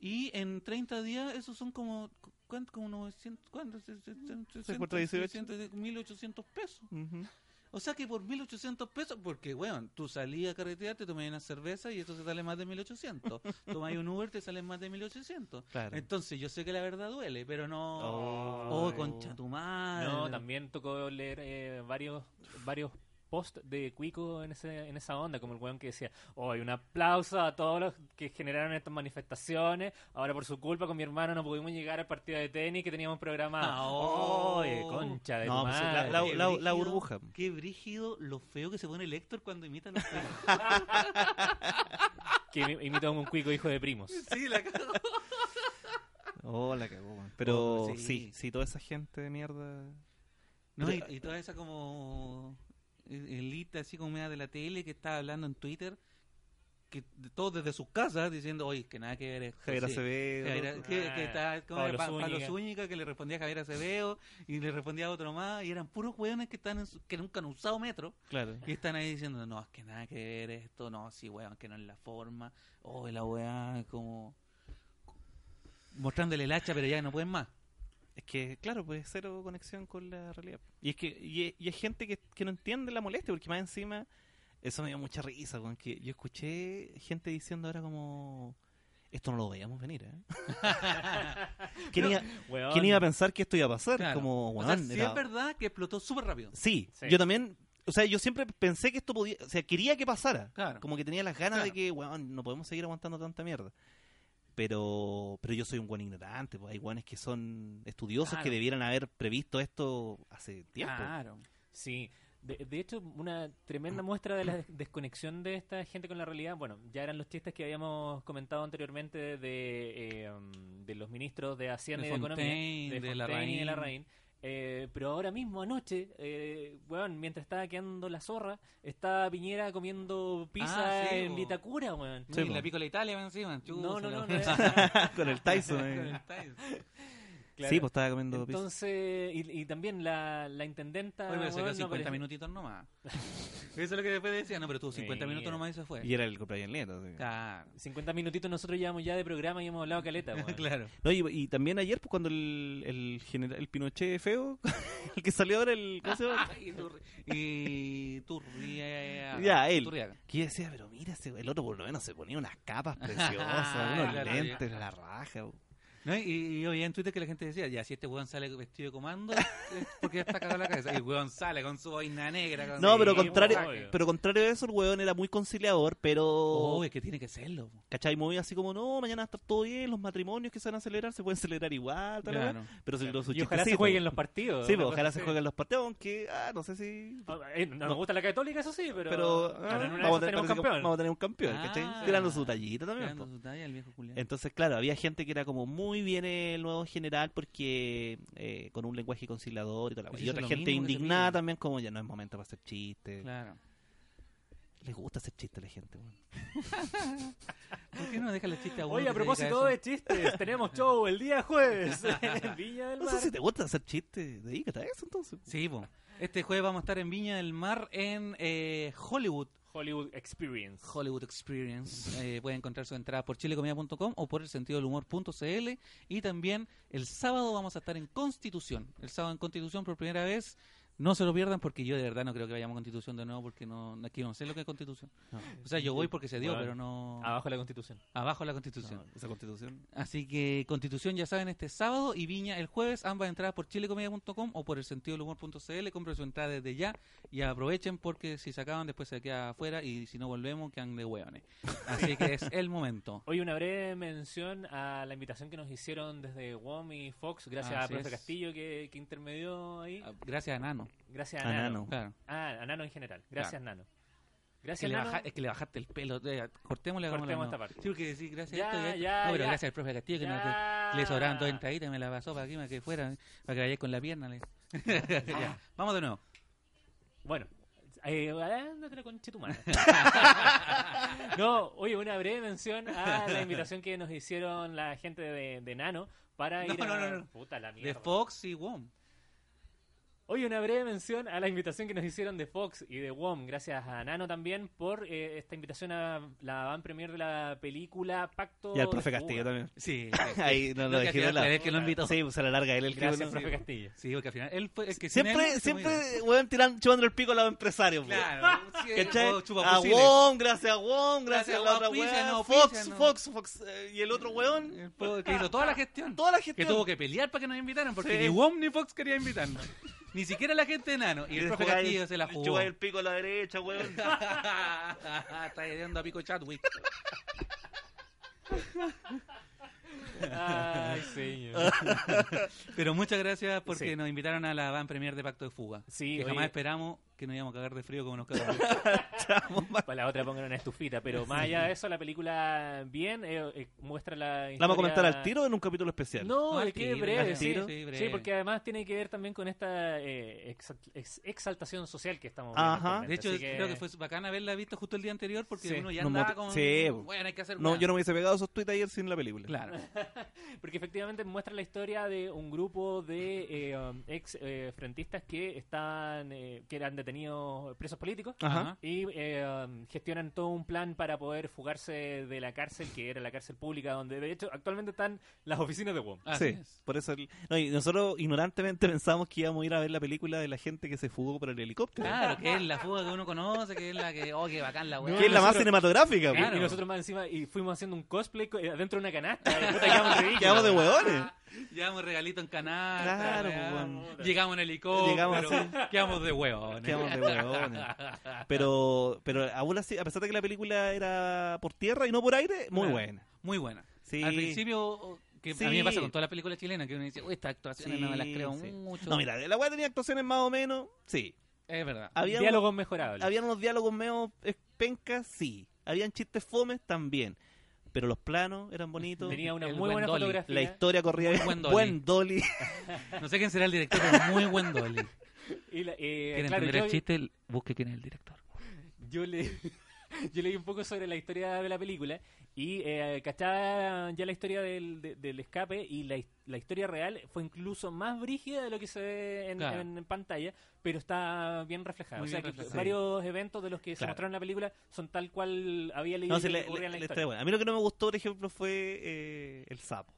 [SPEAKER 2] Y en 30 días, esos son como. cu- ¿Cuánto? Como 900. ¿Cuánto? Se- se- se-
[SPEAKER 5] Se encuentra 18.
[SPEAKER 2] 600, 1800 pesos.
[SPEAKER 5] Ujú.
[SPEAKER 2] O sea que por 1800 pesos, porque, weón, tú salías a carretear, te tomás una cerveza y eso te sale más de 1800. Tomás un Uber, te sale más de 1800.
[SPEAKER 5] Claro.
[SPEAKER 2] Entonces, yo sé que la verdad duele, pero no.
[SPEAKER 5] Oh.
[SPEAKER 2] Oh, concha tu madre.
[SPEAKER 4] No, también tocó leer eh, varios varios posts de Cuico en, ese, en esa onda, como el weón que decía, hoy un aplauso a todos los que generaron estas manifestaciones, ahora por su culpa con mi hermano no pudimos llegar al partido de tenis que teníamos
[SPEAKER 2] Ah,
[SPEAKER 4] programado.
[SPEAKER 2] oh.
[SPEAKER 4] Oye, concha de
[SPEAKER 5] No,
[SPEAKER 4] tu
[SPEAKER 5] pues,
[SPEAKER 4] madre.
[SPEAKER 5] la- la-
[SPEAKER 2] Qué
[SPEAKER 5] la
[SPEAKER 2] brígido-
[SPEAKER 5] burbuja.
[SPEAKER 2] Qué brígido lo feo que se pone el Héctor cuando imita a los primos.
[SPEAKER 4] Que imi- imitó a un Cuico hijo de primos.
[SPEAKER 2] Sí, la cagó.
[SPEAKER 5] Oh, la cagó, weón. Pero
[SPEAKER 2] Oh, sí.
[SPEAKER 5] sí. sí, toda esa gente de mierda.
[SPEAKER 2] No, y, y toda esa como elita así como media de la tele que está hablando en Twitter, que de- todos desde sus casas diciendo, oye, que nada que ver esto,
[SPEAKER 5] Javier
[SPEAKER 2] sí".
[SPEAKER 5] Acevedo.
[SPEAKER 2] Javier- que, que está como
[SPEAKER 4] Pablo
[SPEAKER 2] era? Pa- Pablo,
[SPEAKER 4] Zúñiga.
[SPEAKER 2] Zúñiga que le respondía a Javier Acevedo y le respondía a otro más y eran puros hueones que están en su- que nunca han usado metro
[SPEAKER 5] Claro.
[SPEAKER 2] y están ahí diciendo no es que nada que ver esto no sí hueón que no es la forma oh la hueá como mostrándole el hacha pero ya no pueden más
[SPEAKER 5] Es que, claro, pues cero conexión con la realidad. Y es que y, es- y es gente que, que no entiende la molestia, porque más encima, eso me dio mucha risa, con que yo escuché gente diciendo ahora como, esto no lo veíamos venir, ¿eh? ¿Quién, iba,
[SPEAKER 4] Weón.
[SPEAKER 5] quién iba a pensar que esto iba a pasar?
[SPEAKER 2] Claro.
[SPEAKER 5] Como,
[SPEAKER 2] o sea,
[SPEAKER 5] weón,
[SPEAKER 2] sí
[SPEAKER 5] era-
[SPEAKER 2] es verdad que explotó súper rápido.
[SPEAKER 5] Sí,
[SPEAKER 4] Sí.
[SPEAKER 5] yo también, o sea, yo siempre pensé que esto podía, o sea, quería que pasara.
[SPEAKER 2] Claro.
[SPEAKER 5] Como que tenía las ganas de
[SPEAKER 2] Claro.
[SPEAKER 5] que, weón, no podemos seguir aguantando tanta mierda. Pero, pero yo soy un buen ignorante, pues hay guanes que son estudiosos
[SPEAKER 2] Claro.
[SPEAKER 5] que debieran haber previsto esto hace tiempo.
[SPEAKER 2] Claro.
[SPEAKER 4] Sí, de, de hecho, una tremenda muestra de la des- desconexión de esta gente con la realidad. Bueno, ya eran los chistes que habíamos comentado anteriormente de, eh, um, de los ministros de Hacienda
[SPEAKER 2] De
[SPEAKER 4] y de
[SPEAKER 2] Fontaine,
[SPEAKER 4] Economía,
[SPEAKER 2] de
[SPEAKER 4] Fontaine y de
[SPEAKER 2] Larraín.
[SPEAKER 4] Larraín. Eh, pero ahora mismo, anoche, eh, weón, mientras estaba quedando la zorra, estaba Piñera comiendo pizza
[SPEAKER 2] Ah, sí,
[SPEAKER 4] en
[SPEAKER 2] po.
[SPEAKER 4] Vitacura, weón.
[SPEAKER 5] Sí,
[SPEAKER 2] y
[SPEAKER 5] po.
[SPEAKER 2] la picola Italia va encima. Chuta,
[SPEAKER 4] No, no,
[SPEAKER 2] la-
[SPEAKER 4] no, no es-
[SPEAKER 2] Ah.
[SPEAKER 5] Con el Tyson. eh.
[SPEAKER 2] Con el Tyson.
[SPEAKER 5] Sí,
[SPEAKER 4] Claro.
[SPEAKER 5] pues estaba comiendo pizza.
[SPEAKER 4] Entonces, y, y también la, la intendenta.
[SPEAKER 2] Oye, pero se
[SPEAKER 4] weón,
[SPEAKER 2] quedó
[SPEAKER 4] no
[SPEAKER 2] 50
[SPEAKER 4] apareció.
[SPEAKER 2] minutitos nomás. Eso es lo que después decía. No, pero tuvo 50
[SPEAKER 4] Mira.
[SPEAKER 2] minutos nomás y se fue.
[SPEAKER 5] Y era el cumpleaños del nieto, sí.
[SPEAKER 2] Claro.
[SPEAKER 4] 50 minutitos nosotros llevamos ya de programa y hemos hablado caleta, weón.
[SPEAKER 2] Claro.
[SPEAKER 5] No, y, y también ayer, pues cuando el, el, general, el Pinochet feo, el que salió ahora, el, ¿cómo se llama?
[SPEAKER 2] Y Turri- Y eh, Turriaga.
[SPEAKER 5] Ya, él.
[SPEAKER 2] Turriaga.
[SPEAKER 5] Que yo decía, pero mira, ese- el otro por lo menos se ponía unas capas
[SPEAKER 2] Ah,
[SPEAKER 5] preciosas, unos
[SPEAKER 2] claro,
[SPEAKER 5] lentes,
[SPEAKER 2] ya.
[SPEAKER 5] la raja. po.
[SPEAKER 2] ¿No? Y, y yo veía en Twitter que la gente decía, ya, si este weón sale vestido de comando, es porque ya está cagado la cabeza. Y el weón sale con su boina negra. con-
[SPEAKER 5] No, pero
[SPEAKER 4] Sí,
[SPEAKER 5] contrario,
[SPEAKER 4] po, obvio.
[SPEAKER 5] pero contrario a eso, el weón era muy conciliador, pero...
[SPEAKER 2] Oh, es que tiene que serlo. po.
[SPEAKER 5] ¿Cachai? Muy así como, no, mañana va a estar todo bien, los matrimonios que se van a celebrar se pueden celebrar igual, tal,
[SPEAKER 2] Claro.
[SPEAKER 5] tal, pero se logró su
[SPEAKER 4] Y ojalá se
[SPEAKER 5] chistecito.
[SPEAKER 4] jueguen los partidos.
[SPEAKER 5] Sí,
[SPEAKER 4] una
[SPEAKER 5] pues,
[SPEAKER 4] cosa
[SPEAKER 5] ojalá se
[SPEAKER 4] así.
[SPEAKER 5] jueguen los partidos, aunque, ah, no sé si...
[SPEAKER 4] Ah, eh, no, me gusta la católica, eso sí, pero.
[SPEAKER 5] Pero, ah,
[SPEAKER 4] pero en una de
[SPEAKER 5] vamos, a
[SPEAKER 4] esas tenemos
[SPEAKER 5] tener, parece que
[SPEAKER 4] campeón.
[SPEAKER 5] vamos a tener un campeón, ¿cachai?
[SPEAKER 2] Ah.
[SPEAKER 5] Tirando su tallita también.
[SPEAKER 2] Tirando
[SPEAKER 5] po.
[SPEAKER 2] su talla, el viejo culiao.
[SPEAKER 5] Entonces, claro, había gente que era como muy bien el nuevo general porque eh, con un lenguaje conciliador y toda la
[SPEAKER 2] Pues
[SPEAKER 5] wea. Y
[SPEAKER 2] eso
[SPEAKER 5] otra
[SPEAKER 2] es lo
[SPEAKER 5] gente
[SPEAKER 2] mínimo que se
[SPEAKER 5] indignada
[SPEAKER 2] pide.
[SPEAKER 5] también, como ya no es momento para hacer chistes.
[SPEAKER 2] Claro.
[SPEAKER 5] Les gusta hacer chistes a la gente. weón.
[SPEAKER 2] ¿Por qué no deja la chiste a uno
[SPEAKER 4] Oye, a
[SPEAKER 2] que se dedica
[SPEAKER 4] propósito
[SPEAKER 2] a
[SPEAKER 4] de
[SPEAKER 2] eso?
[SPEAKER 4] chistes, tenemos show el día jueves en Viña del
[SPEAKER 5] No
[SPEAKER 4] Mar.
[SPEAKER 5] sé si te gusta hacer chistes, dedícate a eso entonces.
[SPEAKER 2] Sí, po. Este jueves vamos a estar en Viña del Mar en eh, Hollywood.
[SPEAKER 4] Hollywood Experience.
[SPEAKER 2] Hollywood Experience. Eh, pueden encontrar su entrada por chilecomida.com o por el sentido del humor.cl. Y también el sábado vamos a estar en Constitución. El sábado en Constitución por primera vez. No se lo pierdan porque yo de verdad no creo que vayamos a Constitución de nuevo porque no, no- aquí no sé lo que es Constitución.
[SPEAKER 5] No.
[SPEAKER 2] O sea, yo voy porque se dio,
[SPEAKER 4] Bueno,
[SPEAKER 2] pero no
[SPEAKER 4] Abajo la constitución.
[SPEAKER 2] abajo la Constitución.
[SPEAKER 5] No, esa constitución.
[SPEAKER 2] Así que Constitución ya saben este sábado y Viña el jueves, ambas entradas por chilecomedia.com o por el sentido del humor.cl, compren su entrada desde ya y aprovechen porque si se acaban después se queda afuera y si no volvemos quedan de hueones. Así que es el momento.
[SPEAKER 4] Hoy una breve mención a la invitación que nos hicieron desde WOM y Fox,
[SPEAKER 2] Así
[SPEAKER 4] gracias a Profe
[SPEAKER 2] es.
[SPEAKER 4] Castillo que, que intermedió ahí.
[SPEAKER 2] Ah, Gracias a Nano.
[SPEAKER 4] Gracias a,
[SPEAKER 5] A
[SPEAKER 4] Nano.
[SPEAKER 5] Nano.
[SPEAKER 2] Claro.
[SPEAKER 4] Ah, a Nano en general. Gracias,
[SPEAKER 2] Claro.
[SPEAKER 4] Nano.
[SPEAKER 2] Es que,
[SPEAKER 4] Gracias,
[SPEAKER 2] le
[SPEAKER 4] Nano.
[SPEAKER 2] baja- es que le bajaste el pelo. eh, Cortémosle hagamos la nueva.
[SPEAKER 4] Cortemos esta parte.
[SPEAKER 2] Sí, porque decís gracias a
[SPEAKER 4] Ya,
[SPEAKER 2] esto y a esto.
[SPEAKER 4] ya,
[SPEAKER 2] No, pero
[SPEAKER 4] ya.
[SPEAKER 2] gracias al profe Castillo que nos-
[SPEAKER 4] Ya.
[SPEAKER 2] le sobraban dos entraditas y me la pasó para aquí, para que fuera, para que vayáis con la pierna. le- Ya, Vamos de nuevo.
[SPEAKER 4] Bueno, eh, ándate la concha de tu madre. no, oye, una breve mención a la invitación que nos hicieron la gente de, de Nano para
[SPEAKER 2] No,
[SPEAKER 4] ir a...
[SPEAKER 2] no, no, no.
[SPEAKER 4] Puta la mierda.
[SPEAKER 2] De Fox y WOM.
[SPEAKER 4] Oye, una breve mención a la invitación que nos hicieron de Fox y de WOM, gracias a Nano también por eh, esta invitación a la van premier de la película Pacto
[SPEAKER 5] Y al profe
[SPEAKER 4] de
[SPEAKER 5] Castillo
[SPEAKER 4] Fuga.
[SPEAKER 5] también.
[SPEAKER 2] Sí.
[SPEAKER 5] Ahí no lo
[SPEAKER 2] que
[SPEAKER 5] dejé
[SPEAKER 2] al
[SPEAKER 5] de
[SPEAKER 2] final
[SPEAKER 5] lado.
[SPEAKER 2] fue él que Oh, lo invitó.
[SPEAKER 5] Sí, pues a la larga él el que
[SPEAKER 4] Gracias,
[SPEAKER 5] uno-
[SPEAKER 4] profe Castillo.
[SPEAKER 2] Sí, porque al final él fue el que sin él,
[SPEAKER 5] Siempre,
[SPEAKER 2] se murió.
[SPEAKER 5] siempre, weón, tiran, chupando el pico a los empresarios. weón.
[SPEAKER 2] Claro, sí,
[SPEAKER 5] ¿Cachai?
[SPEAKER 2] o
[SPEAKER 5] A
[SPEAKER 2] chupafusiles.
[SPEAKER 5] WOM, gracias a WOM, gracias,
[SPEAKER 2] Gracias
[SPEAKER 5] a
[SPEAKER 2] a
[SPEAKER 5] la otra
[SPEAKER 2] auspicia,
[SPEAKER 5] weá.
[SPEAKER 2] no auspicia,
[SPEAKER 5] Fox,
[SPEAKER 2] no.
[SPEAKER 5] Fox, Fox, eh, y el otro weón.
[SPEAKER 2] El po- que hizo toda la gestión.
[SPEAKER 5] Toda la
[SPEAKER 2] Que
[SPEAKER 5] gestión.
[SPEAKER 2] tuvo que pelear para que nos invitaran, porque
[SPEAKER 5] Sí.
[SPEAKER 2] ni WOM ni Fox quería invitarnos. ni siquiera la gente de Nano. Y
[SPEAKER 5] Y
[SPEAKER 2] el profe
[SPEAKER 5] después
[SPEAKER 2] Castillo
[SPEAKER 5] ahí
[SPEAKER 2] se la
[SPEAKER 5] le
[SPEAKER 2] jugó.
[SPEAKER 5] chupa el pico a la derecha, weón.
[SPEAKER 2] Está ideando a Pico Chadwick.
[SPEAKER 4] Ay, señor.
[SPEAKER 2] Pero muchas gracias porque
[SPEAKER 4] Sí.
[SPEAKER 2] nos invitaron a la van premier de Pacto de Fuga.
[SPEAKER 4] Sí,
[SPEAKER 2] que
[SPEAKER 4] oye.
[SPEAKER 2] jamás esperamos que nos íbamos a cagar de frío como nos cagamos.
[SPEAKER 4] Para la otra pongan una estufita, pero más allá de eso, la película bien eh, eh, muestra la
[SPEAKER 5] ¿La vamos a comentar
[SPEAKER 4] historia-
[SPEAKER 5] al tiro o en un capítulo especial?
[SPEAKER 4] No,
[SPEAKER 2] No, al
[SPEAKER 4] el que es
[SPEAKER 2] tiro,
[SPEAKER 4] breve,
[SPEAKER 5] al
[SPEAKER 4] sí,
[SPEAKER 2] tiro.
[SPEAKER 4] sí,
[SPEAKER 2] Sí, breve.
[SPEAKER 4] porque además tiene que ver también con esta eh, exalt- ex- exaltación social que estamos
[SPEAKER 5] Ajá.
[SPEAKER 4] viendo. actualmente,
[SPEAKER 2] De hecho,
[SPEAKER 4] así
[SPEAKER 2] creo que fue bacán haberla visto justo el día anterior porque
[SPEAKER 4] Sí.
[SPEAKER 2] uno ya
[SPEAKER 5] No
[SPEAKER 2] andaba
[SPEAKER 5] moti-
[SPEAKER 2] con...
[SPEAKER 5] Sí, po.
[SPEAKER 2] Bueno, hay que hacer
[SPEAKER 5] No,
[SPEAKER 2] weá".
[SPEAKER 5] yo no me hubiese pegado esos tweets ayer sin la película.
[SPEAKER 2] Claro.
[SPEAKER 4] Porque efectivamente muestra la historia de un grupo de eh, um, ex eh, frentistas que estaban, eh, que eran detenidos presos políticos
[SPEAKER 5] Ajá.
[SPEAKER 4] y eh, gestionan todo un plan para poder fugarse de la cárcel, que era la cárcel pública, donde de hecho actualmente están las oficinas de WOM.
[SPEAKER 2] Así
[SPEAKER 5] Sí,
[SPEAKER 2] es.
[SPEAKER 5] por eso. el- no, y nosotros ignorantemente pensamos que íbamos a ir a ver la película de la gente que se fugó por el helicóptero.
[SPEAKER 2] Claro, que es la fuga que uno conoce, que es la que, oh, qué bacán la weá.
[SPEAKER 5] que es la más
[SPEAKER 4] nosotros-
[SPEAKER 5] cinematográfica. pues.
[SPEAKER 2] Claro.
[SPEAKER 5] po.
[SPEAKER 4] Y nosotros más encima y fuimos haciendo un cosplay co- eh, adentro de una canasta. y puta, quedamos ridículos.
[SPEAKER 5] Quedamos de hueones.
[SPEAKER 2] Llevamos regalito en canal.
[SPEAKER 5] Claro, pues,
[SPEAKER 4] bueno.
[SPEAKER 2] Llegamos en helicóptero.
[SPEAKER 5] Llegamos
[SPEAKER 2] Quedamos de hueones.
[SPEAKER 5] Quedamos de hueones. Pero, pero aún así, a pesar de que la película era por tierra y no por aire, muy
[SPEAKER 2] Claro.
[SPEAKER 5] buena.
[SPEAKER 2] Muy buena.
[SPEAKER 5] Sí.
[SPEAKER 2] Al principio, o- que
[SPEAKER 5] Sí.
[SPEAKER 2] a mí me pasa con todas las películas chilenas, que uno dice, uy, estas actuaciones no me las creo
[SPEAKER 5] Sí, sí.
[SPEAKER 2] mucho.
[SPEAKER 5] No, mira, Ah. la weá tenía actuaciones más o menos. Sí.
[SPEAKER 2] Es verdad.
[SPEAKER 5] Había
[SPEAKER 4] Diálogos mejorables.
[SPEAKER 5] Habían unos diálogos medio pencas, sí. Habían chistes fomes también. Pero los planos eran bonitos.
[SPEAKER 4] Tenía una
[SPEAKER 2] El
[SPEAKER 4] muy buena
[SPEAKER 2] buen Dolly.
[SPEAKER 4] fotografía.
[SPEAKER 5] La historia corría bien.
[SPEAKER 2] buen Dolly.
[SPEAKER 5] Dolly.
[SPEAKER 2] No sé quién será el director, pero muy buen Dolly.
[SPEAKER 4] Y la- eh,
[SPEAKER 2] ¿Quieren
[SPEAKER 4] claro,
[SPEAKER 2] entender
[SPEAKER 4] yo,
[SPEAKER 2] el chiste? Busque quién es el director.
[SPEAKER 4] yo le- yo leí un poco sobre la historia de la película y eh, cachaba ya la historia del, de- del escape y la, his- la historia real fue incluso más brígida de lo que se ve en,
[SPEAKER 2] Claro.
[SPEAKER 4] en pantalla, pero está bien reflejada.
[SPEAKER 2] Muy
[SPEAKER 4] o sea,
[SPEAKER 2] bien
[SPEAKER 4] que
[SPEAKER 2] reflejada.
[SPEAKER 4] varios eventos de los que se
[SPEAKER 5] Claro.
[SPEAKER 4] mostraron en la película son tal cual había leído
[SPEAKER 5] No, sí,
[SPEAKER 4] que
[SPEAKER 5] le-
[SPEAKER 4] ocurría en
[SPEAKER 5] le-
[SPEAKER 4] la
[SPEAKER 5] le
[SPEAKER 4] historia.
[SPEAKER 5] está buena. A mí lo que no me gustó, por ejemplo, fue eh, el sapo.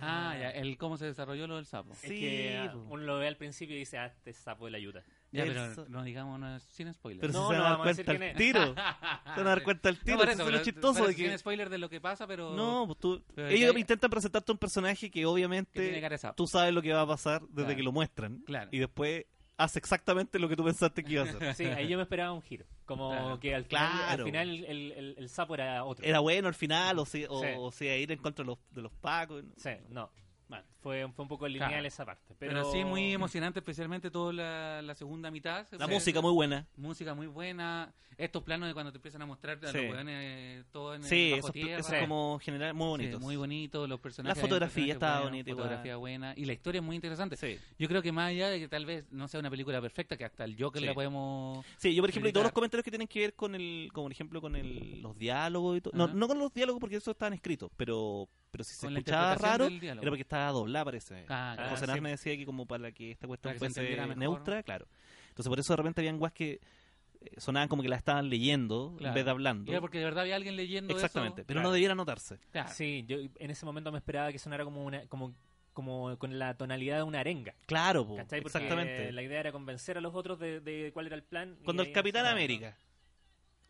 [SPEAKER 2] Ah, ya, el cómo se desarrolló lo del sapo.
[SPEAKER 4] Es
[SPEAKER 5] Sí,
[SPEAKER 4] que ah,
[SPEAKER 5] po.
[SPEAKER 4] uno lo ve al principio y dice, ah, este sapo de la ayuda.
[SPEAKER 2] Ya,
[SPEAKER 5] El
[SPEAKER 2] pero
[SPEAKER 5] sa-
[SPEAKER 2] no digamos no, es- sin spoiler.
[SPEAKER 5] Pero
[SPEAKER 4] No,
[SPEAKER 5] si se
[SPEAKER 4] no
[SPEAKER 5] van a dar
[SPEAKER 4] vamos a decir
[SPEAKER 5] cuenta
[SPEAKER 4] quién
[SPEAKER 5] al
[SPEAKER 4] es.
[SPEAKER 5] tiro. Se van a dar cuenta al tiro.
[SPEAKER 2] No, por
[SPEAKER 5] eso
[SPEAKER 2] eso,
[SPEAKER 5] es lo
[SPEAKER 2] pero-
[SPEAKER 5] chistoso
[SPEAKER 2] pero
[SPEAKER 5] de
[SPEAKER 2] sin
[SPEAKER 5] que...
[SPEAKER 2] spoiler de lo que pasa, pero
[SPEAKER 5] No, pues tú...
[SPEAKER 2] Pero
[SPEAKER 5] Ellos
[SPEAKER 2] que-
[SPEAKER 5] intentan presentarte un personaje que
[SPEAKER 2] que tiene
[SPEAKER 5] obviamente
[SPEAKER 2] cara de sapo.
[SPEAKER 5] tú sabes lo que va a pasar desde
[SPEAKER 2] Claro.
[SPEAKER 5] que lo muestran.
[SPEAKER 2] Claro.
[SPEAKER 5] Y después hace exactamente lo que tú pensaste que iba a hacer.
[SPEAKER 4] Sí, ahí yo me esperaba un giro. Como
[SPEAKER 2] Claro.
[SPEAKER 4] que al final, al
[SPEAKER 5] Claro.
[SPEAKER 4] final el, el- el- el sapo era otro.
[SPEAKER 5] Era bueno al final, o sea, o,
[SPEAKER 4] Sí.
[SPEAKER 5] o sea, ir en contra de los, de los pacos. ¿no?
[SPEAKER 4] Sí, no. Bueno, fue, fue un poco lineal
[SPEAKER 2] Claro.
[SPEAKER 4] esa parte. Pero,
[SPEAKER 2] Pero... sí, muy emocionante, especialmente toda la, la segunda mitad.
[SPEAKER 5] La música muy buena.
[SPEAKER 2] Música muy buena. Estos planos de cuando te empiezan a mostrar a
[SPEAKER 5] Sí.
[SPEAKER 2] los weones eh, todo en
[SPEAKER 5] Sí,
[SPEAKER 2] el bajo
[SPEAKER 5] eso,
[SPEAKER 2] tierra.
[SPEAKER 5] eso es como general muy bonito.
[SPEAKER 2] Sí, muy bonito, los personajes.
[SPEAKER 5] fotografía
[SPEAKER 2] personajes
[SPEAKER 5] estaba
[SPEAKER 2] buenos,
[SPEAKER 5] bonita igual.
[SPEAKER 2] Fotografía buena. Y la historia es muy interesante.
[SPEAKER 5] Sí.
[SPEAKER 2] Yo creo que más allá de que tal vez no sea una película perfecta, que hasta el Joker
[SPEAKER 5] Sí.
[SPEAKER 2] la podemos.
[SPEAKER 5] Sí, yo por ejemplo, y todos
[SPEAKER 2] Militar.
[SPEAKER 5] los comentarios que tienen que ver con el, como por ejemplo, con el, los diálogos y todo. No,
[SPEAKER 2] Ajá.
[SPEAKER 5] no con los diálogos porque eso estaban escritos, pero, pero si se
[SPEAKER 2] Con la
[SPEAKER 5] escuchaba
[SPEAKER 2] interpretación
[SPEAKER 5] raro,
[SPEAKER 2] del
[SPEAKER 5] era
[SPEAKER 2] diálogo.
[SPEAKER 5] porque estaba doblada, parece.
[SPEAKER 2] Ah,
[SPEAKER 4] Ah,
[SPEAKER 2] claro.
[SPEAKER 5] José
[SPEAKER 4] sí.
[SPEAKER 5] Nas me decía que como para que esta
[SPEAKER 2] Para
[SPEAKER 5] cuestión
[SPEAKER 2] que se
[SPEAKER 5] fuese
[SPEAKER 2] entendiera mejor,
[SPEAKER 5] neutra, claro. Entonces por eso de repente habían guas que eh, sonaban como que la estaban leyendo en
[SPEAKER 2] Claro.
[SPEAKER 5] vez de hablando.
[SPEAKER 2] Claro, porque de verdad había alguien leyendo
[SPEAKER 5] Exactamente,
[SPEAKER 2] eso.
[SPEAKER 5] pero
[SPEAKER 4] Claro.
[SPEAKER 5] no debiera notarse.
[SPEAKER 2] Claro.
[SPEAKER 4] Sí, yo en ese momento me esperaba que sonara como una como como con la tonalidad de una arenga.
[SPEAKER 5] Claro, po,
[SPEAKER 4] ¿Cachai? Porque
[SPEAKER 5] Uh, exactamente.
[SPEAKER 4] la idea era convencer a los otros de, de cuál era el plan. y
[SPEAKER 5] Cuando
[SPEAKER 4] ahí
[SPEAKER 5] el Capitán
[SPEAKER 4] no-
[SPEAKER 5] América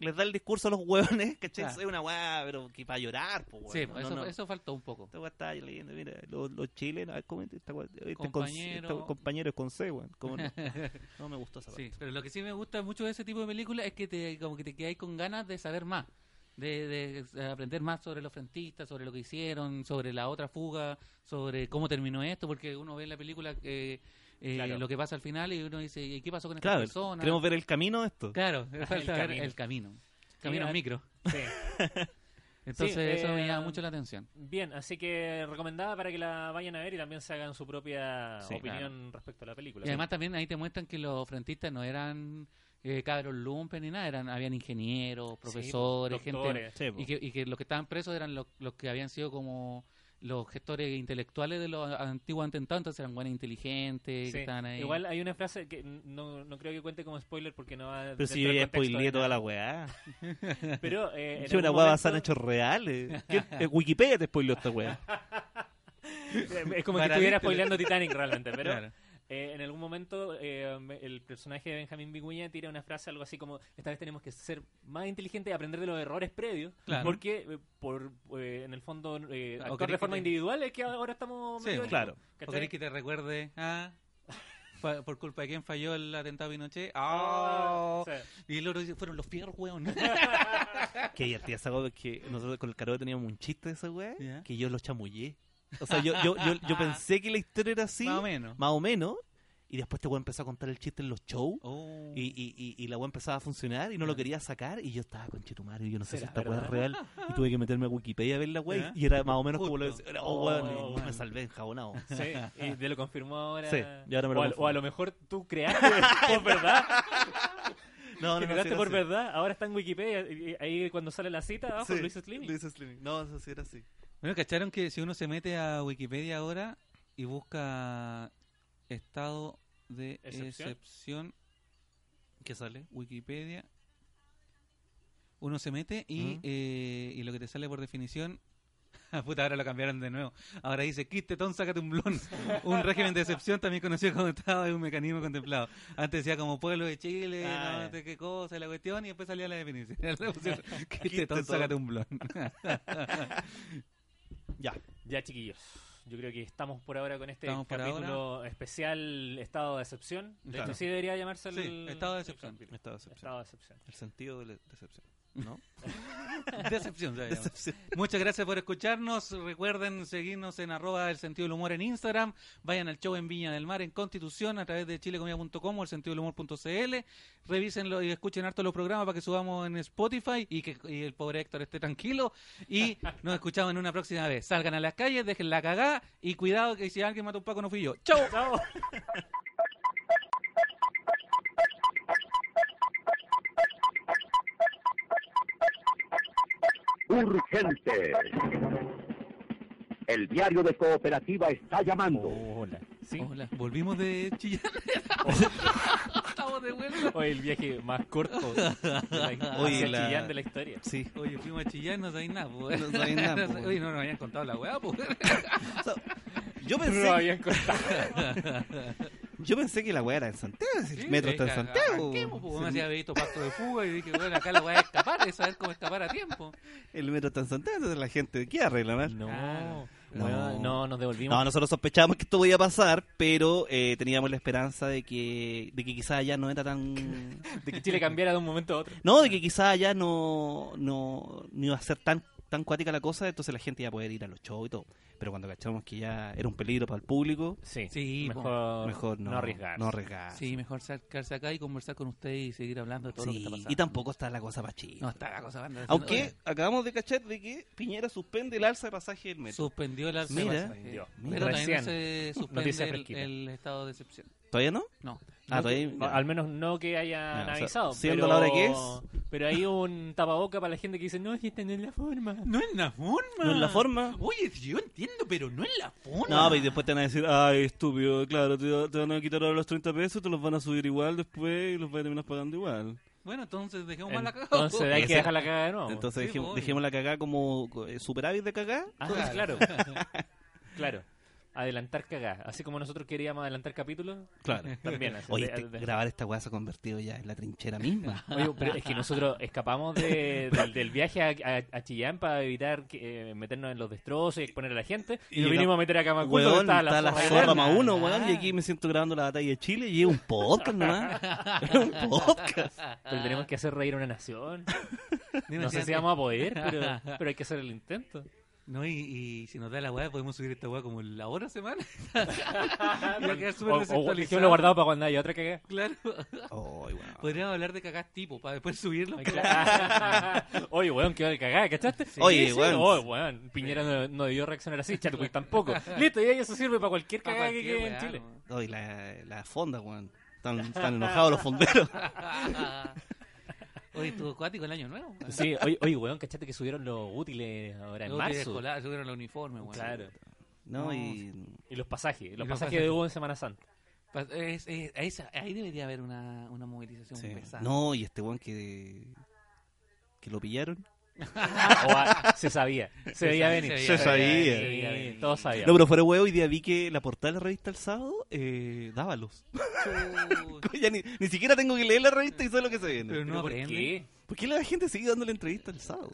[SPEAKER 5] les da el discurso a los hueones, ¿cachai?
[SPEAKER 2] Claro.
[SPEAKER 5] Es una weá, pero que para llorar, pues,
[SPEAKER 2] Sí,
[SPEAKER 5] no,
[SPEAKER 2] eso,
[SPEAKER 5] no.
[SPEAKER 2] eso faltó un poco.
[SPEAKER 5] Esta weá está leyendo, mira, los, los chilenos, a ver, ¿cómo este, esta weá- este con-
[SPEAKER 2] Compañero.
[SPEAKER 5] este compañero es con C, weón. ¿Cómo no? No me gustó esa parte.
[SPEAKER 2] Sí, pero lo que sí me gusta mucho de ese tipo de películas es que te, como que te quedáis con ganas de saber más, de, de, eh, aprender más sobre los frentistas, sobre lo que hicieron, sobre la otra fuga, sobre cómo terminó esto, porque uno ve en la película eh, eh,
[SPEAKER 4] Claro.
[SPEAKER 2] lo que pasa al final y uno dice, ¿y qué pasó con esta
[SPEAKER 5] Claro,
[SPEAKER 2] persona?
[SPEAKER 5] queremos ver el camino de esto.
[SPEAKER 2] Claro, falta ver
[SPEAKER 4] camino.
[SPEAKER 2] el camino. Camino
[SPEAKER 4] Mira,
[SPEAKER 2] en micro.
[SPEAKER 4] Sí.
[SPEAKER 2] Entonces eso me
[SPEAKER 4] eh,
[SPEAKER 2] llama mucho la atención.
[SPEAKER 4] Bien, así que recomendada para que la vayan a ver y también se hagan su propia
[SPEAKER 5] Sí,
[SPEAKER 4] opinión respecto a la película.
[SPEAKER 2] Y además también ahí te muestran que los frentistas no eran eh, cabros lumpen ni nada, eran habían ingenieros,
[SPEAKER 4] Sí,
[SPEAKER 2] profesores, gente
[SPEAKER 4] doctores.
[SPEAKER 5] Sí, po.
[SPEAKER 2] Y que, y que los que estaban presos eran los, los que habían sido como los gestores intelectuales de los antiguos atentados, entonces eran buenas inteligentes,
[SPEAKER 4] Sí.
[SPEAKER 2] que estaban ahí.
[SPEAKER 4] Igual hay una frase que n- no, no creo que cuente como spoiler porque no va
[SPEAKER 5] Pero si yo ya spoileé toda la weá.
[SPEAKER 4] Pero eh, en
[SPEAKER 5] Es una
[SPEAKER 4] algún momento-
[SPEAKER 5] weá basada en hechos reales. ¿Qué- eh, Wikipedia te spoileó esta weá.
[SPEAKER 4] Es como que
[SPEAKER 2] Para
[SPEAKER 4] estuviera
[SPEAKER 2] mí, pero-
[SPEAKER 4] spoileando Titanic realmente, pero
[SPEAKER 2] Claro.
[SPEAKER 4] eh, en algún momento eh, me- el personaje de Benjamín Vicuña tira una frase algo así como esta vez tenemos que ser más inteligentes y aprender de los errores previos,
[SPEAKER 2] Claro.
[SPEAKER 4] porque eh, por eh, en el fondo eh,
[SPEAKER 2] O
[SPEAKER 4] actuar
[SPEAKER 2] querés
[SPEAKER 4] de
[SPEAKER 2] que
[SPEAKER 4] forma
[SPEAKER 2] te-
[SPEAKER 4] individual es que ahora estamos
[SPEAKER 2] Sí,
[SPEAKER 4] medio-
[SPEAKER 5] Claro.
[SPEAKER 2] ¿O
[SPEAKER 4] ¿cachai?
[SPEAKER 2] querés que te recuerde? Ah, fa- por culpa de quién falló el atentado de Pinochet. Ah.
[SPEAKER 5] Oh.
[SPEAKER 4] O sea,
[SPEAKER 2] Y el otro dice, fueron los fierros, weón.
[SPEAKER 5] Que divertida esa weá, que nosotros con el caro teníamos un chiste de esa weá,
[SPEAKER 2] Ya. Ah.
[SPEAKER 5] que yo lo chamullé. O sea, yo, yo, yo, yo pensé que la historia era así,
[SPEAKER 2] Más o menos.
[SPEAKER 5] más o menos, y después este weá empezó a contar el chiste en los shows.
[SPEAKER 2] Oh.
[SPEAKER 5] Y, y, y, y la weá empezaba a funcionar y no lo
[SPEAKER 2] Ya.
[SPEAKER 5] quería sacar y yo estaba con Chetumario y yo no sé si
[SPEAKER 4] ¿Será
[SPEAKER 5] esta weá es
[SPEAKER 4] verdad?
[SPEAKER 5] real y tuve que meterme a Wikipedia a ver la
[SPEAKER 2] Ya.
[SPEAKER 5] weá y era más o menos como lo
[SPEAKER 2] Justo.
[SPEAKER 5] decía, era, oh weón,
[SPEAKER 4] Oh,
[SPEAKER 5] y
[SPEAKER 4] bueno.
[SPEAKER 5] me salvé enjabonado.
[SPEAKER 4] sí, y te lo confirmó ahora.
[SPEAKER 5] Sí, y ahora me lo
[SPEAKER 4] o, a,
[SPEAKER 5] confirmó.
[SPEAKER 4] o a lo mejor tú creaste por verdad
[SPEAKER 5] No,
[SPEAKER 4] Generaste
[SPEAKER 5] sí era
[SPEAKER 4] por
[SPEAKER 5] así.
[SPEAKER 4] verdad, ahora está en Wikipedia, y- y ahí cuando sale la cita abajo,
[SPEAKER 5] Sí,
[SPEAKER 4] Luis Sliming.
[SPEAKER 5] Luis Slimming. No, eso sí era así.
[SPEAKER 2] Bueno, ¿cacharon que si uno se mete a Wikipedia ahora y busca estado de
[SPEAKER 4] Excepción.
[SPEAKER 2] excepción
[SPEAKER 5] ¿Qué sale?
[SPEAKER 6] Wikipedia. Uno se mete y,
[SPEAKER 5] ¿Mm?
[SPEAKER 6] eh, y lo que te sale por definición. Ah, Puta, ahora lo cambiaron de nuevo. Ahora dice, quistetón, sácate un blon. Un régimen de excepción también conocido como Estado es un mecanismo contemplado. Antes decía como pueblo de Chile,
[SPEAKER 4] Ah,
[SPEAKER 6] no
[SPEAKER 4] ya.
[SPEAKER 6] sé qué cosa, y la cuestión, y después salía la definición. Le pusieron,
[SPEAKER 5] Quistetón.
[SPEAKER 6] quistetón, sácate un blon.
[SPEAKER 5] Ya.
[SPEAKER 4] Ya, chiquillos. Yo creo que estamos por ahora con este
[SPEAKER 6] Estamos por
[SPEAKER 4] capítulo especial Estado de Excepción. De
[SPEAKER 6] Claro.
[SPEAKER 4] hecho, sí debería llamarse el...
[SPEAKER 6] Sí, estado de excepción.
[SPEAKER 4] el
[SPEAKER 5] Estado de
[SPEAKER 4] capítulo.
[SPEAKER 5] excepción.
[SPEAKER 4] Estado de Excepción.
[SPEAKER 5] El sentido de la decepción. ¿No?
[SPEAKER 6] Decepción, se llama.
[SPEAKER 5] Decepción.
[SPEAKER 6] Muchas gracias por escucharnos. Recuerden seguirnos en arroba el sentido del humor en Instagram. Vayan al show en Viña del Mar, en Constitución, a través de chilecomida.com o el sentido del humor.cl. Revísenlo y escuchen harto los programas para que subamos en Spotify y que y el pobre Héctor esté tranquilo. Y nos escuchamos en una próxima vez. Salgan a las calles, dejen la cagada y cuidado que si alguien mata a un Paco no fui yo. ¡Chau!
[SPEAKER 4] Chao.
[SPEAKER 1] Urgente. El diario de cooperativa está llamando.
[SPEAKER 4] Hola. Sí.
[SPEAKER 6] Hola, volvimos de chillar. Estamos de vuelta.
[SPEAKER 4] Hoy el viaje más corto de la,
[SPEAKER 5] Oye,
[SPEAKER 4] hacia
[SPEAKER 5] la-
[SPEAKER 4] Chillán de la historia.
[SPEAKER 5] Sí.
[SPEAKER 6] Oye, fuimos a chillar, no sabéis nada, po.
[SPEAKER 5] No sabéis nada, pues. po.
[SPEAKER 6] Oye, no nos habían contado la weá, pues.
[SPEAKER 5] Yo
[SPEAKER 4] No lo
[SPEAKER 5] pensé,
[SPEAKER 4] habían contado.
[SPEAKER 5] yo pensé que la weá era en Santiago. es decir, El metro está pues, en Santiago.
[SPEAKER 6] Porque me
[SPEAKER 5] Sí,
[SPEAKER 6] hacía visto pacto de fuga y dije, bueno, acá la voy a escapar, es saber cómo escapar a tiempo.
[SPEAKER 5] El metro está en Santiago. Entonces la gente, ¿qué arregla, man?
[SPEAKER 4] No. No,
[SPEAKER 6] Claro.
[SPEAKER 5] No.
[SPEAKER 4] no, nos devolvimos.
[SPEAKER 5] No, nosotros sospechábamos que esto podía pasar, pero eh, teníamos la esperanza de que, de que quizás allá no era tan...
[SPEAKER 4] De que Chile cambiara de un momento a otro.
[SPEAKER 5] No, de que quizás allá no, no, no iba a ser tan, tan cuática la cosa, entonces la gente iba a poder ir a los shows y todo. Pero cuando cachamos que ya era un peligro para el público,
[SPEAKER 4] Sí.
[SPEAKER 6] Sí,
[SPEAKER 4] mejor,
[SPEAKER 5] mejor no,
[SPEAKER 4] arriesgar.
[SPEAKER 5] No arriesgar.
[SPEAKER 6] Sí, mejor sacarse acá y conversar con usted y seguir hablando de todo lo que
[SPEAKER 5] Sí,
[SPEAKER 6] está pasando.
[SPEAKER 5] y tampoco está la cosa para Chile.
[SPEAKER 6] No está la cosa banda.
[SPEAKER 5] Aunque acabamos de cachar de que Piñera suspende el alza de pasaje del metro.
[SPEAKER 6] eh, Suspendió el alza
[SPEAKER 5] Mira,
[SPEAKER 6] de pasaje.
[SPEAKER 4] Suspendió.
[SPEAKER 6] Pero también
[SPEAKER 4] Recién.
[SPEAKER 6] no se suspende
[SPEAKER 4] Noticia
[SPEAKER 6] el,
[SPEAKER 4] fresquita.
[SPEAKER 6] el estado de excepción.
[SPEAKER 5] ¿Todavía no?
[SPEAKER 6] No.
[SPEAKER 5] Ah, todavía...
[SPEAKER 4] No, al menos no que hayan
[SPEAKER 5] Ya, o sea,
[SPEAKER 4] avisado.
[SPEAKER 5] siendo
[SPEAKER 4] pero,
[SPEAKER 5] la hora que es.
[SPEAKER 4] Pero hay un tapaboca para la gente que dice, no, si esta no es la forma.
[SPEAKER 6] No es la forma.
[SPEAKER 5] No es la forma.
[SPEAKER 6] Ah. Oye, yo entiendo, pero no es la forma.
[SPEAKER 5] No, pero y después te van a decir, ay, estúpido, claro, te, te van a quitar ahora los 30 pesos, te los van a subir igual después y los vas a terminar pagando igual.
[SPEAKER 6] Bueno, entonces dejemos mal la cagada. po.
[SPEAKER 4] Entonces hay que
[SPEAKER 5] Ese-
[SPEAKER 4] dejar la cagada de
[SPEAKER 6] Oh,
[SPEAKER 4] nuevo.
[SPEAKER 5] Entonces
[SPEAKER 6] sí,
[SPEAKER 5] dejemos,
[SPEAKER 6] voy.
[SPEAKER 5] dejemos la cagada como eh, superávit de cagada.
[SPEAKER 4] Ah, claro. claro. Adelantar cagada. Así como nosotros queríamos adelantar capítulos,
[SPEAKER 5] Claro.
[SPEAKER 4] también. así,
[SPEAKER 5] Oye,
[SPEAKER 4] de-
[SPEAKER 5] este-
[SPEAKER 4] de-
[SPEAKER 5] grabar esta weá se ha convertido ya en la trinchera misma.
[SPEAKER 4] Oye, pero es que nosotros escapamos de- del, del viaje a, a- a Chillán para evitar que, eh, meternos en los destrozos y exponer a la gente. Y,
[SPEAKER 5] Y
[SPEAKER 4] nos
[SPEAKER 5] la-
[SPEAKER 4] vinimos a meter a Camacuto.
[SPEAKER 5] Weón, está la, zorra más uno, weón,
[SPEAKER 4] Ah.
[SPEAKER 5] y aquí me siento grabando la batalla de Chile y es un podcast nomás. Es un podcast.
[SPEAKER 4] Pero tenemos que hacer reír a una nación.
[SPEAKER 6] Dime
[SPEAKER 4] No sé
[SPEAKER 6] antes-
[SPEAKER 4] si vamos a poder, pero, pero hay que hacer el intento.
[SPEAKER 6] No, y, y si nos da la weá, podemos subir esta weá como la hora semana. y va a quedar
[SPEAKER 4] O,
[SPEAKER 6] súper
[SPEAKER 4] o
[SPEAKER 6] desactualizado.
[SPEAKER 4] lo guardado para cuando haya otra cagada.
[SPEAKER 6] Claro.
[SPEAKER 5] Ay, weón.
[SPEAKER 6] Podríamos hablar de cagás tipo para después subirlo.
[SPEAKER 4] Ay, claro. Oye, weón, quedó de cagada, ¿cachaste?
[SPEAKER 5] Oye, weón.
[SPEAKER 4] Oye, weón. Piñera no, no debió reaccionar así, Chadwick tampoco. Listo, y ahí eso sirve para cualquier
[SPEAKER 6] Pa'
[SPEAKER 4] cagada que
[SPEAKER 6] cualquier
[SPEAKER 4] quede en
[SPEAKER 6] weá,
[SPEAKER 4] Chile.
[SPEAKER 5] Ay, la, la fonda, weón. Están, están enojados los fonderos.
[SPEAKER 6] ¿no? Ah. Oye, estuvo acuático el año nuevo. weón.
[SPEAKER 4] Sí, oye, oye, weón, ¿cachaste que subieron los útiles ahora en
[SPEAKER 6] Luego que
[SPEAKER 4] marzo?
[SPEAKER 6] escolar, subieron los uniformes, weón.
[SPEAKER 4] Claro.
[SPEAKER 5] No,
[SPEAKER 6] No,
[SPEAKER 5] y...
[SPEAKER 4] Y los pasajes, los
[SPEAKER 6] los
[SPEAKER 4] pasajes
[SPEAKER 6] pasajes.
[SPEAKER 4] de Hugo en Semana Santa.
[SPEAKER 6] Pa- es- es- a esa- ahí debería haber una, una movilización
[SPEAKER 5] sí.
[SPEAKER 6] pesada.
[SPEAKER 5] No, y este weón que... Que lo pillaron.
[SPEAKER 4] O a- se sabía, se veía venir.
[SPEAKER 5] Se sabía.
[SPEAKER 4] Se veía venir, Todos sabían.
[SPEAKER 5] No, pero fuera huevo, hoy día vi que la portada de la revista el sábado eh, daba luz.
[SPEAKER 6] Chuy.
[SPEAKER 5] Ya ni, ni siquiera tengo que leer la revista y sé lo que se viene.
[SPEAKER 6] Pero no
[SPEAKER 4] ¿Por
[SPEAKER 6] aprende.
[SPEAKER 4] qué?
[SPEAKER 5] ¿Por qué la gente sigue dándole entrevista el sábado?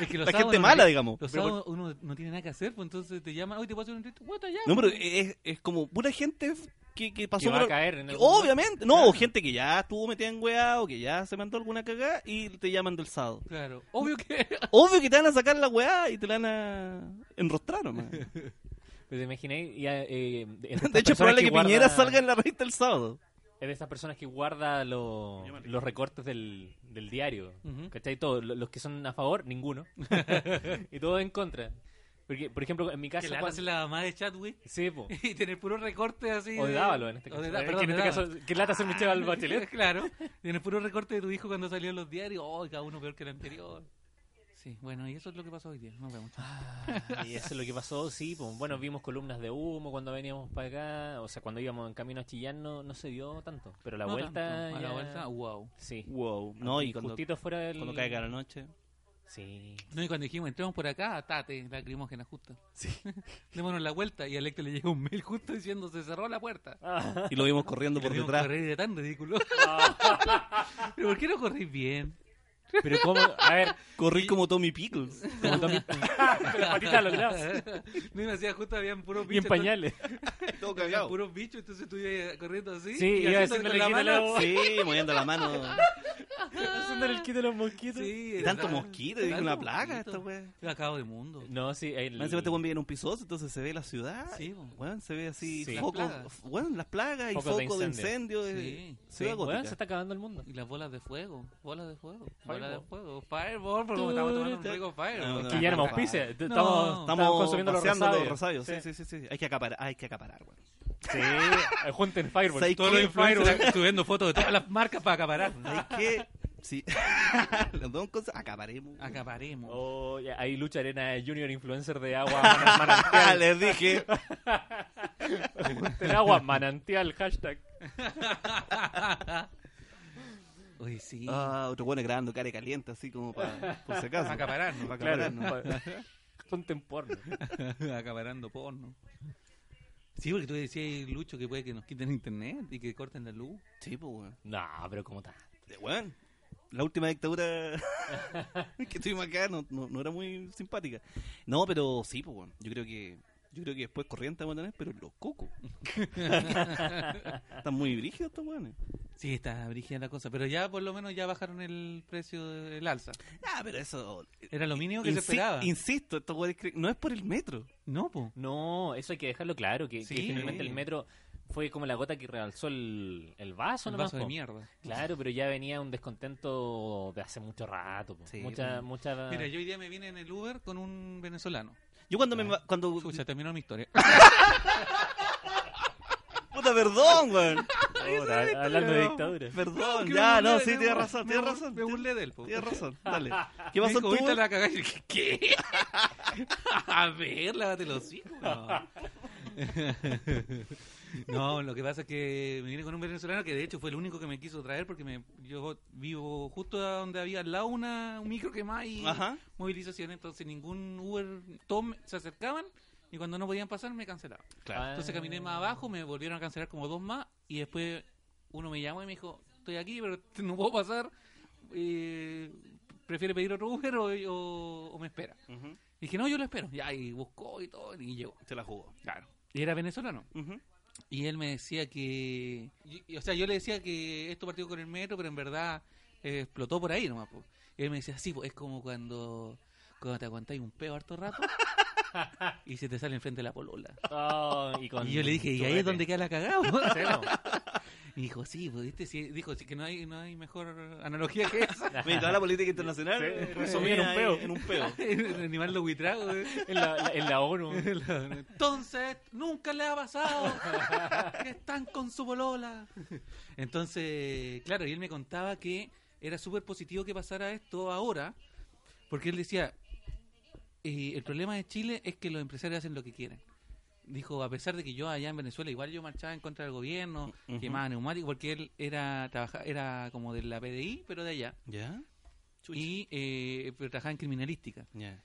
[SPEAKER 6] Es que los
[SPEAKER 5] La
[SPEAKER 6] sábados
[SPEAKER 5] gente
[SPEAKER 6] no
[SPEAKER 5] mala,
[SPEAKER 6] tiene-
[SPEAKER 5] digamos.
[SPEAKER 6] Los
[SPEAKER 5] Pero
[SPEAKER 6] sábados uno no tiene nada que hacer, pues entonces te llaman, hoy te puedo hacer un entrevista. What the- ya,
[SPEAKER 5] No, pero
[SPEAKER 6] weón.
[SPEAKER 5] es, es como pura gente que, que pasó
[SPEAKER 4] Que va a
[SPEAKER 5] por-
[SPEAKER 4] caer en algún
[SPEAKER 5] Obviamente, no, o gente que ya estuvo metida en weá o que ya se mandó alguna cagada y te llaman del sábado.
[SPEAKER 6] Claro, obvio que.
[SPEAKER 5] Obvio que te van a sacar la weá y te la van a enrostrar nomás. De
[SPEAKER 4] Pero te imagináis, ya, eh, es
[SPEAKER 5] hecho, es probable que, Piñera
[SPEAKER 4] guarda-
[SPEAKER 5] salga en la revista el sábado.
[SPEAKER 4] Es de estas personas que guarda lo- los recortes del, del diario.
[SPEAKER 6] Ujú.
[SPEAKER 4] ¿Cachai? Todos, lo- los que son a favor, ninguno. y todos en contra. Porque, por ejemplo, en mi
[SPEAKER 6] Que
[SPEAKER 4] caso...
[SPEAKER 6] la
[SPEAKER 4] cuando-
[SPEAKER 6] hace la mamá de Chadwick
[SPEAKER 4] Sí, po.
[SPEAKER 6] y tener puro recorte así.
[SPEAKER 4] O de Dávalo, en este caso.
[SPEAKER 6] O de
[SPEAKER 4] Eh,
[SPEAKER 6] Da-
[SPEAKER 4] que
[SPEAKER 6] perdón,
[SPEAKER 4] en
[SPEAKER 6] de
[SPEAKER 4] este
[SPEAKER 6] Dávalo.
[SPEAKER 4] caso, qué lata hacer Michelle al Bachelet.
[SPEAKER 6] Claro, tener puro recorte de tu hijo cuando salió en los diarios. Oh, cada uno peor que el anterior.
[SPEAKER 2] Sí, bueno, y eso es lo que pasó hoy día. Nos vemos.
[SPEAKER 4] Ah, y eso es lo que pasó, sí. pues, bueno, vimos columnas de humo cuando veníamos para acá. O sea, cuando íbamos en camino a Chillán no, no se dio tanto. Pero la
[SPEAKER 2] No
[SPEAKER 4] vuelta.
[SPEAKER 2] tanto. A la
[SPEAKER 4] ya-
[SPEAKER 2] vuelta,
[SPEAKER 6] uh.
[SPEAKER 2] wow.
[SPEAKER 4] Sí.
[SPEAKER 5] Wow. No, y cuando,
[SPEAKER 4] Justito fuera del.
[SPEAKER 5] cuando caiga la noche.
[SPEAKER 4] Sí.
[SPEAKER 2] No, y cuando dijimos, entremos por acá, tate, lacrimógena justa. Sí. Démonos la vuelta y a Electra le llega un mail justo diciendo, se cerró la puerta.
[SPEAKER 5] Y lo vimos corriendo por
[SPEAKER 2] Pero
[SPEAKER 5] detrás.
[SPEAKER 2] Correr tan ridículo. Pero ¿por qué no corrís bien?
[SPEAKER 4] Pero cómo. A ver,
[SPEAKER 5] Corrí como Tommy Pickles.
[SPEAKER 4] como Tommy. con las patitas a los lados.
[SPEAKER 2] no, y me hacía justo, habían puros
[SPEAKER 4] Y en
[SPEAKER 2] bichos.
[SPEAKER 4] pañales.
[SPEAKER 5] Todo
[SPEAKER 2] entonces- habían puros bichos, entonces tú ibas corriendo así.
[SPEAKER 4] Sí,
[SPEAKER 2] y
[SPEAKER 4] iba
[SPEAKER 2] haciendo
[SPEAKER 4] haciéndole
[SPEAKER 2] con la
[SPEAKER 4] guiño a la
[SPEAKER 2] mano.
[SPEAKER 4] boca.
[SPEAKER 5] Sí, moviendo la mano.
[SPEAKER 4] Haciéndole el kit de los mosquitos.
[SPEAKER 2] Sí,
[SPEAKER 5] Y
[SPEAKER 2] era-
[SPEAKER 5] tanto mosquito, y
[SPEAKER 2] tanto
[SPEAKER 5] una plaga
[SPEAKER 2] mosquito.
[SPEAKER 5] esta weá.
[SPEAKER 2] Yo acabo de mundo.
[SPEAKER 4] No, sí. El...
[SPEAKER 5] Más encima este weón vive en un pisoso, entonces se ve la ciudad.
[SPEAKER 2] Sí, po.
[SPEAKER 5] Weón, se ve así,
[SPEAKER 4] Sí.
[SPEAKER 5] focos,
[SPEAKER 2] Las plagas.
[SPEAKER 5] f- weón, las plagas y
[SPEAKER 4] Focos de
[SPEAKER 5] focos de
[SPEAKER 4] incendio.
[SPEAKER 5] incendio.
[SPEAKER 2] Sí.
[SPEAKER 5] Sí,
[SPEAKER 4] Sí,
[SPEAKER 5] ciudad gótica.
[SPEAKER 4] weón, se está acabando el mundo.
[SPEAKER 2] Y las bolas de fuego, bolas de fuego, bolas de
[SPEAKER 4] Fireball.
[SPEAKER 2] fuego, fireball, porque como estamos tomando un rico fireball.
[SPEAKER 5] No,
[SPEAKER 4] Que ya no me
[SPEAKER 5] Ah.
[SPEAKER 4] auspicia. T-
[SPEAKER 2] No.
[SPEAKER 4] Estamos,
[SPEAKER 5] Estamos
[SPEAKER 4] consumiendo los
[SPEAKER 5] paseando
[SPEAKER 4] rosarios.
[SPEAKER 5] Sí. Sí, sí, sí, Hay que acaparar, hay que acaparar, weón.
[SPEAKER 4] Sí, eh, junten Fireball.
[SPEAKER 5] ¿Sabes
[SPEAKER 2] Todos
[SPEAKER 5] qué?
[SPEAKER 2] los influencers subiendo fotos de todas las marcas para acaparar.
[SPEAKER 5] ¿Sabes qué? Sí. Las dos cosas, acaparemos.
[SPEAKER 2] Acaparemos.
[SPEAKER 4] Oh, ya, ahí lucha arena junior influencer de agua manantial.
[SPEAKER 5] Les dije.
[SPEAKER 4] Junten agua manantial, hashtag.
[SPEAKER 2] Uy, sí.
[SPEAKER 5] Ah, otro bueno grabando cara caliente, así como para, por si acaso.
[SPEAKER 2] Para acapararnos.
[SPEAKER 5] Para
[SPEAKER 4] Claro.
[SPEAKER 5] acapararnos.
[SPEAKER 4] Junten porno.
[SPEAKER 2] Acaparando porno. Sí, porque tú decías, Lucho, que puede que nos quiten internet y que corten la luz.
[SPEAKER 5] Sí, pues, weón.
[SPEAKER 4] No, pero como tal.
[SPEAKER 5] De- Eh, weón, La última dictadura que estuvimos acá no, no, no era muy simpática. No, pero sí, pues, weón. Yo creo que. Yo creo que después corriente vamos a tener, pero los cocos. Están muy brígidos estos weones.
[SPEAKER 2] Sí, está brígida la cosa, pero ya por lo menos ya bajaron el precio del alza.
[SPEAKER 5] Ah, pero eso.
[SPEAKER 2] Era lo mínimo que se
[SPEAKER 5] insi-
[SPEAKER 2] esperaba.
[SPEAKER 5] Insisto, estos weones cre- no es por el metro.
[SPEAKER 2] No, po.
[SPEAKER 4] No, eso hay que dejarlo claro, que, que
[SPEAKER 2] Sí.
[SPEAKER 4] finalmente el metro fue como la gota que realzó el, el vaso,
[SPEAKER 2] Un
[SPEAKER 4] nomás,
[SPEAKER 2] vaso de pues.
[SPEAKER 4] po.
[SPEAKER 2] mierda.
[SPEAKER 4] Claro, pero ya venía un descontento de hace mucho rato. po.
[SPEAKER 5] Sí,
[SPEAKER 4] mucha,
[SPEAKER 5] bueno.
[SPEAKER 4] mucha...
[SPEAKER 2] pues. Mira, yo hoy día me vine en el Uber con un venezolano.
[SPEAKER 5] Yo cuando me. va- Cuando,
[SPEAKER 2] Escucha, terminó mi historia.
[SPEAKER 5] Puta, perdón, weón.
[SPEAKER 4] Ahora, hablando de
[SPEAKER 5] No,
[SPEAKER 4] dictadura.
[SPEAKER 5] Perdón,
[SPEAKER 2] Que me
[SPEAKER 5] ya,
[SPEAKER 2] burlé
[SPEAKER 5] no,
[SPEAKER 2] de-
[SPEAKER 5] sí,
[SPEAKER 2] me
[SPEAKER 5] tienes
[SPEAKER 2] bur-
[SPEAKER 5] razón,
[SPEAKER 2] me
[SPEAKER 5] tienes
[SPEAKER 2] bur-
[SPEAKER 5] razón.
[SPEAKER 2] Me burlé de él, po.
[SPEAKER 5] Tienes razón, dale. ¿Qué
[SPEAKER 2] Me
[SPEAKER 5] pasó
[SPEAKER 2] dijo,
[SPEAKER 5] tú?
[SPEAKER 2] "Ahorita la cagás". Y dije, ¿Qué? A ver, lávate los hijos. No. No, lo que pasa es que me vine con un venezolano que de hecho fue el único que me quiso traer porque me, yo vivo justo a donde había al lado una, un micro quemado y
[SPEAKER 5] Ajá.
[SPEAKER 2] movilización. Entonces ningún Uber, todos me- se acercaban y cuando no podían pasar me cancelaban.
[SPEAKER 4] Claro.
[SPEAKER 2] Entonces caminé
[SPEAKER 4] Ah.
[SPEAKER 2] más abajo, me volvieron a cancelar como dos más y después uno me llamó y me dijo, estoy aquí, pero no puedo pasar, eh, prefiere pedir otro Uber o, o- o me espera.
[SPEAKER 5] Ujú,
[SPEAKER 2] Y dije, no, yo lo espero. Ya, y buscó y todo, y llegó.
[SPEAKER 5] Se la jugó.
[SPEAKER 2] Claro. Y era venezolano.
[SPEAKER 5] Ujú.
[SPEAKER 2] Y él me decía que... y- y- o sea, yo le decía que esto partió con el metro, pero en verdad eh, explotó por ahí nomás. po. Y él me decía, sí, po, pues, es como cuando, cuando te aguantáis un peo harto rato y se te sale enfrente la polola.
[SPEAKER 4] Oh, y, con
[SPEAKER 2] Y yo le dije, ¿y ahí es
[SPEAKER 4] tubete.
[SPEAKER 2] donde queda la cagada? po?"
[SPEAKER 4] Sí, no.
[SPEAKER 2] Y dijo, sí, pues, ¿viste? Sí, dijo sí, que no hay, no hay mejor analogía que esa.
[SPEAKER 5] Mira, toda la política internacional
[SPEAKER 4] Sí,
[SPEAKER 5] resumida
[SPEAKER 4] en un
[SPEAKER 5] ahí
[SPEAKER 4] peo.
[SPEAKER 5] En un peo.
[SPEAKER 2] El animal lo buitrago. eh.
[SPEAKER 4] En la, la- en la ONU.
[SPEAKER 2] Entonces, nunca le ha pasado que están con su bolola. Entonces, claro, y él me contaba que era súper positivo que pasara esto ahora, porque él decía, eh, el problema de Chile es que los empresarios hacen lo que quieren. Dijo, a pesar de que yo allá en Venezuela igual yo marchaba en contra del gobierno,
[SPEAKER 5] Ujú.
[SPEAKER 2] quemaba neumáticos, porque él era, trabaja, era como de la PDI, pero de allá.
[SPEAKER 5] ¿Ya?
[SPEAKER 2] Y eh, pero trabajaba en criminalística.
[SPEAKER 5] Ya.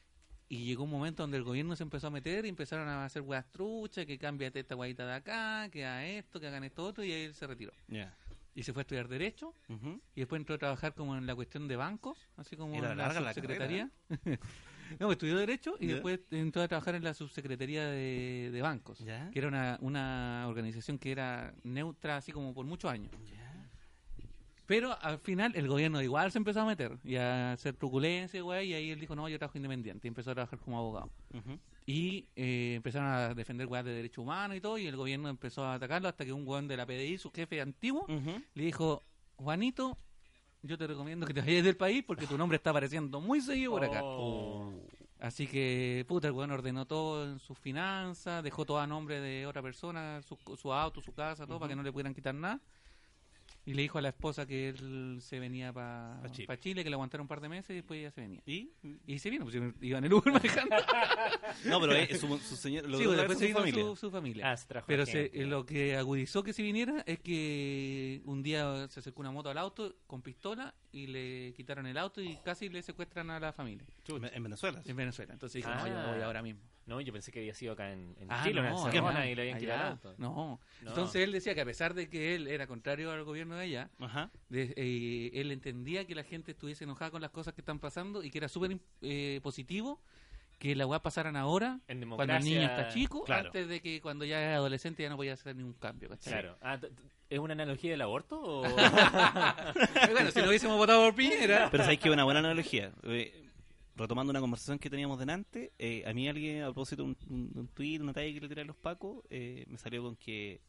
[SPEAKER 2] Y llegó un momento donde el gobierno se empezó a meter y empezaron a hacer weas truchas, que cámbiate esta guayita de acá, que haga esto, que hagan esto otro, y ahí él se retiró.
[SPEAKER 5] Ya.
[SPEAKER 2] Y se fue a estudiar Derecho,
[SPEAKER 5] Ujú.
[SPEAKER 2] y después entró a trabajar como en la cuestión de bancos, así como
[SPEAKER 5] Era
[SPEAKER 2] en
[SPEAKER 5] larga la ¿eh?
[SPEAKER 2] subsecretaría. no, pues, estudió Derecho y
[SPEAKER 5] Ya.
[SPEAKER 2] después entró a trabajar en la subsecretaría de, de bancos,
[SPEAKER 5] Ya.
[SPEAKER 2] que era una, una organización que era neutra así como por muchos años.
[SPEAKER 5] Ya.
[SPEAKER 2] Pero al final el gobierno igual se empezó a meter y a hacer truculencia, güey, y ahí él dijo, no, yo trabajo independiente, y empezó a trabajar como abogado.
[SPEAKER 5] Ujú.
[SPEAKER 2] Y eh, empezaron a defender weas de derechos humanos y todo, y el gobierno empezó a atacarlo hasta que un weón de la PDI, su jefe antiguo,
[SPEAKER 5] Ujú.
[SPEAKER 2] le dijo, Juanito, yo te recomiendo que te vayas del país porque tu nombre está apareciendo muy seguido por acá.
[SPEAKER 4] Oh.
[SPEAKER 2] Así que, puta, el weón ordenó todo en sus finanzas, dejó todo a nombre de otra persona, su, su auto, su casa, todo, para que no le pudieran quitar nada. Y le dijo a la esposa que él se venía para
[SPEAKER 5] Pa Chile.
[SPEAKER 2] Chile. que le aguantara un par de meses y después ya se venía.
[SPEAKER 5] ¿Y?
[SPEAKER 2] Y se vino, pues iba en el Uber manejando.
[SPEAKER 5] No, pero eh, su, su señor, lo
[SPEAKER 2] Sí,
[SPEAKER 5] logró
[SPEAKER 2] pues, después
[SPEAKER 5] traer su
[SPEAKER 2] se vino
[SPEAKER 5] familia.
[SPEAKER 2] su, su familia.
[SPEAKER 4] Ah, se trajo
[SPEAKER 2] Pero
[SPEAKER 4] a
[SPEAKER 2] se-
[SPEAKER 4] gente.
[SPEAKER 2] lo que agudizó que se viniera es que un día se acercó una moto al auto con pistola y le quitaron el auto y casi le secuestran a la familia
[SPEAKER 5] En, en Venezuela.
[SPEAKER 2] en Venezuela. Entonces dijo,
[SPEAKER 4] Ah.
[SPEAKER 2] no, yo me voy ahora mismo.
[SPEAKER 4] No, yo pensé que había sido acá en, en
[SPEAKER 2] Ah,
[SPEAKER 4] Chile, una
[SPEAKER 2] no,
[SPEAKER 4] encerrona,
[SPEAKER 2] allá,
[SPEAKER 4] y le habían quitado el
[SPEAKER 2] allá.
[SPEAKER 4] auto.
[SPEAKER 2] No.
[SPEAKER 4] No.
[SPEAKER 2] Entonces él decía que a pesar de que él era contrario al gobierno de allá,
[SPEAKER 5] Ajá.
[SPEAKER 2] de- eh, él entendía que la gente estuviese enojada con las cosas que están pasando y que era súper eh, positivo que la weá pasaran ahora,
[SPEAKER 4] En
[SPEAKER 2] cuando el niño
[SPEAKER 4] democracia-
[SPEAKER 2] está chico,
[SPEAKER 5] claro.
[SPEAKER 2] antes de que cuando ya es adolescente ya no podía hacer ningún cambio. ¿cachai?
[SPEAKER 4] Claro. Ah, t- t- ¿Es una analogía del aborto? O...
[SPEAKER 2] Pero bueno, si lo hubiésemos votado por Piñera.
[SPEAKER 5] Pero sabéis que es una buena analogía. Eh, retomando una conversación que teníamos delante, eh, a mí alguien, a propósito de un, un, un tuit, una talla que le tiré a los pacos, eh, me salió con que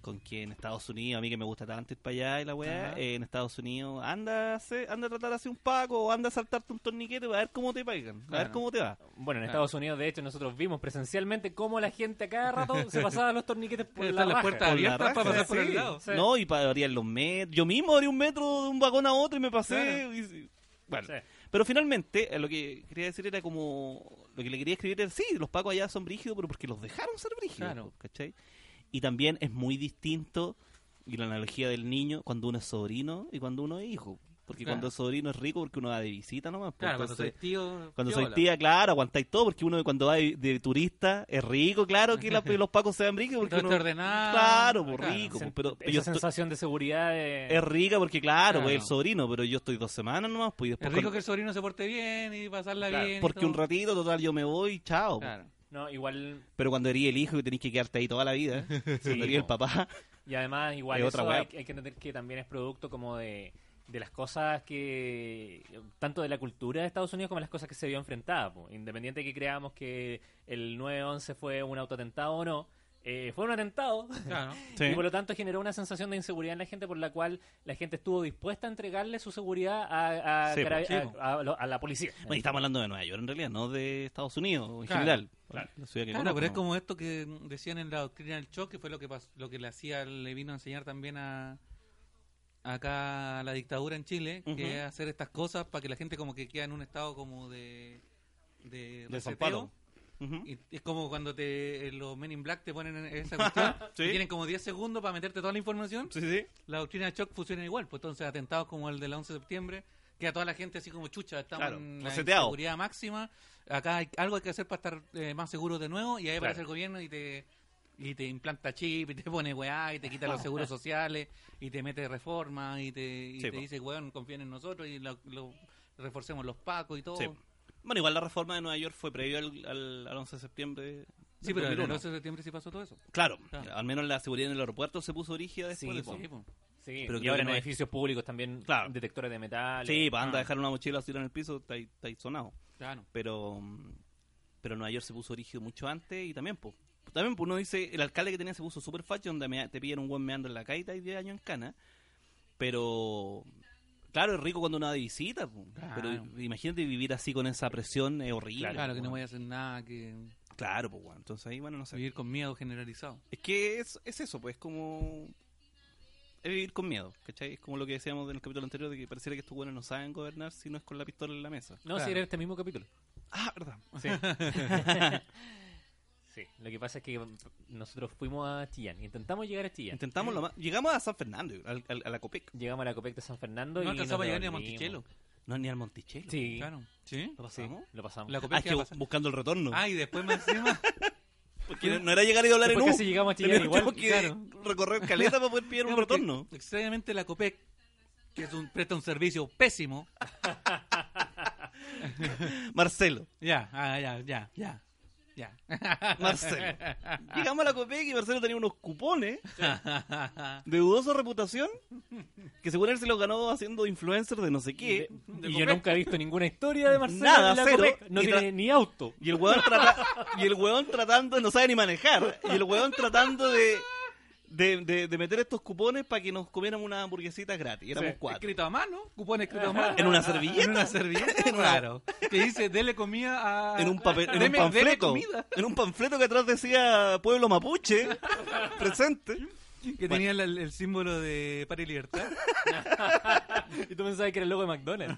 [SPEAKER 5] con que en Estados Unidos, a mí que me gusta tanto ir para allá y la weá,
[SPEAKER 4] Ajá.
[SPEAKER 5] eh, en Estados Unidos, anda a, hacer- anda a tratar así un paco o anda a saltarte un torniquete para ver cómo te pagan, a ver
[SPEAKER 2] Claro.
[SPEAKER 5] cómo te va.
[SPEAKER 4] Bueno, en
[SPEAKER 2] Ah.
[SPEAKER 4] Estados Unidos, de hecho, nosotros vimos presencialmente cómo la gente a cada rato se pasaba los torniquetes por la
[SPEAKER 2] Están las
[SPEAKER 4] raja.
[SPEAKER 2] puertas
[SPEAKER 5] Por la
[SPEAKER 2] abiertas para
[SPEAKER 5] raja.
[SPEAKER 2] pasar por
[SPEAKER 4] Sí.
[SPEAKER 2] el lado.
[SPEAKER 4] Sí.
[SPEAKER 5] No, y para abrir los metros. Yo mismo abrí un metro de un vagón a otro y me pasé.
[SPEAKER 2] Claro.
[SPEAKER 5] y- bueno,
[SPEAKER 4] Sí.
[SPEAKER 5] Pero finalmente, eh, lo que quería decir era como. Lo que le quería escribir era: sí, los pacos allá son brígidos, pero porque los dejaron ser brígidos. pues,
[SPEAKER 2] Claro.
[SPEAKER 5] ¿cachai? Y también es muy distinto, y la analogía del niño, cuando uno es sobrino y cuando uno es hijo. Porque
[SPEAKER 2] Claro.
[SPEAKER 5] cuando es sobrino es rico porque uno va de visita nomás. pues,
[SPEAKER 2] Claro, cuando soy
[SPEAKER 5] entonces-
[SPEAKER 2] tío.
[SPEAKER 5] cuando
[SPEAKER 2] piola.
[SPEAKER 5] soy tía, claro, aguantáis todo, porque uno cuando va de, de turista es rico, claro, que la- los pacos sean brígidos. Porque
[SPEAKER 2] Todo
[SPEAKER 5] uno,
[SPEAKER 2] está ordenado.
[SPEAKER 5] Claro, por
[SPEAKER 2] Claro.
[SPEAKER 5] rico. pues,
[SPEAKER 4] Sen-
[SPEAKER 5] pero- pero yo
[SPEAKER 4] esa
[SPEAKER 5] estoy-
[SPEAKER 4] sensación de seguridad de...
[SPEAKER 5] es rica porque, claro,
[SPEAKER 2] Claro.
[SPEAKER 5] pues, el sobrino, pero yo estoy dos semanas nomás, pues y después.
[SPEAKER 2] Es rico
[SPEAKER 5] cuando-
[SPEAKER 2] que el sobrino se porte bien y pasarla
[SPEAKER 4] Claro,
[SPEAKER 2] bien. y
[SPEAKER 5] Porque
[SPEAKER 2] todo.
[SPEAKER 5] un ratito, total, yo me voy, chao. pues.
[SPEAKER 2] Claro.
[SPEAKER 4] No, igual...
[SPEAKER 5] Pero cuando herí el hijo y tenés que quedarte ahí toda la vida, cuando herí el
[SPEAKER 4] po.
[SPEAKER 5] papá,
[SPEAKER 4] Y además, igual
[SPEAKER 5] Es otra
[SPEAKER 4] eso
[SPEAKER 5] weá.
[SPEAKER 4] hay, hay que entender que también es producto como de, de las cosas que... Tanto de la cultura de Estados Unidos como de las cosas que se vio enfrentada. po. Independiente de que creamos que el 9-11 fue un autoatentado o no, eh, fue un atentado.
[SPEAKER 2] Claro.
[SPEAKER 5] Sí.
[SPEAKER 4] Y por lo tanto generó una sensación de inseguridad en la gente por la cual la gente estuvo dispuesta a entregarle su seguridad a, a,
[SPEAKER 5] Sí, pues. po,
[SPEAKER 4] cara-
[SPEAKER 2] sí, po.
[SPEAKER 4] a- a lo- a la policía.
[SPEAKER 5] bueno, y estamos hablando de Nueva York en realidad, no de Estados Unidos en
[SPEAKER 2] Claro,
[SPEAKER 5] general.
[SPEAKER 4] claro.
[SPEAKER 5] La ciudad que
[SPEAKER 2] Claro,
[SPEAKER 5] conozco,
[SPEAKER 2] pero es
[SPEAKER 5] ¿no?
[SPEAKER 2] como esto que decían en la doctrina del shock, que fue lo que pas- lo que le hacía, le vino a enseñar también a acá a la dictadura en Chile,
[SPEAKER 5] Ujú.
[SPEAKER 2] que es hacer estas cosas para que la gente como que queda en un estado como de de,
[SPEAKER 5] De San
[SPEAKER 2] reseteo.
[SPEAKER 5] Pablo. Ujú.
[SPEAKER 2] Y es como cuando te eh, los Men in Black te ponen en esa cuestión,
[SPEAKER 5] Sí.
[SPEAKER 2] y tienen como 10 segundos para meterte toda la información.
[SPEAKER 5] Sí, sí.
[SPEAKER 2] La doctrina del shock funciona igual, pues entonces atentados como el del 11 de septiembre, que a toda la gente así como chucha, estamos
[SPEAKER 5] Claro,
[SPEAKER 2] en la
[SPEAKER 5] reseteado.
[SPEAKER 2] seguridad máxima, acá hay, algo hay que hacer para estar eh, más seguros de nuevo y ahí
[SPEAKER 4] Claro.
[SPEAKER 2] aparece el gobierno y te y te implanta chip y te pone weá y te quita los seguros sociales y te mete reforma y te, y
[SPEAKER 5] Sí,
[SPEAKER 2] te
[SPEAKER 5] po.
[SPEAKER 2] dice weón confíen en nosotros y lo, lo- reforcemos los pacos y todo.
[SPEAKER 5] Sí.
[SPEAKER 2] Sí,
[SPEAKER 5] Bueno, igual la reforma de Nueva York fue previo al, al, al 11 de septiembre. del
[SPEAKER 2] pero en el
[SPEAKER 5] 2001.
[SPEAKER 2] 12 de septiembre sí pasó todo eso.
[SPEAKER 5] Claro,
[SPEAKER 2] Claro.
[SPEAKER 5] al menos la seguridad en el aeropuerto se puso rígida
[SPEAKER 4] Sí,
[SPEAKER 5] después. de
[SPEAKER 4] po.
[SPEAKER 5] eso.
[SPEAKER 2] Sí, po.
[SPEAKER 4] Sí,
[SPEAKER 5] Pero
[SPEAKER 4] y
[SPEAKER 5] creo
[SPEAKER 4] ahora
[SPEAKER 5] que
[SPEAKER 4] en
[SPEAKER 5] no es-
[SPEAKER 4] edificios públicos también
[SPEAKER 5] Claro.
[SPEAKER 4] detectores de metal.
[SPEAKER 5] Sí, para anda a
[SPEAKER 4] Ah.
[SPEAKER 5] dejar una mochila así en el piso, está ahí, está ahí sonado.
[SPEAKER 2] Claro.
[SPEAKER 5] pero mm, pero Nueva York se puso rígido mucho antes y también pues también pues uno dice el alcalde que tenía se puso super facho donde mea- te pillan un buen meando en la calle y 10 años en cana pero claro es rico cuando uno va de visita po.
[SPEAKER 2] Claro.
[SPEAKER 5] pero imagínate vivir así con esa presión es horrible
[SPEAKER 2] Claro, que no voy
[SPEAKER 5] pues,
[SPEAKER 2] a hacer nada, que
[SPEAKER 5] weón. claro pues weón. entonces ahí bueno no sé
[SPEAKER 2] vivir con miedo generalizado.
[SPEAKER 5] es que es, es eso pues es como es vivir con miedo ¿cachai? es como lo que decíamos en el capítulo anterior de que pareciera que estos buenos no saben gobernar si no es con la pistola en la mesa
[SPEAKER 4] No,
[SPEAKER 2] Claro.
[SPEAKER 4] sí, era este mismo capítulo.
[SPEAKER 5] ah verdad
[SPEAKER 4] Sí. Sí, lo que pasa es que nosotros fuimos a Chillán, intentamos llegar a Chillán.
[SPEAKER 5] intentamos lo más llegamos a San Fernando al- al- a la Copec
[SPEAKER 4] Llegamos a la Copec de San Fernando y
[SPEAKER 2] No alcanzaba a
[SPEAKER 4] nos
[SPEAKER 2] llegar ni a
[SPEAKER 4] devolvimos.
[SPEAKER 2] Monticello.
[SPEAKER 5] No, ni al Monticello.
[SPEAKER 4] Sí,
[SPEAKER 2] Claro. ¿Sí?
[SPEAKER 5] ¿Lo
[SPEAKER 4] sí,
[SPEAKER 5] pasamos?
[SPEAKER 4] lo pasamos.
[SPEAKER 2] La
[SPEAKER 5] Ah,
[SPEAKER 2] copia
[SPEAKER 5] es que bu- buscando el retorno.
[SPEAKER 2] Ah, y después más encima.
[SPEAKER 5] porque no- no era llegar y doblar en
[SPEAKER 4] Después
[SPEAKER 5] U.
[SPEAKER 4] casi llegamos a Chillán
[SPEAKER 5] Teníamos
[SPEAKER 4] igual,
[SPEAKER 5] que
[SPEAKER 2] claro.
[SPEAKER 5] recorrer caleta para poder pillar un
[SPEAKER 2] porque
[SPEAKER 5] retorno.
[SPEAKER 2] Extrañamente la COPEC, que es un, presta un servicio pésimo.
[SPEAKER 5] Marcelo,
[SPEAKER 2] Ya, ah, ya, ya, ya. Ya.
[SPEAKER 5] Marcelo. Llegamos a la Copec y Marcelo tenía unos cupones de dudosa reputación que según él se los ganó haciendo influencer de no sé qué.
[SPEAKER 4] Y
[SPEAKER 2] de
[SPEAKER 4] yo
[SPEAKER 2] Copec.
[SPEAKER 4] nunca he visto ninguna historia de Marcelo
[SPEAKER 5] Nada,
[SPEAKER 4] en la
[SPEAKER 5] cero.
[SPEAKER 4] Copec. No
[SPEAKER 5] Y tra-
[SPEAKER 4] tiene ni auto.
[SPEAKER 5] Y el huevón, trata- y el huevón tratando, no sabe ni manejar. Y el huevón tratando de, de, de- de meter estos cupones para que nos comieran unas hamburguesitas gratis. Éramos
[SPEAKER 4] Sí,
[SPEAKER 5] cuatro.
[SPEAKER 2] Escrito a mano, cupón escrito a mano.
[SPEAKER 5] En una servilleta.
[SPEAKER 2] En una servilleta, claro. Que dice, dele comida a...
[SPEAKER 5] en un papel, en un
[SPEAKER 2] Deme- dele
[SPEAKER 5] panfleto,
[SPEAKER 2] comida.
[SPEAKER 5] en un panfleto que atrás decía Pueblo Mapuche presente.
[SPEAKER 6] Que tenía la- el, símbolo de Patria y Libertad.
[SPEAKER 4] y tú pensabas que era el logo de McDonald's.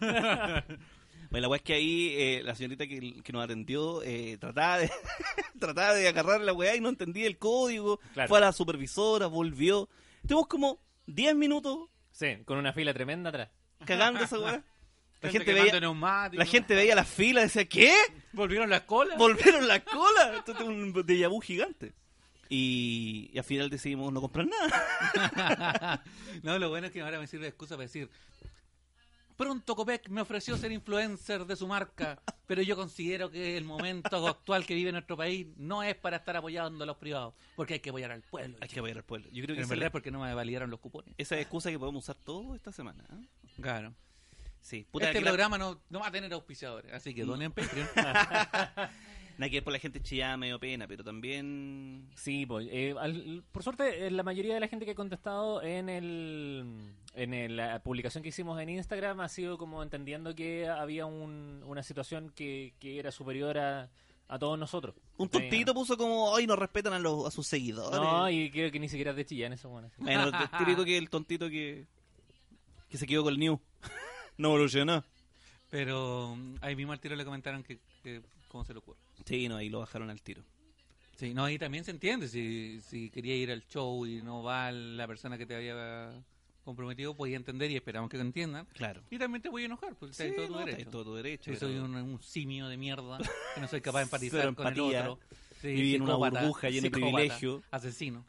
[SPEAKER 5] Bueno, la weá es que ahí eh, la señorita que, que nos atendió eh, trataba, de, trataba de agarrar la weá y no entendía el código.
[SPEAKER 4] Claro.
[SPEAKER 5] Fue a la supervisora, volvió. Tuvimos como 10 minutos
[SPEAKER 4] sí, con una fila tremenda atrás.
[SPEAKER 5] cagando esa weá. La gente,
[SPEAKER 6] quemando
[SPEAKER 5] veía,
[SPEAKER 6] neumáticos.
[SPEAKER 5] la gente veía la fila y decía, ¿qué?
[SPEAKER 6] Volvieron las colas.
[SPEAKER 5] Volvieron la cola. Esto es un déjà vu gigante. Y, y al final decidimos no comprar nada.
[SPEAKER 6] no, lo bueno es que ahora me sirve de excusa para decir. Pronto Copec me ofreció ser influencer de su marca, pero yo considero que el momento actual que vive nuestro país no es para estar apoyando a los privados, porque hay que apoyar al pueblo.
[SPEAKER 5] Hay que apoyar al pueblo. Yo creo que
[SPEAKER 6] En
[SPEAKER 5] esa,
[SPEAKER 6] verdad, porque no me validaron los cupones.
[SPEAKER 5] esa es la excusa que podemos usar todos esta semana. ¿eh?
[SPEAKER 6] Claro.
[SPEAKER 5] Sí, puta,
[SPEAKER 6] este
[SPEAKER 5] que la-
[SPEAKER 6] programa no, no va a tener auspiciadores, así que donen Patreon.
[SPEAKER 5] Nada que ver por la gente chillada, medio pena, pero también.
[SPEAKER 4] Sí, pues, eh, al- por suerte eh, la mayoría de la gente que ha contestado en el en el- la publicación que hicimos en Instagram ha sido como entendiendo que había un- una situación que, que era superior a, a todos nosotros.
[SPEAKER 5] Un
[SPEAKER 4] Entonces,
[SPEAKER 5] tontito puso como, hoy no respetan a, los, a sus seguidores.
[SPEAKER 4] No, y creo que ni siquiera es de Chillán eso, bueno.
[SPEAKER 5] Bueno, t- típico que el tontito que, que se quedó con el New. no evolucionó.
[SPEAKER 6] Pero mm, ahí mismo al tiro le comentaron que, que cómo se le ocurre.
[SPEAKER 5] Sí, no, y lo bajaron al tiro.
[SPEAKER 6] Sí, no, ahí también se entiende. Si, si quería ir al show y no va la persona que te había comprometido, podía entender y esperamos que entiendan.
[SPEAKER 5] Claro.
[SPEAKER 6] Y también te voy a enojar, porque está en todo tu
[SPEAKER 5] no, está
[SPEAKER 6] derecho.
[SPEAKER 5] en todo tu derecho,
[SPEAKER 6] Si soy
[SPEAKER 5] pero-
[SPEAKER 6] un, un simio de mierda, que no soy capaz de
[SPEAKER 5] Cero
[SPEAKER 6] empatizar con el
[SPEAKER 5] empatía.
[SPEAKER 6] otro. Sí,
[SPEAKER 5] Viví en una
[SPEAKER 6] psicópata,
[SPEAKER 5] burbuja llena de
[SPEAKER 6] psicópata,
[SPEAKER 5] privilegio.
[SPEAKER 6] Asesino.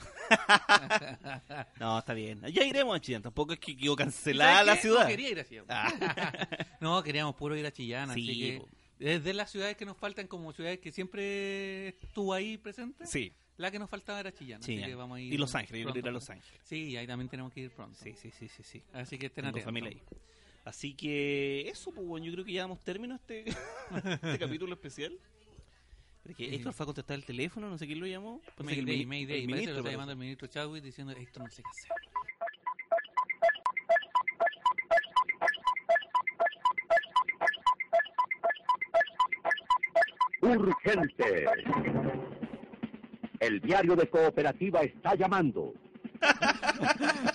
[SPEAKER 5] No, está bien. Ya iremos a Chillán. Tampoco es que quiero
[SPEAKER 6] ¿Sabes
[SPEAKER 5] cancelar la
[SPEAKER 6] qué?
[SPEAKER 5] ciudad.
[SPEAKER 6] No quería ir a Chillán.
[SPEAKER 5] Ah.
[SPEAKER 6] no, queríamos puro ir a Chillán,
[SPEAKER 5] Sí,
[SPEAKER 6] así que...
[SPEAKER 5] po.
[SPEAKER 6] Es de las ciudades que nos faltan, como ciudades que siempre estuvo ahí presente.
[SPEAKER 5] sí.
[SPEAKER 6] La que nos faltaba era Chillán, así
[SPEAKER 5] Chillán.
[SPEAKER 6] que vamos a ir
[SPEAKER 5] Y Los Ángeles, yo quiero ir a
[SPEAKER 6] pronto.
[SPEAKER 5] Los Ángeles.
[SPEAKER 6] Sí, ahí también tenemos que ir pronto.
[SPEAKER 5] Sí, sí, sí, sí, sí.
[SPEAKER 6] Así que estén
[SPEAKER 5] Tengo
[SPEAKER 6] atentos.
[SPEAKER 5] familia ahí. Así que eso, pues, bueno, yo creo que ya damos término a este, este capítulo especial. Porque Héctor fue a contestar el teléfono, no sé quién lo llamó. Parece que el mini-
[SPEAKER 6] Mayday, Mayday.
[SPEAKER 5] el
[SPEAKER 6] Parece que lo
[SPEAKER 5] ministro,
[SPEAKER 6] está
[SPEAKER 5] parece.
[SPEAKER 6] llamando el ministro Chávez diciendo esto no sé qué hacer.
[SPEAKER 1] Urgente. El diario de cooperativa está llamando.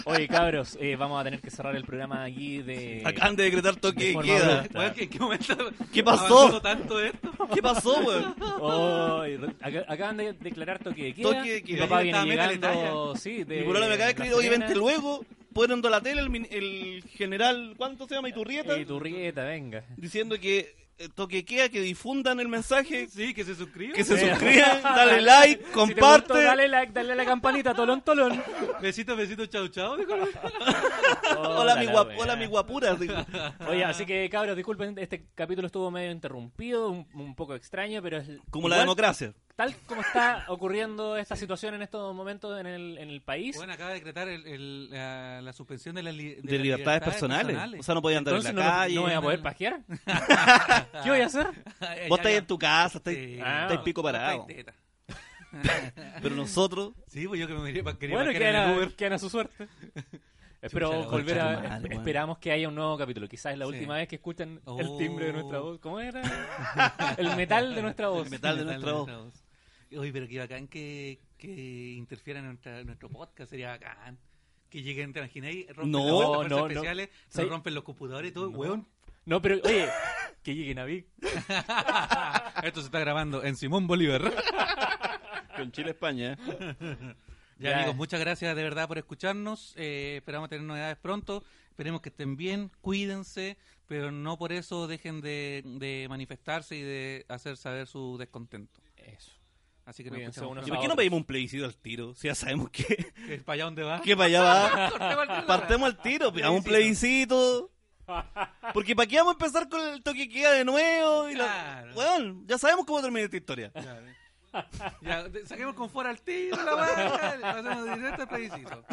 [SPEAKER 4] Oye, cabros, eh, vamos a tener que cerrar el programa aquí de...
[SPEAKER 5] Acaban de decretar toque
[SPEAKER 4] de
[SPEAKER 5] de
[SPEAKER 4] forma
[SPEAKER 5] queda.
[SPEAKER 4] brutal.
[SPEAKER 6] Bueno, ¿qué, qué momento
[SPEAKER 5] ¿Qué pasó?
[SPEAKER 6] avanzó tanto esto?
[SPEAKER 5] ¿Qué pasó, weón?
[SPEAKER 4] Oh, y re- aca- acaban de declarar toque de queda.
[SPEAKER 5] Toque de queda.
[SPEAKER 4] Mi papá viene
[SPEAKER 6] Estaba meta de
[SPEAKER 4] llegando, sí, de...
[SPEAKER 5] Mi polola me acaba de escribir,
[SPEAKER 4] La
[SPEAKER 5] oye,
[SPEAKER 4] Serena".
[SPEAKER 5] vente luego, poniendo la tele el, min- el general, ¿cuánto se llama? Iturrieta,
[SPEAKER 4] Y tu rieta, venga.
[SPEAKER 5] diciendo que eh, toque de queda, que difundan el mensaje,
[SPEAKER 6] Sí, que se suscriba.
[SPEAKER 5] que se
[SPEAKER 4] Sí.
[SPEAKER 5] suscriban, dale like, comparte.
[SPEAKER 4] Si te gustó, dale like, dale a la campanita, tolón, tolón.
[SPEAKER 6] Besito, besito, chau, chau. dijo.
[SPEAKER 5] Hola, mi
[SPEAKER 4] la
[SPEAKER 5] guap-
[SPEAKER 4] wea.
[SPEAKER 5] hola, mi guapura. digo.
[SPEAKER 4] Oye, así que cabros, disculpen, este capítulo estuvo medio interrumpido, un, un poco extraño, pero es
[SPEAKER 5] Como la
[SPEAKER 4] igual,
[SPEAKER 5] democracia.
[SPEAKER 4] Tal como está ocurriendo esta situación en estos momentos en el, en el país.
[SPEAKER 6] Bueno, acaba de decretar el- el- la, la suspensión de, la li-
[SPEAKER 5] De
[SPEAKER 6] las
[SPEAKER 5] libertades personales. O sea, no podían andar
[SPEAKER 4] entonces
[SPEAKER 5] en
[SPEAKER 4] no,
[SPEAKER 5] la calle.
[SPEAKER 4] no voy a poder pajear. ¿Qué voy a hacer?
[SPEAKER 6] Ay,
[SPEAKER 5] Vos
[SPEAKER 6] Ah, ya,
[SPEAKER 5] estáis
[SPEAKER 6] ya.
[SPEAKER 5] en tu casa, estáis,
[SPEAKER 6] Sí.
[SPEAKER 4] Ah.
[SPEAKER 5] estáis pico parado.
[SPEAKER 6] Vos estáis teta.
[SPEAKER 5] Pero nosotros,
[SPEAKER 6] Sí, pues yo que me quería pa- quería
[SPEAKER 4] Bueno,
[SPEAKER 6] marcar en el
[SPEAKER 4] quedan
[SPEAKER 6] Uber.
[SPEAKER 4] a, quedan a su suerte. Espero
[SPEAKER 6] Chucha, la
[SPEAKER 4] volver a.
[SPEAKER 5] concha de tu madre,
[SPEAKER 4] esp-
[SPEAKER 5] weón.
[SPEAKER 4] esperamos que haya un nuevo capítulo. Quizás es la
[SPEAKER 6] Sí.
[SPEAKER 4] última vez que escuchan el
[SPEAKER 6] Oh.
[SPEAKER 4] timbre de nuestra voz. ¿Cómo era? el metal de nuestra voz.
[SPEAKER 5] El metal. de nuestra voz.
[SPEAKER 6] Oye, pero qué bacán que, que interfieran en nuestra- nuestro podcast, sería bacán. Que lleguen, te imaginas, y rompen
[SPEAKER 5] No,
[SPEAKER 6] las puertas,
[SPEAKER 4] no, no.
[SPEAKER 6] fuerzas especiales,
[SPEAKER 4] Sí.
[SPEAKER 6] nos rompen los computadores y todo, weón.
[SPEAKER 4] No, pero oye, que lleguen a Vic.
[SPEAKER 6] Esto se está grabando en Simón Bolívar.
[SPEAKER 5] con Chile, España.
[SPEAKER 6] Ya,
[SPEAKER 4] Ya.
[SPEAKER 6] amigos, muchas gracias de verdad por escucharnos. Eh, esperamos tener novedades pronto. Esperemos que estén bien, cuídense, pero no por eso dejen de, de manifestarse y de hacer saber su descontento.
[SPEAKER 4] Eso.
[SPEAKER 6] Así que nos
[SPEAKER 4] Cuídense
[SPEAKER 6] escuchamos
[SPEAKER 4] unos
[SPEAKER 5] ¿Y por qué no pedimos un plebiscito al tiro? Si ya sabemos que,
[SPEAKER 6] pronto. ¿Para allá dónde va?
[SPEAKER 5] que para allá va.
[SPEAKER 6] Cortemos el programa.
[SPEAKER 5] Partemos al tiro, pidamos un plebiscito. Porque para qué vamos a empezar con el toque que queda de nuevo. Y la-
[SPEAKER 6] Claro.
[SPEAKER 5] Weón, ya sabemos cómo termina esta historia.
[SPEAKER 6] Ya, de- saquemos con fuera al tiro la vaca, pasemos directo al plebiscito.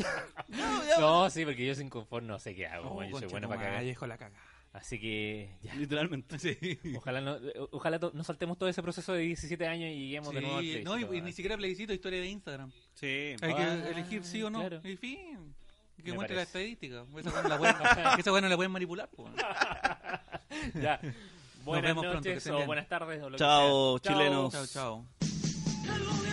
[SPEAKER 5] No, ya-
[SPEAKER 4] No, sí, porque yo sin confort no sé qué hago. weón. Oh, yo soy
[SPEAKER 6] Oh, concha
[SPEAKER 4] bueno
[SPEAKER 6] tu
[SPEAKER 4] para cagar.
[SPEAKER 6] madre, hijo de la caga.
[SPEAKER 4] Así que ya.
[SPEAKER 5] Literalmente.
[SPEAKER 4] Ojalá no, ojalá to- no saltemos todo ese proceso de 17 años y lleguemos de nuevo al
[SPEAKER 6] Sí, no,
[SPEAKER 4] plebiscito,
[SPEAKER 6] y, y
[SPEAKER 4] weón.
[SPEAKER 6] ni siquiera plebiscito, historia de Instagram.
[SPEAKER 5] Sí.
[SPEAKER 6] Hay
[SPEAKER 4] Ah,
[SPEAKER 6] que elegir sí o no.
[SPEAKER 4] claro.
[SPEAKER 6] Y fin. Que
[SPEAKER 4] Me
[SPEAKER 6] muestre la
[SPEAKER 4] parece.
[SPEAKER 6] estadística. Esa weá no la pueden, esa weá no la pueden manipular. pues. po.
[SPEAKER 4] Ya. Buenas
[SPEAKER 6] vemos pronto, que
[SPEAKER 4] noches
[SPEAKER 6] estén
[SPEAKER 4] o
[SPEAKER 6] bien.
[SPEAKER 4] buenas tardes. o lo que
[SPEAKER 5] Chao,
[SPEAKER 4] sea.
[SPEAKER 5] chilenos.
[SPEAKER 6] Chao, chao.
[SPEAKER 3] Salgo de